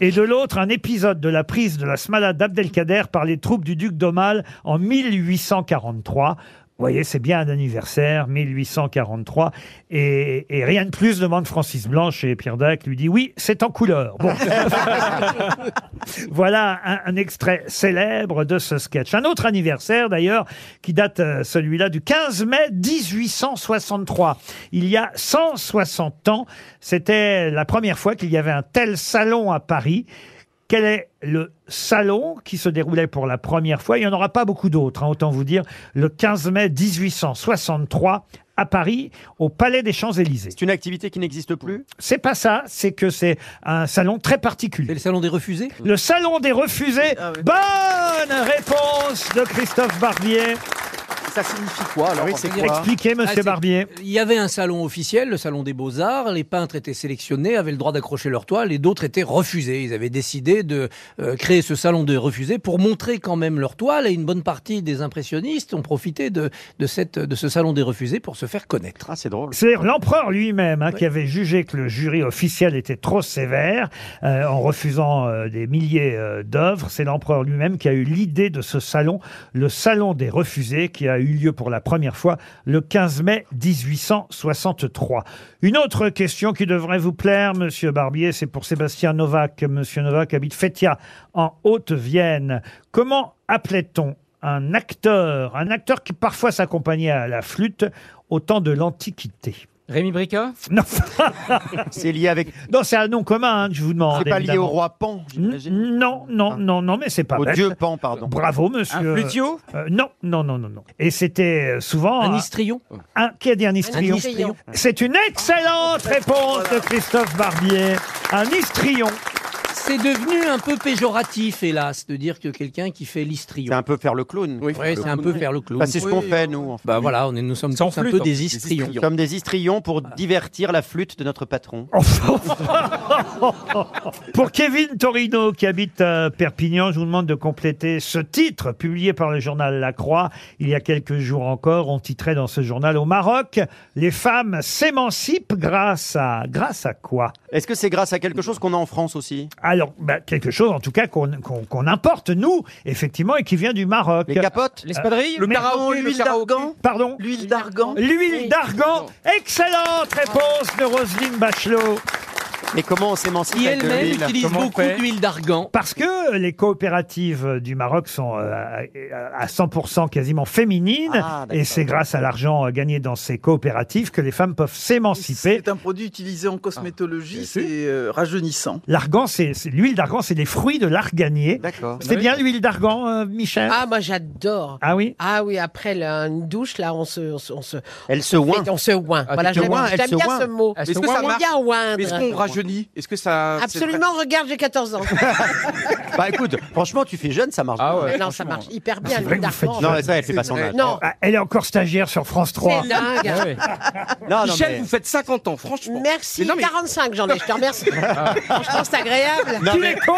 Speaker 2: et de l'autre un épisode de la prise de la Smala d'Abdelkader par les troupes du duc d'Aumale en 1843. Vous voyez, c'est bien un anniversaire, 1843. Et, et rien de plus demande Francis Blanche et Pierre Dac lui dit oui, c'est en couleur. Bon. Voilà un, un extrait célèbre de ce sketch. Un autre anniversaire d'ailleurs, qui date euh, celui-là du 15 mai 1863. Il y a 160 ans, c'était la première fois qu'il y avait un tel salon à Paris. Quel est le salon qui se déroulait pour la première fois Il n'y en aura pas beaucoup d'autres, hein, autant vous dire, le 15 mai 1863 à Paris, au Palais des Champs-Élysées.
Speaker 3: C'est une activité qui n'existe plus
Speaker 2: C'est pas ça, c'est que c'est un salon très particulier. le salon des refusés Ah Le salon des refusés. Bonne réponse de Christophe Barbier.
Speaker 3: Ça signifie quoi alors
Speaker 2: Expliquez, monsieur
Speaker 5: Ah, c'est-
Speaker 2: Barbier.
Speaker 5: Il y avait un salon officiel, le salon des beaux-arts. Les peintres étaient sélectionnés, avaient le droit d'accrocher leur toile, et d'autres étaient refusés. Ils avaient décidé de euh, créer ce salon des refusés pour montrer quand même leur toile. Et une bonne partie des impressionnistes ont profité de, de, cette, de ce salon des refusés pour se faire connaître.
Speaker 3: Ah, c'est drôle.
Speaker 2: C'est l'empereur lui-même hein, qui avait jugé que le jury officiel était trop sévère euh, en refusant euh, des milliers euh, d'œuvres. C'est l'empereur lui-même qui a eu l'idée de ce salon, le salon des refusés, qui a eu lieu pour la première fois le 15 mai 1863. Une autre question qui devrait vous plaire, Monsieur Barbier, c'est pour Sébastien Novak. Monsieur Novak habite Fétia, en Haute-Vienne. Comment appelait-on un acteur, un acteur qui parfois s'accompagnait à la flûte au temps de l'Antiquité.
Speaker 13: Rémi Brica
Speaker 3: [LAUGHS]
Speaker 2: Non. c'est lié avec. Non, c'est un nom commun hein, que je vous demande.
Speaker 3: C'est pas lié
Speaker 2: évidemment.
Speaker 3: au roi Pan,
Speaker 2: N- Non, non, non, non, mais c'est pas
Speaker 3: Au
Speaker 2: bête.
Speaker 3: dieu Pan, pardon.
Speaker 2: Bravo, monsieur.
Speaker 3: Un flutio
Speaker 2: Euh, Non, non, non, non, non. Et c'était euh, souvent.
Speaker 5: Un
Speaker 2: histrion Qui a dit un histrion
Speaker 5: histrion.
Speaker 2: C'est une excellente réponse de Christophe Barbier. Un histrion.
Speaker 5: C'est devenu un peu péjoratif, hélas, de dire que quelqu'un qui fait l'istrion. C'est un
Speaker 3: peu faire le clown.
Speaker 5: Oui,
Speaker 3: faire le
Speaker 5: c'est un peu
Speaker 3: clown.
Speaker 5: faire le clown.
Speaker 3: Bah, c'est ce qu'on
Speaker 5: Oui.
Speaker 3: fait, nous. En fait.
Speaker 5: Bah voilà, on est, nous sommes tous un peu des histrions.
Speaker 3: Nous sommes des histrions pour divertir la flûte de notre patron.
Speaker 2: Pour Kevin Torino, qui habite euh, Perpignan, je vous demande de compléter ce titre publié par le journal La Croix. Il y a quelques jours encore, on titrait dans ce journal Au Maroc, les femmes s'émancipent grâce à. Grâce à quoi
Speaker 3: Est-ce que c'est grâce à quelque chose qu'on a en France aussi
Speaker 2: Alors, bah, quelque chose en tout cas qu'on qu'on- qu'on importe, nous, effectivement, et qui vient du Maroc.
Speaker 3: Les capotes
Speaker 7: L'espadrille Le
Speaker 2: marron,
Speaker 7: karaoké, le karaoké.
Speaker 2: Pardon
Speaker 7: L'huile d'argan.
Speaker 2: L'huile d'argan. Excellente réponse de Roselyne Bachelot.
Speaker 3: Mais comment on s'émancipe
Speaker 5: Qui
Speaker 3: avec de
Speaker 5: elle-même
Speaker 3: l'huile
Speaker 5: utilise
Speaker 3: Comment on
Speaker 5: beaucoup
Speaker 3: fait
Speaker 5: d'huile d'argan.
Speaker 2: Parce que les coopératives du Maroc sont euh, à à 100% quasiment féminines.
Speaker 7: Ah, d'accord.
Speaker 2: et c'est grâce à l'argent euh, gagné dans ces coopératives que les femmes peuvent s'émanciper.
Speaker 7: C'est un produit utilisé en cosmétologie, c'est euh, rajeunissant.
Speaker 2: L'argan, c'est c'est- l'huile d'argan, c'est les fruits de l'arganier. C'est bien l'huile d'argan, euh, Michel
Speaker 6: Ah, moi j'adore.
Speaker 2: Ah oui
Speaker 6: Ah oui, après la- une douche, là, on se. On se, on se
Speaker 3: elle
Speaker 6: se oint. On se oint.
Speaker 14: Ah,
Speaker 6: voilà,
Speaker 14: tu te
Speaker 6: j'aime
Speaker 14: oins, elle
Speaker 6: j'aime
Speaker 14: se
Speaker 6: bien
Speaker 14: oint.
Speaker 6: ce mot.
Speaker 14: Est-ce
Speaker 6: J'aime
Speaker 14: que ça marche
Speaker 6: bien oindre.
Speaker 14: Mais Est-ce qu'on rajeunit Est-ce que ça c'est vrai
Speaker 6: Absolument, regarde, j'ai 14 ans.
Speaker 3: Ah, [LAUGHS] Bah écoute, franchement, tu fais jeune, ça marche. Ah
Speaker 6: non, ça marche hyper bien,
Speaker 3: C'est vrai
Speaker 6: l'huile
Speaker 3: que vous faites
Speaker 6: d'argan.
Speaker 3: jeune. Non, ça, elle fait pas son âge.
Speaker 6: Non,
Speaker 2: Ah, Elle est encore stagiaire sur France Ah 3.
Speaker 6: c'est dingue.
Speaker 4: Michel,
Speaker 3: mais-
Speaker 4: vous faites 50 ans, franchement.
Speaker 6: Merci, 45 j'en ai, je te remercie. Franchement, c'est agréable.
Speaker 4: Non, Tu mais- es
Speaker 2: con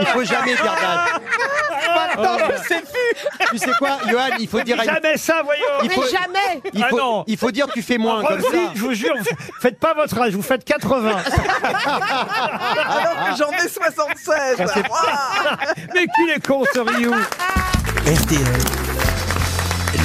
Speaker 3: Il faut jamais
Speaker 4: [LAUGHS]
Speaker 3: dire d'âge. Maintenant,
Speaker 6: je sais plus.
Speaker 3: Tu sais quoi, Johan, il faut dire à une-
Speaker 2: Jamais ça, voyons
Speaker 3: Il
Speaker 6: Mais
Speaker 3: faut-
Speaker 6: jamais
Speaker 3: Il
Speaker 2: Ah
Speaker 3: faut,
Speaker 2: non.
Speaker 3: il faut dire tu fais moins comme
Speaker 2: Roselyne,
Speaker 3: ça.
Speaker 2: je vous jure, vous- faites pas votre âge, vous faites 80.
Speaker 7: Alors que j'en ai 76
Speaker 2: Ça, c'est- [LAUGHS] Mais qu'il est con, ce Ryu
Speaker 1: RTL,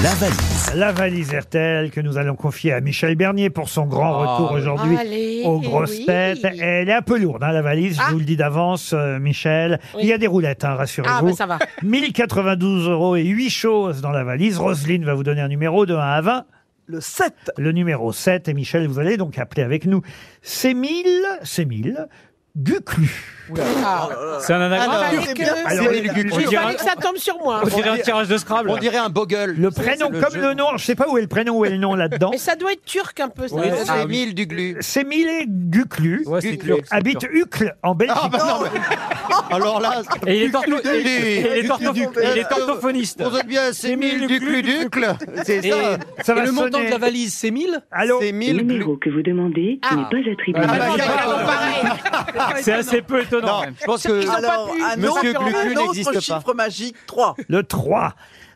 Speaker 1: la valise.
Speaker 2: La valise RTL que nous allons confier à Michel Bernier pour son grand
Speaker 1: Ah,
Speaker 2: retour
Speaker 1: oui.
Speaker 2: aujourd'hui
Speaker 1: Allez,
Speaker 2: aux grosses
Speaker 1: oui.
Speaker 2: têtes. Elle est un peu lourde, hein, la valise, je vous le dis d'avance, euh, Michel. Il y a des roulettes, hein, rassurez-vous.
Speaker 6: Ah, bah, ça va.
Speaker 2: 1092 euros et 8 choses dans la valise. Roselyne va vous donner un numéro de 1 à 20.
Speaker 7: Le 7.
Speaker 2: Le numéro 7. Et Michel, vous allez donc appeler avec nous. C'est 1000, c'est 1000, Guclu.
Speaker 23: C'est un anagramme. Alors,
Speaker 6: Alors, fallait Ah, bah, que-
Speaker 2: alors,
Speaker 23: Cyril Guclu.
Speaker 2: on
Speaker 6: Il
Speaker 2: dirait-
Speaker 6: fallait que ça tombe sur moi.
Speaker 23: On dirait un tirage de Scrabble.
Speaker 3: On dirait un bogle.
Speaker 2: Le prénom, comme le nom, je sais pas où est le prénom, où est le nom là-dedans.
Speaker 6: [LAUGHS] Mais ça doit être turc un peu. Ça
Speaker 23: Ah,
Speaker 2: Oui,
Speaker 6: doit
Speaker 2: c'est
Speaker 6: être-
Speaker 3: Mille du glu.
Speaker 2: C'est Millet Guclu,
Speaker 3: Ouais, c'est turc, c'est
Speaker 2: habite
Speaker 3: turc.
Speaker 2: Uccle, en Belgique.
Speaker 3: Ah, bah non, Alors
Speaker 6: [LAUGHS]
Speaker 3: là,
Speaker 23: Et il est
Speaker 3: du
Speaker 23: ortho-
Speaker 3: glu-
Speaker 23: il est- il est
Speaker 3: du
Speaker 23: ortho-
Speaker 3: glu-
Speaker 23: il est orthophoniste.
Speaker 3: Vous êtes bien, c'est mille du glu ducle. C'est
Speaker 5: Et,
Speaker 3: ça.
Speaker 5: et le montant de la valise, c'est 1000
Speaker 2: C'est
Speaker 3: mille glu-
Speaker 17: que vous demandez n'est pas attribué.
Speaker 3: Ah, bah, il y a-
Speaker 2: Ah,
Speaker 23: C'est assez peu étonnant.
Speaker 3: Non,
Speaker 23: même.
Speaker 3: je pense que
Speaker 7: Alors, un
Speaker 3: Monsieur
Speaker 7: autre-
Speaker 3: Gluclu
Speaker 7: un
Speaker 3: n'existe
Speaker 7: autre
Speaker 3: pas.
Speaker 7: chiffre magique, 3.
Speaker 2: Le 3.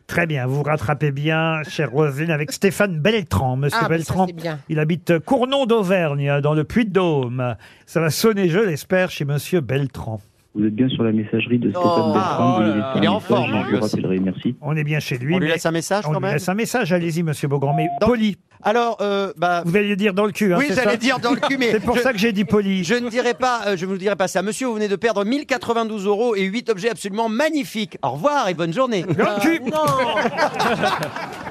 Speaker 2: Très bien, vous vous rattrapez bien, chère Roselyne, avec Stéphane Beltran. Monsieur
Speaker 6: Ah, bah, ça,
Speaker 2: Beltran,
Speaker 6: c'est bien.
Speaker 2: il habite Cournon d'Auvergne, hein, dans le Puy-de-Dôme. Ça va sonner, je l'espère, chez Monsieur Beltran.
Speaker 24: Vous êtes bien sur la messagerie de Stéphane
Speaker 3: Oh,
Speaker 24: Bertrand.
Speaker 3: oh
Speaker 24: vous
Speaker 3: là
Speaker 24: lui
Speaker 3: là.
Speaker 24: laissez un
Speaker 3: Il est en
Speaker 24: message,
Speaker 3: forme, hein,
Speaker 24: Je
Speaker 3: lui
Speaker 24: le
Speaker 3: aussi.
Speaker 24: rappellerai, merci.
Speaker 2: On est bien chez lui.
Speaker 3: On lui
Speaker 2: mais-
Speaker 3: laisse un message
Speaker 2: on
Speaker 3: quand
Speaker 2: lui
Speaker 3: même.
Speaker 2: laisse un message, allez-y, Monsieur Beaugrand, mais poli.
Speaker 3: Alors, euh, bah,
Speaker 2: Vous allez dire dans le cul. hein,
Speaker 3: oui,
Speaker 2: c'est ça
Speaker 3: j'allais dire dans le cul, mais
Speaker 2: C'est pour
Speaker 3: je-
Speaker 2: ça que j'ai dit poli.
Speaker 3: Je ne dirai pas, euh, je ne vous dirai pas ça. Monsieur, vous venez de perdre 1092 euros et 8 objets absolument magnifiques. Au revoir et bonne journée.
Speaker 2: Dans le cul
Speaker 6: [LAUGHS]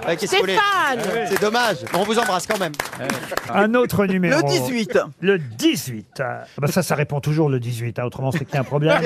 Speaker 3: Euh, qu'est-ce que vous voulez
Speaker 6: Stéphane
Speaker 3: C'est dommage. On vous embrasse quand même. Ah,
Speaker 2: Un autre numéro.
Speaker 7: Le 18.
Speaker 2: Le 18. Ah, bah ça, ça répond toujours le 18. hein, Autrement, c'est qu'il y a un problème.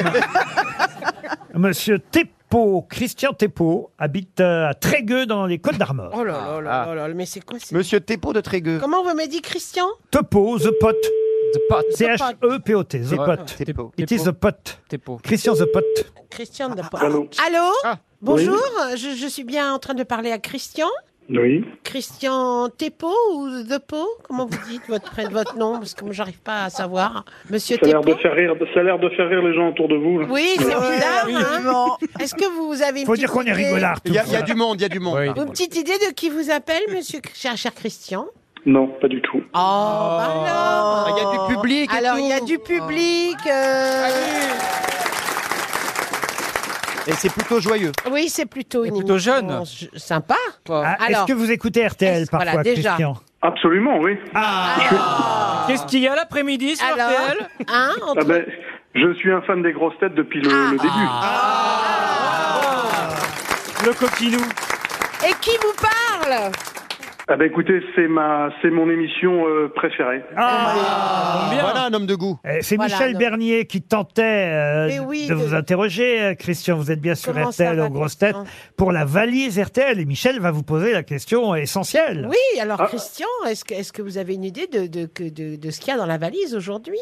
Speaker 2: Monsieur Tepo, Christian Tepo, habite euh, à Trégueux dans les Côtes d'Armor.
Speaker 6: Oh là là là là là, mais c'est quoi c'est-
Speaker 3: Ah. Monsieur Tepo de Trégueux.
Speaker 6: Comment vous m'avez dit Christian
Speaker 2: Tepo, The Pot. E The
Speaker 23: Pot.
Speaker 2: C-H-E-P-O-T. The
Speaker 23: Ouais.
Speaker 2: Pot.
Speaker 23: Tepo.
Speaker 2: It is The Pot.
Speaker 23: Tepo.
Speaker 2: Christian The Pot.
Speaker 6: Christian de
Speaker 11: allô
Speaker 6: Allô
Speaker 23: Ah.
Speaker 6: Bonjour, je, je suis bien en train de parler à Christian.
Speaker 11: Oui.
Speaker 6: Christian Tepo ou The Po Comment vous dites votre, pré- votre nom Parce que moi, j'arrive pas à savoir. Monsieur
Speaker 11: Ça a l'air
Speaker 6: Tepo
Speaker 11: de faire rire, ça a l'air de faire rire les gens autour de vous. là.
Speaker 6: Oui, c'est bizarre. hein.
Speaker 7: Non.
Speaker 6: Est-ce que vous avez une
Speaker 2: Faut dire
Speaker 6: petite
Speaker 2: qu'on est
Speaker 6: idée-
Speaker 2: rigolard. hein.
Speaker 3: Il y, a- il y a du monde, il y a du monde.
Speaker 23: Oui.
Speaker 6: Une petite idée de qui vous appelle, monsieur, cher, cher Christian
Speaker 11: Non, pas du tout.
Speaker 6: Oh, bah
Speaker 3: Ah, Il y a du public.
Speaker 6: alors
Speaker 3: et
Speaker 6: Alors,
Speaker 3: tout.
Speaker 6: il y a du public. euh,
Speaker 3: Et c'est plutôt joyeux.
Speaker 6: Oui, c'est plutôt une
Speaker 23: plutôt
Speaker 6: émission
Speaker 23: jeune.
Speaker 6: s- Sympa.
Speaker 2: Ah, Est-ce
Speaker 6: Alors,
Speaker 2: que vous écoutez RTL
Speaker 6: est-ce- voilà,
Speaker 2: parfois,
Speaker 6: déjà.
Speaker 2: Christian
Speaker 11: Absolument, oui.
Speaker 2: Ah.
Speaker 23: Ah. Qu'est-ce qu'il y a l'après-midi sur
Speaker 6: alors,
Speaker 23: RTL
Speaker 6: [LAUGHS] hein, entre- Ah.
Speaker 11: Ah ben, je suis un fan des grosses têtes depuis le, le début.
Speaker 2: Ah.
Speaker 23: Le coquinou.
Speaker 6: Et qui vous parle
Speaker 11: Ah ben écoutez, c'est ma, c'est mon émission euh, préférée.
Speaker 2: Ah.
Speaker 23: Bien.
Speaker 3: Ah, Voilà un homme de goût.
Speaker 2: Eh, C'est
Speaker 6: Voilà,
Speaker 2: Michel
Speaker 6: non.
Speaker 2: Bernier qui tentait euh,
Speaker 6: Mais oui,
Speaker 2: de
Speaker 6: de-
Speaker 2: vous interroger. Euh, Christian, vous êtes bien sur
Speaker 6: Comment ça
Speaker 2: RTL
Speaker 6: va,
Speaker 2: aux grosses têtes pour la valise RTL. Et Michel va vous poser la question essentielle.
Speaker 6: Oui, alors
Speaker 3: Ah.
Speaker 6: Christian, est-ce que, est-ce que vous avez une idée de, de, que- de, de ce qu'il y a dans la valise aujourd'hui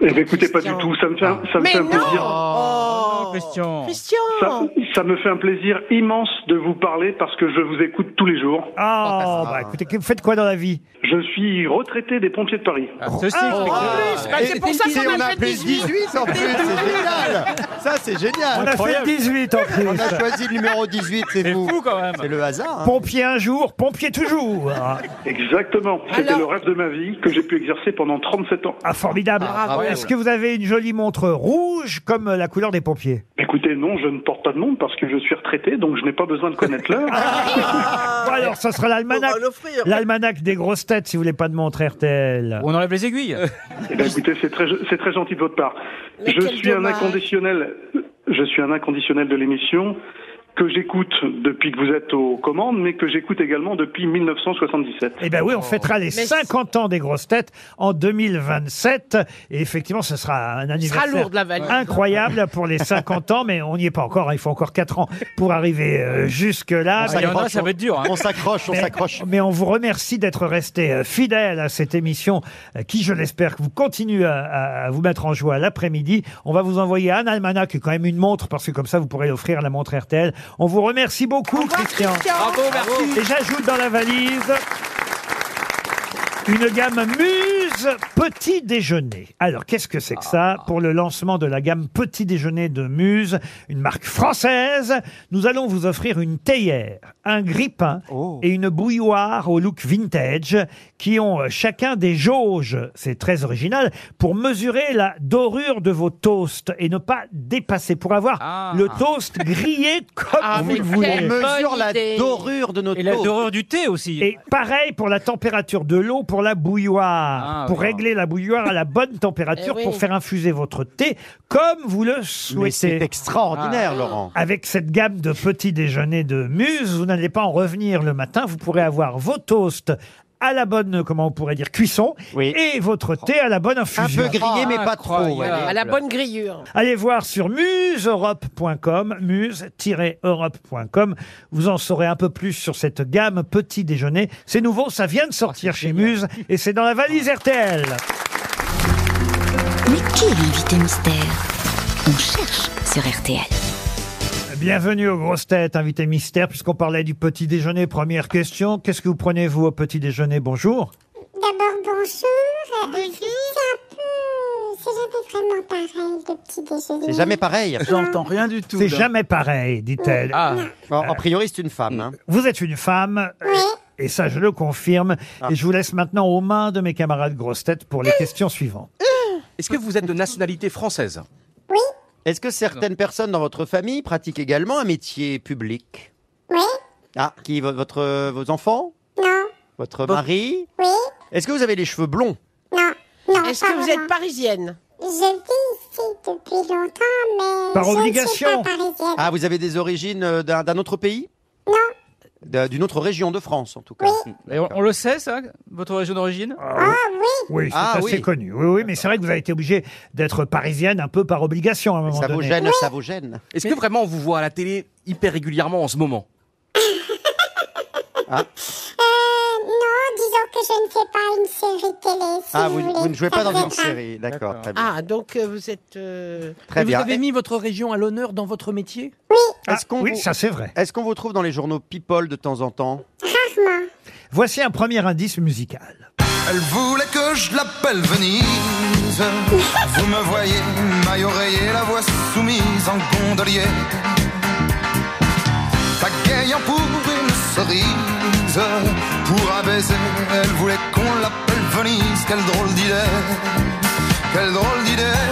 Speaker 11: Eh ben écoutez, pas du
Speaker 6: Christian.
Speaker 11: tout. Ça me fait, un- ça me
Speaker 6: Mais
Speaker 11: fait un
Speaker 6: non
Speaker 11: plaisir.
Speaker 23: Oh, Christian.
Speaker 11: Ça,
Speaker 6: Christian
Speaker 11: ça me fait un plaisir immense de vous parler parce que je vous écoute tous les jours.
Speaker 2: Ah, bah écoutez, que- vous faites quoi dans la vie
Speaker 11: Je suis retraité des pompiers de Paris.
Speaker 2: Ah,
Speaker 23: Ceci
Speaker 6: plus, bah, c'est pour ça qu'on
Speaker 3: on
Speaker 6: a
Speaker 3: a
Speaker 6: fait
Speaker 3: appelé
Speaker 6: 18.
Speaker 3: 18 en plus, c'est génial. Ça, c'est
Speaker 2: On
Speaker 3: génial.
Speaker 2: a fait le 18 en plus.
Speaker 3: On a choisi le numéro 18, c'est
Speaker 23: c'est
Speaker 3: vous.
Speaker 23: fou quand même.
Speaker 3: C'est le hasard. hein.
Speaker 2: Pompier un jour,
Speaker 6: [LAUGHS]
Speaker 2: pompier toujours.
Speaker 11: Exactement. C'était
Speaker 6: Alors-
Speaker 11: le rêve de ma vie que j'ai pu exercer pendant 37 ans.
Speaker 2: Ah, formidable.
Speaker 6: Bravo.
Speaker 2: Est-ce que vous avez une jolie montre rouge comme la couleur des pompiers
Speaker 11: Écoutez, non, je ne porte
Speaker 2: [LAUGHS]
Speaker 11: pas de nom parce que je suis retraité, donc je n'ai pas besoin de connaître l'heure.
Speaker 2: Bon, Alors, ça sera l'almanach.
Speaker 7: Oh, le offrir.
Speaker 2: L'almanach des grosses têtes, si vous voulez pas de montre RTL.
Speaker 13: On enlève les aiguilles.
Speaker 10: [LAUGHS] Eh ben, écoutez, c'est très, c'est très gentil de votre part.
Speaker 2: Mais
Speaker 10: je
Speaker 2: quel
Speaker 10: suis un
Speaker 2: dommage.
Speaker 10: inconditionnel. Je suis un inconditionnel de l'émission que j'écoute depuis que vous êtes aux commandes, mais que j'écoute également depuis 1977.
Speaker 2: Eh ben oui, on fêtera les 50 ans des grosses têtes en 2027. Et effectivement, ce sera un
Speaker 6: sera
Speaker 2: anniversaire
Speaker 6: lourd, la valise.
Speaker 2: incroyable pour les 50 ans, mais on n'y est pas encore. hein. Il faut encore 4 ans pour arriver euh, jusque-là.
Speaker 13: Ah, il y en a, ça va être dur, hein. On
Speaker 2: s'accroche, on s'accroche. Mais on vous remercie d'être resté euh, fidèle à cette émission euh, qui, je l'espère, que vous continuez à, à- à vous mettre en joie l'après-midi. On va vous envoyer un almanach, qui est quand même une montre, parce que comme ça, vous pourrez l'offrir à la montre RTL. On vous remercie beaucoup, Christian.
Speaker 13: Bravo, merci.
Speaker 2: Et j'ajoute dans la valise une gamme Muse Petit Déjeuner. Alors, qu'est-ce que c'est que ça Pour le lancement de la gamme Petit Déjeuner de Muse, une marque française, nous allons vous offrir une théière, un grille-pain et une bouilloire au look vintage qui ont euh, chacun des jauges, c'est très original, pour mesurer la dorure de vos toasts et ne pas dépasser, pour avoir le toast grillé comme
Speaker 3: Ah,
Speaker 2: [LAUGHS] vous
Speaker 3: mais
Speaker 2: le voulez.
Speaker 3: quelle On mesure bonne la idée. dorure de notre
Speaker 2: Et
Speaker 3: Et la toast. dorure
Speaker 2: du thé aussi. Et pareil pour la température de l'eau pour la bouilloire.
Speaker 6: Ah,
Speaker 2: pour régler la bouilloire à la bonne température
Speaker 3: Eh oui.
Speaker 2: pour faire infuser votre thé comme vous le souhaitez.
Speaker 3: c'est extraordinaire, Ah. Laurent.
Speaker 2: Avec cette gamme de petits déjeuners de muse, vous n'allez pas en revenir le matin. Vous pourrez avoir vos toasts à la bonne, comment on pourrait dire, cuisson, et votre thé à la bonne infusion.
Speaker 6: À la bonne grillure.
Speaker 2: Allez voir sur museeurope.com, muse-europe.com. Vous en saurez un peu plus sur cette gamme petit déjeuner. C'est nouveau, ça vient de sortir chez Muse et c'est dans la valise RTL.
Speaker 9: Mais qui est l'invité mystère On cherche sur RTL.
Speaker 2: Bienvenue aux grosses têtes, invité mystère, puisqu'on parlait du petit déjeuner. Première question, qu'est-ce que vous prenez vous au petit déjeuner Bonjour.
Speaker 25: D'abord, bonjour. Bonjour. C'est un peu. C'est jamais vraiment pareil, le petit déjeuner.
Speaker 2: J'entends rien du tout. C'est
Speaker 25: là.
Speaker 2: jamais pareil, dit-elle.
Speaker 25: Ah.
Speaker 3: En priori, c'est une femme. hein.
Speaker 2: Vous êtes une femme. euh, Et ça, je le confirme.
Speaker 3: Ah.
Speaker 2: Et je vous laisse maintenant aux mains de mes camarades grosses têtes pour les questions suivantes.
Speaker 3: Est-ce que vous êtes de nationalité française Oui. Est-ce que certaines personnes dans votre famille pratiquent également un métier public
Speaker 25: Oui.
Speaker 3: Ah, qui vo- votre euh, vos enfants
Speaker 25: Non.
Speaker 3: Votre mari
Speaker 25: Oui.
Speaker 3: Est-ce que vous avez les cheveux blonds
Speaker 25: Non. Non.
Speaker 6: Est-ce que vous êtes parisienne
Speaker 25: Je vis ici depuis longtemps, mais.
Speaker 3: Par
Speaker 25: je
Speaker 3: obligation.
Speaker 25: Ne suis pas parisienne.
Speaker 3: Ah, vous avez des origines euh, d'un d'un autre pays Non. D'une autre région de France, en tout cas.
Speaker 13: Et on, on le sait, ça Votre région d'origine
Speaker 2: Oui, c'est
Speaker 3: Ah,
Speaker 2: assez
Speaker 3: oui.
Speaker 2: connu. Oui, oui, mais c'est vrai que vous avez été obligé d'être parisienne un peu par obligation à un moment
Speaker 3: Ça vous
Speaker 2: donné.
Speaker 3: gêne, ça vous gêne.
Speaker 4: Est-ce que vraiment on vous voit à la télé hyper régulièrement en ce moment
Speaker 3: Ah.
Speaker 25: Euh, non, disons que je ne fais pas une série télé. Si
Speaker 3: Ah, vous,
Speaker 25: voulez,
Speaker 3: vous ne jouez
Speaker 25: ça
Speaker 3: pas dans
Speaker 25: serait
Speaker 3: une série, d'accord, très bien.
Speaker 6: Ah, donc euh, vous êtes. euh,
Speaker 3: Très
Speaker 5: Et
Speaker 3: bien.
Speaker 5: Vous avez mis votre région à l'honneur dans votre métier
Speaker 3: Est-ce qu'on
Speaker 2: Ah, oui,
Speaker 3: vous-
Speaker 2: ça, c'est vrai.
Speaker 3: Est-ce qu'on vous trouve dans les journaux People de temps en temps
Speaker 2: Voici un premier indice musical.
Speaker 26: Elle voulait que je l'appelle Venise. Vous me voyez, maille oreiller, la voix soumise en gondolier. Pagayant pour une cerise, pour un baiser, elle voulait qu'on l'appelle Venise. Quelle drôle d'idée, quelle drôle d'idée.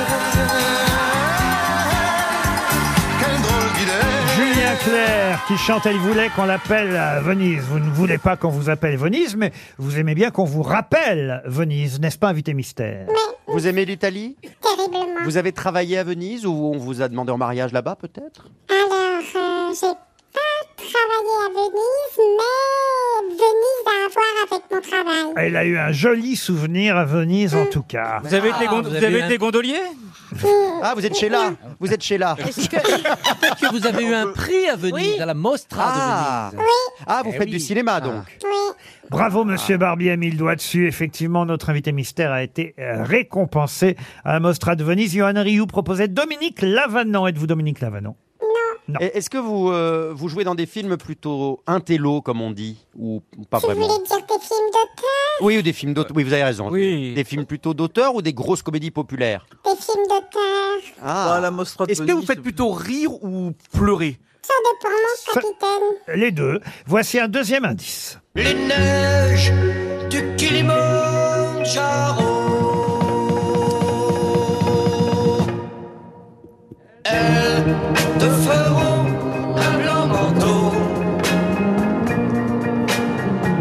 Speaker 26: Quelle drôle d'idée.
Speaker 2: Julien Clerc qui chante Elle voulait qu'on l'appelle à Venise. Vous ne voulez pas qu'on vous appelle Venise, mais vous aimez bien qu'on vous rappelle Venise, n'est-ce pas, invité mystère
Speaker 3: Vous aimez l'Italie
Speaker 25: Terriblement.
Speaker 3: Vous avez travaillé à Venise ou on vous a demandé en mariage là-bas peut-être
Speaker 25: Alors, euh, j'ai pas travaillé à Venise, mais Venise a à voir avec mon travail.
Speaker 2: Elle a eu un joli souvenir à Venise, en tout cas.
Speaker 13: Vous avez été, gon- Ah, vous avez été gondolier
Speaker 3: Ah, vous êtes Sheila Vous êtes Sheila
Speaker 5: Est-ce que, peut-être que vous avez eu un prix à Venise, à la Mostra
Speaker 3: Ah,
Speaker 5: de Venise
Speaker 3: ah vous
Speaker 5: Eh
Speaker 3: faites
Speaker 5: oui.
Speaker 3: du cinéma donc
Speaker 2: Bravo, monsieur Barbier, a mis le doigt dessus. Effectivement, notre invité mystère a été euh, récompensé à la Mostra de Venise. Johan Rioux proposait Dominique Lavanant. Êtes-vous Dominique Lavanant
Speaker 3: Et Est-ce que vous, euh, vous jouez dans des films plutôt intello, comme on dit, ou pas
Speaker 25: Tu
Speaker 3: Ah, vraiment
Speaker 25: voulais dire des films d'auteur
Speaker 3: Oui, ou des films d'auteur. Oui, vous avez raison. Des films plutôt d'auteur ou des grosses comédies populaires
Speaker 25: Des films d'auteur
Speaker 3: Ah, la
Speaker 14: Est-ce que vous faites plutôt rire ou pleurer
Speaker 25: Ça dépend, mon capitaine.
Speaker 2: Les deux. Voici un deuxième indice.
Speaker 17: Les neiges du Kilimandjaro. Elles te feront un blanc manteau.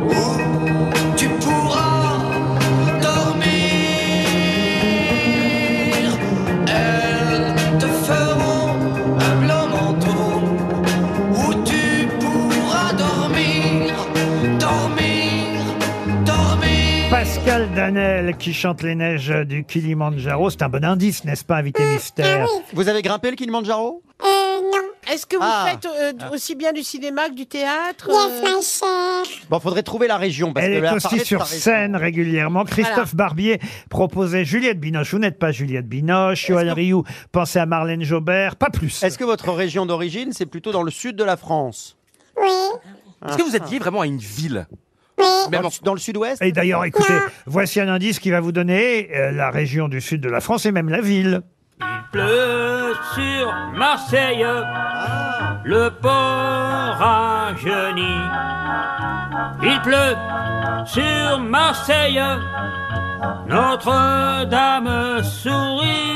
Speaker 17: Ou
Speaker 2: qui chante les neiges du Kilimanjaro. C'est un bon indice, n'est-ce pas, invité
Speaker 25: Mmh. Ah
Speaker 2: mystère
Speaker 3: Vous avez grimpé le Kilimanjaro
Speaker 25: Euh,
Speaker 6: Est-ce que vous
Speaker 3: Ah.
Speaker 6: faites euh, d- aussi bien du cinéma que du théâtre euh,
Speaker 3: Bon, faudrait trouver la région. Parce
Speaker 2: Elle
Speaker 3: que
Speaker 2: est
Speaker 3: là,
Speaker 2: aussi
Speaker 3: parler de
Speaker 2: sur
Speaker 3: Paris-
Speaker 2: scène régulièrement. Christophe Barbier proposait Juliette Binoche. Vous n'êtes pas Juliette Binoche. Joël Rioux pensait à Marlène Jobert. Pas plus.
Speaker 3: Est-ce que votre région d'origine, c'est plutôt dans le sud de la France
Speaker 4: Est-ce que vous êtes lié vraiment à une ville
Speaker 3: Même dans, le sud-ouest
Speaker 2: Et d'ailleurs, écoutez, voici un indice qui va vous donner euh, la région du sud de la France et même la ville.
Speaker 8: pleut sur Marseille, le port a jauni. Il pleut sur Marseille, Notre-Dame sourit.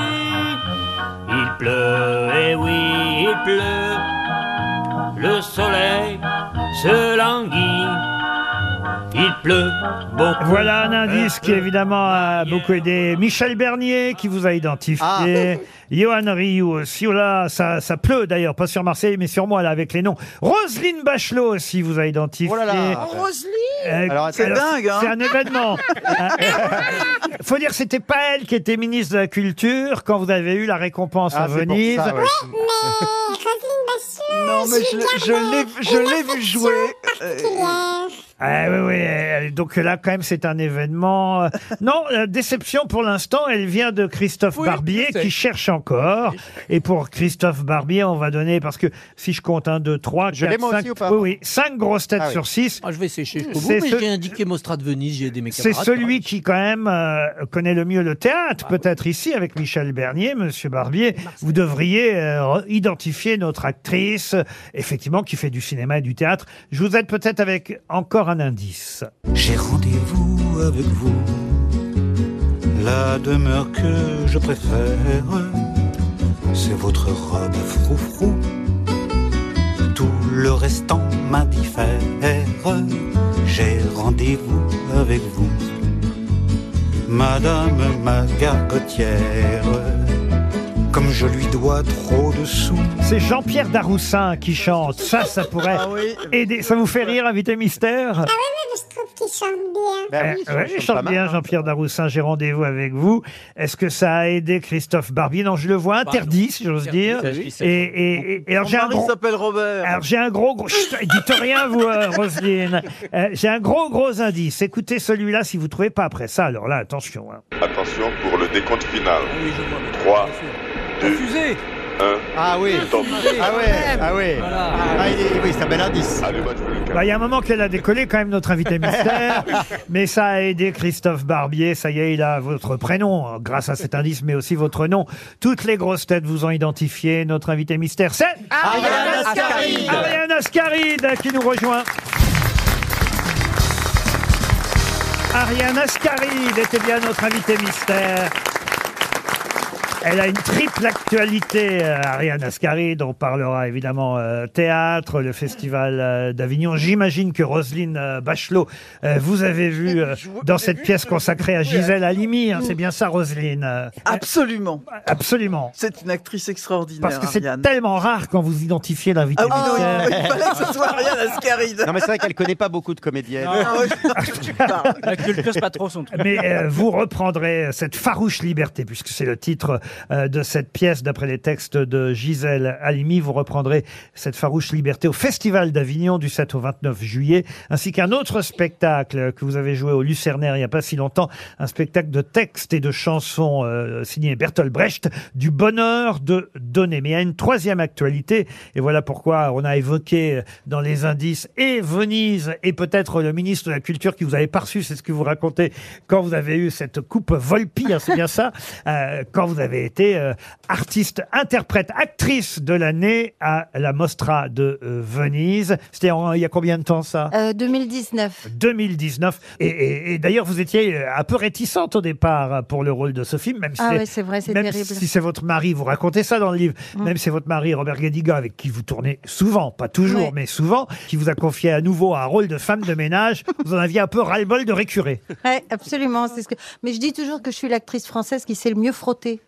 Speaker 8: Il pleut, et oui, il pleut, le soleil se languit. Il pleut beaucoup. Euh,
Speaker 2: Voilà un indice qui évidemment a beaucoup aidé Michel Bernier qui vous a
Speaker 7: Ah.
Speaker 2: identifié. [LAUGHS] Johan Rioux aussi. Oh là, ça, ça pleut d'ailleurs, pas sur Marseille, mais sur moi là avec les noms. Roselyne Bachelot aussi vous a
Speaker 7: Oh
Speaker 2: identifié.
Speaker 6: Roselyne
Speaker 2: Ah. Euh,
Speaker 7: c'est dingue, hein
Speaker 2: C'est un événement. Euh, Faut dire que c'était pas elle qui était ministre de la Culture quand vous avez eu la récompense
Speaker 7: Ah,
Speaker 2: à
Speaker 7: c'est pour
Speaker 2: Venise.
Speaker 7: ça, ouais. Non, mais je, je l'ai, je l'ai vu jouer. Euh,
Speaker 2: Ah, oui, oui. euh, Donc là, quand même, c'est un événement. euh, Non, la déception pour l'instant, elle vient de Christophe
Speaker 12: Oui,
Speaker 2: Barbier
Speaker 12: je sais.
Speaker 2: qui cherche encore. Et pour Christophe Barbier, on va donner, parce que si je compte 1, 2, 3,
Speaker 5: Je l'ai
Speaker 2: 4,
Speaker 5: moi
Speaker 2: 5,
Speaker 5: aussi ou pas
Speaker 2: oui, oui, 5 grosses têtes
Speaker 5: Ah oui.
Speaker 2: sur 6.
Speaker 5: Ah, je vais sécher jusqu'au bout,
Speaker 2: C'est
Speaker 5: mais
Speaker 2: ce-
Speaker 5: j'ai indiqué Mostra de Venise, j'ai aidé mes
Speaker 2: C'est
Speaker 5: camarades.
Speaker 2: celui qui, quand même, euh, connaît le mieux le théâtre, peut-être ici, avec Michel Bernier, Monsieur Barbier. Vous devriez euh, re- identifier notre actrice, euh, effectivement, qui fait du cinéma et du théâtre. Je vous aide peut-être avec encore un indice.
Speaker 12: J'ai rendez-vous avec vous, la demeure que je préfère, c'est votre robe à froufrou. Tout le restant m'indiffère. J'ai rendez-vous avec vous, Madame ma gargotière, comme je lui dois trop de sous.
Speaker 2: C'est Jean-Pierre Daroussin qui chante. Ça, ça pourrait aider. Ça vous fait rire, invité mystère
Speaker 25: Je trouve qu'il chante bien.
Speaker 7: Ben
Speaker 2: Eh, ouais, il chante bien,
Speaker 25: hein.
Speaker 2: Jean-Pierre Daroussin. J'ai rendez-vous avec vous. Est-ce que ça a aidé Christophe Barbier Non, je le vois interdit, si j'ose dire.
Speaker 7: interdit, oui,
Speaker 2: Et,
Speaker 7: c'est-
Speaker 2: et, et- et alors, j'ai un gros-
Speaker 7: s'appelle Robert.
Speaker 2: alors, j'ai un gros, gros, Chut, dites rien vous, euh, Roselyne. Euh, j'ai un gros, gros indice. Écoutez celui-là si vous trouvez pas après ça. Alors là, attention. hein.
Speaker 15: Attention pour le décompte final. 3, 2, 1.
Speaker 3: Ah oui.
Speaker 15: Tant pis.
Speaker 3: Ah ouais, ah ouais. Ah, il est- oui, c'est un bel indice.
Speaker 2: Bah, Il y a un moment qu'elle a décollé quand même notre invité mystère, mais ça a aidé Christophe Barbier. Ça y est, il a votre prénom euh, grâce à cet indice, mais aussi votre nom. Toutes les grosses têtes vous ont identifié. Notre invité mystère, c'est
Speaker 17: Ariane Ascaride.
Speaker 2: Ariane Ascaride qui nous rejoint. Ariane Ascaride était bien notre invitée mystère. Elle a une triple actualité, euh, Ariane Ascaride. On parlera évidemment euh, théâtre, le festival euh, d'Avignon. J'imagine que Roselyne euh, Bachelot, euh, vous avez vu euh, dans cette pièce consacrée à Gisèle Halimi. hein, c'est bien ça, Roselyne euh,
Speaker 7: Absolument.
Speaker 2: Absolument.
Speaker 7: C'est une actrice extraordinaire.
Speaker 2: Parce que c'est
Speaker 7: Ariane.
Speaker 2: tellement rare quand vous identifiez l'invité
Speaker 7: Ah oui,
Speaker 2: mystère.
Speaker 7: non, il fallait que ce soit Ariane Ascaride.
Speaker 3: Non, mais c'est vrai qu'elle connaît pas beaucoup de comédiennes. [LAUGHS]
Speaker 13: La culture, c'est pas trop son truc.
Speaker 2: Mais euh, vous reprendrez cette farouche liberté, puisque c'est le titre euh, de cette pièce, d'après les textes de Gisèle Halimi. Vous reprendrez cette farouche liberté au Festival d'Avignon du 7 au 29 juillet, ainsi qu'un autre spectacle que vous avez joué au Lucernaire il n'y a pas si longtemps, un spectacle de textes et de chansons euh, signé Bertolt Brecht, du bonheur de donner. Mais il y a une troisième actualité, et voilà pourquoi on a évoqué euh, dans les indices et Venise et peut-être le ministre de la Culture qui vous avait pas reçu, c'est ce que vous racontez quand vous avez eu cette coupe Volpi, hein, c'est bien ça, euh, quand vous avez été euh, artiste, interprète, actrice de l'année à la Mostra de euh, Venise. C'était en- il y a combien de temps ça
Speaker 27: Euh, 2019.
Speaker 2: 2019. Et, et- et d'ailleurs, vous étiez euh, un peu réticente au départ pour le rôle de ce film, même si
Speaker 27: Ah ouais, c'est vrai, c'est
Speaker 2: même
Speaker 27: terrible. Mm.
Speaker 2: si c'est votre mari, vous racontez ça dans le livre, même si c'est votre mari, Robert Guédiga, avec qui vous tournez souvent, pas toujours,
Speaker 27: Ouais.
Speaker 2: mais souvent, qui vous a confié à nouveau un rôle de femme de
Speaker 16: [LAUGHS]
Speaker 2: ménage, vous en aviez un peu ras-le-bol de récurer.
Speaker 3: [LAUGHS]
Speaker 27: Ouais, absolument. C'est ce que... Mais je dis toujours que je suis l'actrice française qui sait le mieux frotter.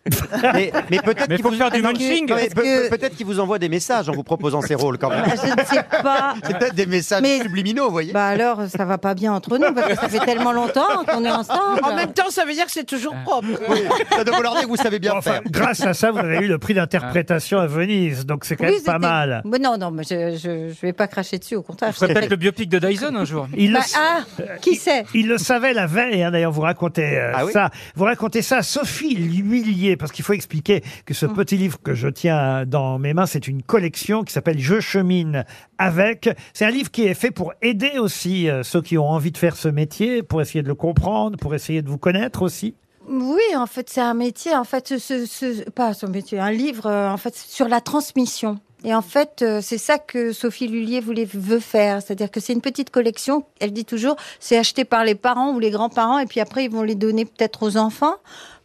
Speaker 3: Mais, mais peut-être
Speaker 13: Mais
Speaker 3: qu'il
Speaker 13: faut
Speaker 3: vous...
Speaker 13: faire du
Speaker 3: Ah non,
Speaker 13: munching.
Speaker 3: non, mais
Speaker 13: Parce
Speaker 3: pe-
Speaker 13: que-
Speaker 3: pe- Peut-être qu'il vous envoie des messages en vous proposant ces rôles quand même.
Speaker 16: Je ne sais pas.
Speaker 3: C'est peut-être des messages
Speaker 16: Mais-
Speaker 3: subliminaux, vous voyez.
Speaker 16: Bah alors, ça va pas bien entre nous, parce que ça fait tellement longtemps qu'on est ensemble.
Speaker 6: [LAUGHS] En même temps, ça veut dire que c'est toujours propre.
Speaker 3: Ah. Ça doit vouloir dire que vous savez bien faire. Ah.
Speaker 2: Grâce à ça, vous avez eu le
Speaker 3: [LAUGHS]
Speaker 2: prix d'interprétation à Venise, donc c'est quand
Speaker 16: Oui,
Speaker 2: même pas
Speaker 16: c'était-
Speaker 2: mal.
Speaker 16: Mais non, non, mais je, je, je vais pas cracher dessus, au contraire.
Speaker 13: Je répète
Speaker 16: je-
Speaker 13: le biopic de Dyson un jour.
Speaker 2: Il le
Speaker 16: Bah,
Speaker 2: s-
Speaker 16: ah, qui sait
Speaker 2: Il le savait la veille, hein, d'ailleurs, vous racontez euh,
Speaker 16: Ah oui
Speaker 2: ça. Vous racontez ça à Sophie l'humiliée, parce qu'il faut expliquer que
Speaker 16: Hum.
Speaker 2: ce petit livre que je tiens dans mes mains, c'est une collection qui s'appelle Je chemine avec. C'est un livre qui est fait pour aider aussi euh, ceux qui ont envie de faire ce métier, pour essayer de le comprendre, pour essayer de vous connaître aussi.
Speaker 16: Oui, en fait, c'est un métier, en fait, ce, ce- ce- pas ce métier, un livre, euh, en fait, sur la transmission. Et en fait, euh, c'est ça que Sophie Lullier voulait, veut faire. C'est-à-dire que c'est une petite collection, elle dit toujours, c'est acheté par les parents ou les grands-parents, et puis après, ils vont les donner peut-être aux enfants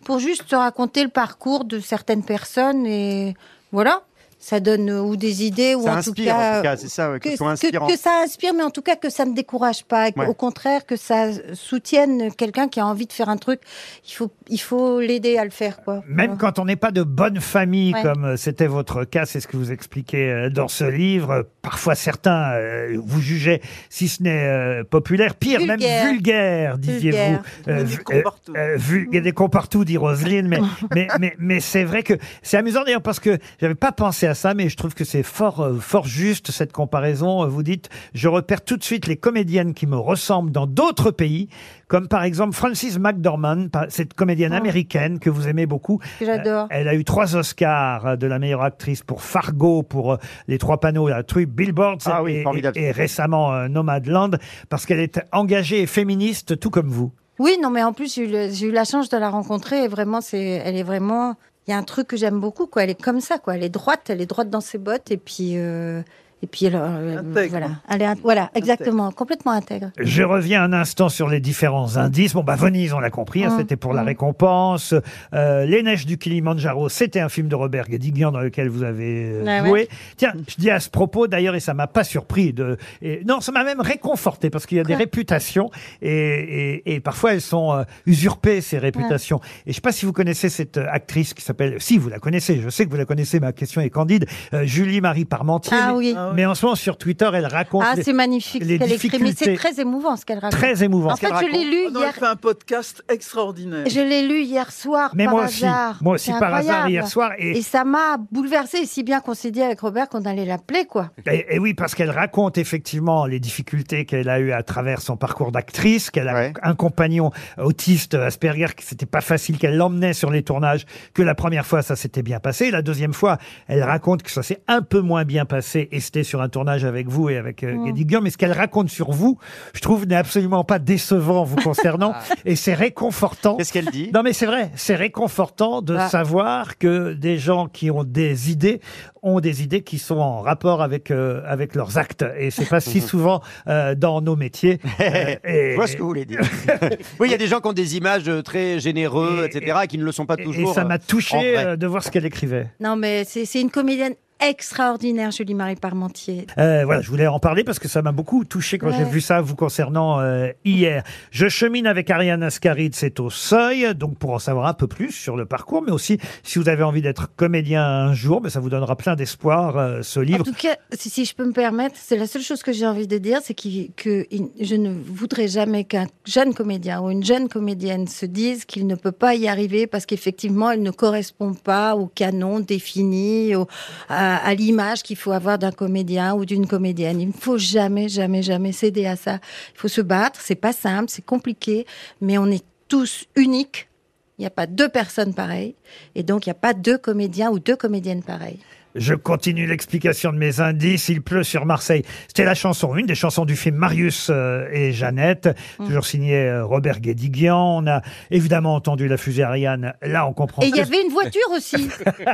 Speaker 16: pour juste raconter le parcours de certaines personnes. Et voilà, ça donne euh, ou des idées, ou
Speaker 18: Ça
Speaker 16: en, tout
Speaker 18: inspire,
Speaker 16: cas,
Speaker 18: en tout cas, c'est
Speaker 3: Ah
Speaker 18: ça, ouais, que ce soit inspirant.
Speaker 16: que ça inspire, mais en tout cas que ça ne décourage pas, et que-
Speaker 18: Ouais.
Speaker 16: au contraire que ça soutienne quelqu'un qui a envie de faire un truc. Il faut, il faut l'aider à le faire, quoi.
Speaker 2: Même quand on n'est pas de bonne famille,
Speaker 16: Ouais.
Speaker 2: comme euh, c'était votre cas, c'est ce que vous expliquez euh, dans ce livre. euh, Parfois, certains euh, vous jugez, si ce n'est euh, populaire, pire,
Speaker 16: Vulgaire.
Speaker 2: même vulgaire, disiez-vous.
Speaker 16: Vulgaire.
Speaker 2: Euh,
Speaker 16: Des
Speaker 2: vu- euh, euh, vulgaire, des cons partout, dit Roselyne.
Speaker 16: [LAUGHS]
Speaker 2: Mais, mais, mais, mais c'est vrai que c'est amusant d'ailleurs parce que j'avais pas pensé à ça, mais je trouve que c'est fort, euh, fort juste cette comparaison. Euh, Vous dites, je repère tout de suite les comédiennes qui me ressemblent dans d'autres pays, comme par exemple Frances McDormand, par- cette comédienne
Speaker 16: Ah.
Speaker 2: américaine que vous aimez beaucoup.
Speaker 16: Que j'adore.
Speaker 2: Euh, Elle a eu trois Oscars euh, de la meilleure actrice pour Fargo, pour euh, les trois panneaux, la truc Billboard
Speaker 18: Ah oui,
Speaker 2: et,
Speaker 18: formidable.
Speaker 2: et- et récemment euh, Nomadland, parce qu'elle est engagée et féministe, tout comme vous.
Speaker 16: Oui, non, mais en plus j'ai eu, le- j'ai eu la chance de la rencontrer et vraiment, c'est, elle est vraiment. Il y a un truc que j'aime beaucoup, quoi. Elle est comme ça, quoi. Elle est droite, elle est droite dans ses bottes et puis. euh, Et puis, elle, euh, voilà, elle est, int- voilà, exactement, complètement intègre.
Speaker 2: Je reviens un instant sur les différents indices. Bon, bah, Venise, on l'a compris, hein,
Speaker 16: Mm.
Speaker 2: c'était pour la récompense. Euh, les Neiges du Kilimanjaro, c'était un film de Robert Guédiguian dans lequel vous avez euh,
Speaker 16: Ah ouais.
Speaker 2: joué. Tiens, je dis à ce propos, d'ailleurs, et ça m'a pas surpris de, et- non, ça m'a même réconforté parce qu'il y a des réputations et, et- et parfois elles sont euh, usurpées, ces réputations. Et je sais pas si vous connaissez cette euh, actrice qui s'appelle, si vous la connaissez, je sais que vous la connaissez, ma question est candide, euh, Julie-Marie Parmentier.
Speaker 16: Ah
Speaker 2: Mais-
Speaker 16: oui.
Speaker 2: Mais en ce moment, sur Twitter, elle raconte.
Speaker 16: Ah,
Speaker 2: les-
Speaker 16: c'est magnifique
Speaker 2: les
Speaker 16: ce qu'elle écrit, mais c'est
Speaker 2: difficultés.
Speaker 16: très émouvant ce qu'elle raconte.
Speaker 2: Très émouvant.
Speaker 16: En fait, je l'ai lu
Speaker 7: Oh non,
Speaker 16: hier.
Speaker 7: Elle fait un podcast extraordinaire.
Speaker 16: Je l'ai lu hier soir
Speaker 2: Euh. Mais
Speaker 16: par
Speaker 2: moi aussi.
Speaker 16: hasard.
Speaker 2: Moi aussi,
Speaker 16: C'est
Speaker 2: par hasard,
Speaker 16: incroyable.
Speaker 2: hier soir, et-
Speaker 16: ça m'a bouleversée, si bien qu'on s'est dit avec Robert qu'on allait l'appeler, quoi.
Speaker 2: [LAUGHS] Et, et oui, parce qu'elle raconte effectivement les difficultés qu'elle a eues à travers son parcours d'actrice, qu'elle a un compagnon autiste Asperger, que c'était pas facile, qu'elle l'emmenait sur les tournages, que la première fois ça s'était bien passé, la deuxième fois elle raconte que ça s'est un peu moins bien passé et c'était sur un tournage avec vous et avec euh,
Speaker 16: Mm.
Speaker 2: Geddy Gurr, mais ce qu'elle raconte sur vous, je trouve, n'est absolument pas décevant
Speaker 18: [LAUGHS]
Speaker 2: vous concernant et c'est réconfortant. Qu'est-ce
Speaker 18: Ah. qu'elle dit
Speaker 2: Non mais c'est vrai, c'est réconfortant de
Speaker 16: Ah.
Speaker 2: savoir savoir que des gens qui ont des idées ont des idées qui sont en rapport avec euh, avec leurs actes et c'est
Speaker 3: [LAUGHS]
Speaker 2: pas si souvent euh, dans nos métiers. Euh, et-
Speaker 3: Je vois ce que vous voulez dire. [LAUGHS] oui, il y a des gens qui ont des images euh, très généreux, etc., et qui ne le sont pas
Speaker 2: et-
Speaker 3: toujours.
Speaker 2: et ça
Speaker 3: euh,
Speaker 2: m'a
Speaker 3: en
Speaker 2: touché
Speaker 3: vrai.
Speaker 2: euh, de voir ce qu'elle écrivait.
Speaker 16: Non, mais c'est c'est une comédienne extraordinaire, Julie-Marie Parmentier.
Speaker 2: Euh, voilà, je voulais en parler parce que ça m'a beaucoup touché quand
Speaker 16: Ouais.
Speaker 2: j'ai vu ça vous concernant euh, hier. Je chemine avec Ariane Ascaride, c'est au seuil, donc pour en savoir un peu plus sur le parcours, mais aussi si vous avez envie d'être comédien un jour, mais ça vous donnera plein d'espoir euh, ce
Speaker 16: En
Speaker 2: livre.
Speaker 16: Ah, tout cas, si, si je peux me permettre, c'est la seule chose que j'ai envie de dire, c'est qu'il- que il- je ne voudrais jamais qu'un jeune comédien ou une jeune comédienne se dise qu'il ne peut pas y arriver parce qu'effectivement, elle ne correspond pas au canon défini, au- à, à l'image qu'il faut avoir d'un comédien ou d'une comédienne. Il ne faut jamais, jamais, jamais céder à ça. Il faut se battre. C'est pas simple, c'est compliqué, mais on est tous uniques. Il n'y a pas deux personnes pareilles. Et donc, il n'y a pas deux comédiens ou deux comédiennes pareilles.
Speaker 2: Je continue l'explication de mes indices. Il pleut sur Marseille. C'était la chanson, une des chansons du film Marius euh, et Jeannette,
Speaker 16: Mm.
Speaker 2: toujours signé euh, Robert Guédiguian. On a évidemment entendu la fusée Ariane. Là, on comprend.
Speaker 16: Et il y
Speaker 2: que-
Speaker 16: avait une voiture
Speaker 2: [LAUGHS]
Speaker 16: aussi.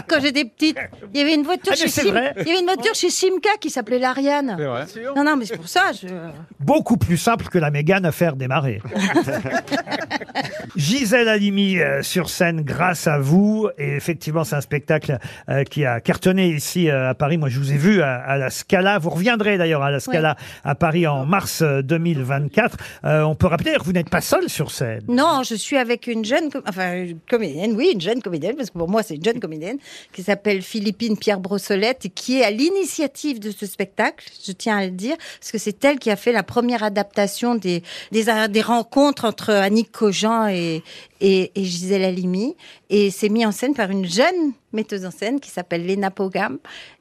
Speaker 16: Quand j'étais petite, il y avait une voiture
Speaker 2: Ah, mais
Speaker 16: chez
Speaker 2: c'est
Speaker 16: Sim-
Speaker 2: vrai.
Speaker 16: il y avait une voiture chez Simca qui s'appelait l'Ariane.
Speaker 2: C'est vrai.
Speaker 16: Non non, mais c'est pour ça je
Speaker 2: beaucoup plus simple que la Mégane à faire démarrer. Gisèle Halimi euh, sur scène grâce à vous. Et effectivement, c'est un spectacle euh, qui a cartonné ici euh, à Paris. Moi, je vous ai vu à, à la Scala. Vous reviendrez d'ailleurs à la Scala à Paris en mars euh, 2024. Euh, on peut rappeler d'ailleurs que vous n'êtes pas seul sur scène.
Speaker 16: Non, je suis avec une jeune, com- enfin, une comédienne, oui, une jeune comédienne, parce que pour moi, c'est une jeune comédienne, qui s'appelle Philippine Pierre Brossolette, et qui est à l'initiative de ce spectacle, je tiens à le dire, parce que c'est elle qui a fait la première adaptation des, des, des rencontres entre Annick Cogent et, et, et Gisèle Halimi. Et c'est mis en scène par une jeune metteuse en scène qui s'appelle Lena Pogam.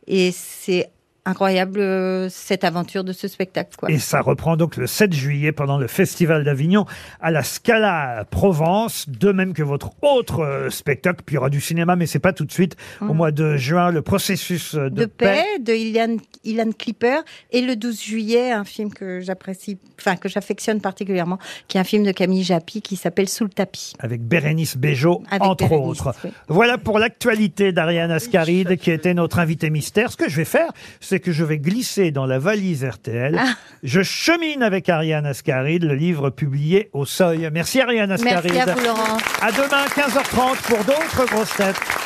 Speaker 16: Et c'est incroyable euh, cette aventure de ce spectacle. Quoi.
Speaker 2: Et ça reprend donc le 7 juillet pendant le Festival d'Avignon à la Scala Provence, de même que votre autre euh, spectacle, puis il y aura du cinéma, mais c'est pas tout de suite, au
Speaker 16: Mhm.
Speaker 2: mois de juin, le processus euh, de,
Speaker 16: de paix de Ilan, Ilan Clipper et le 12 juillet un film que j'apprécie enfin que j'affectionne particulièrement qui est un film de Camille Japy qui s'appelle Sous le tapis.
Speaker 2: avec Bérénice Bejo,
Speaker 16: Avec
Speaker 2: entre
Speaker 16: Bérénice,
Speaker 2: autres.
Speaker 16: oui.
Speaker 2: Voilà pour l'actualité d'Ariane Ascaride, qui était notre invitée mystère. Ce que je vais faire, c'est que je vais glisser dans la valise RTL.
Speaker 16: Ah.
Speaker 2: Je chemine avec Ariane Ascaride, le livre publié au seuil. Merci Ariane
Speaker 16: Merci
Speaker 2: Ascaride.
Speaker 16: à vous Laurent.
Speaker 2: À demain 15h30 pour d'autres grosses têtes.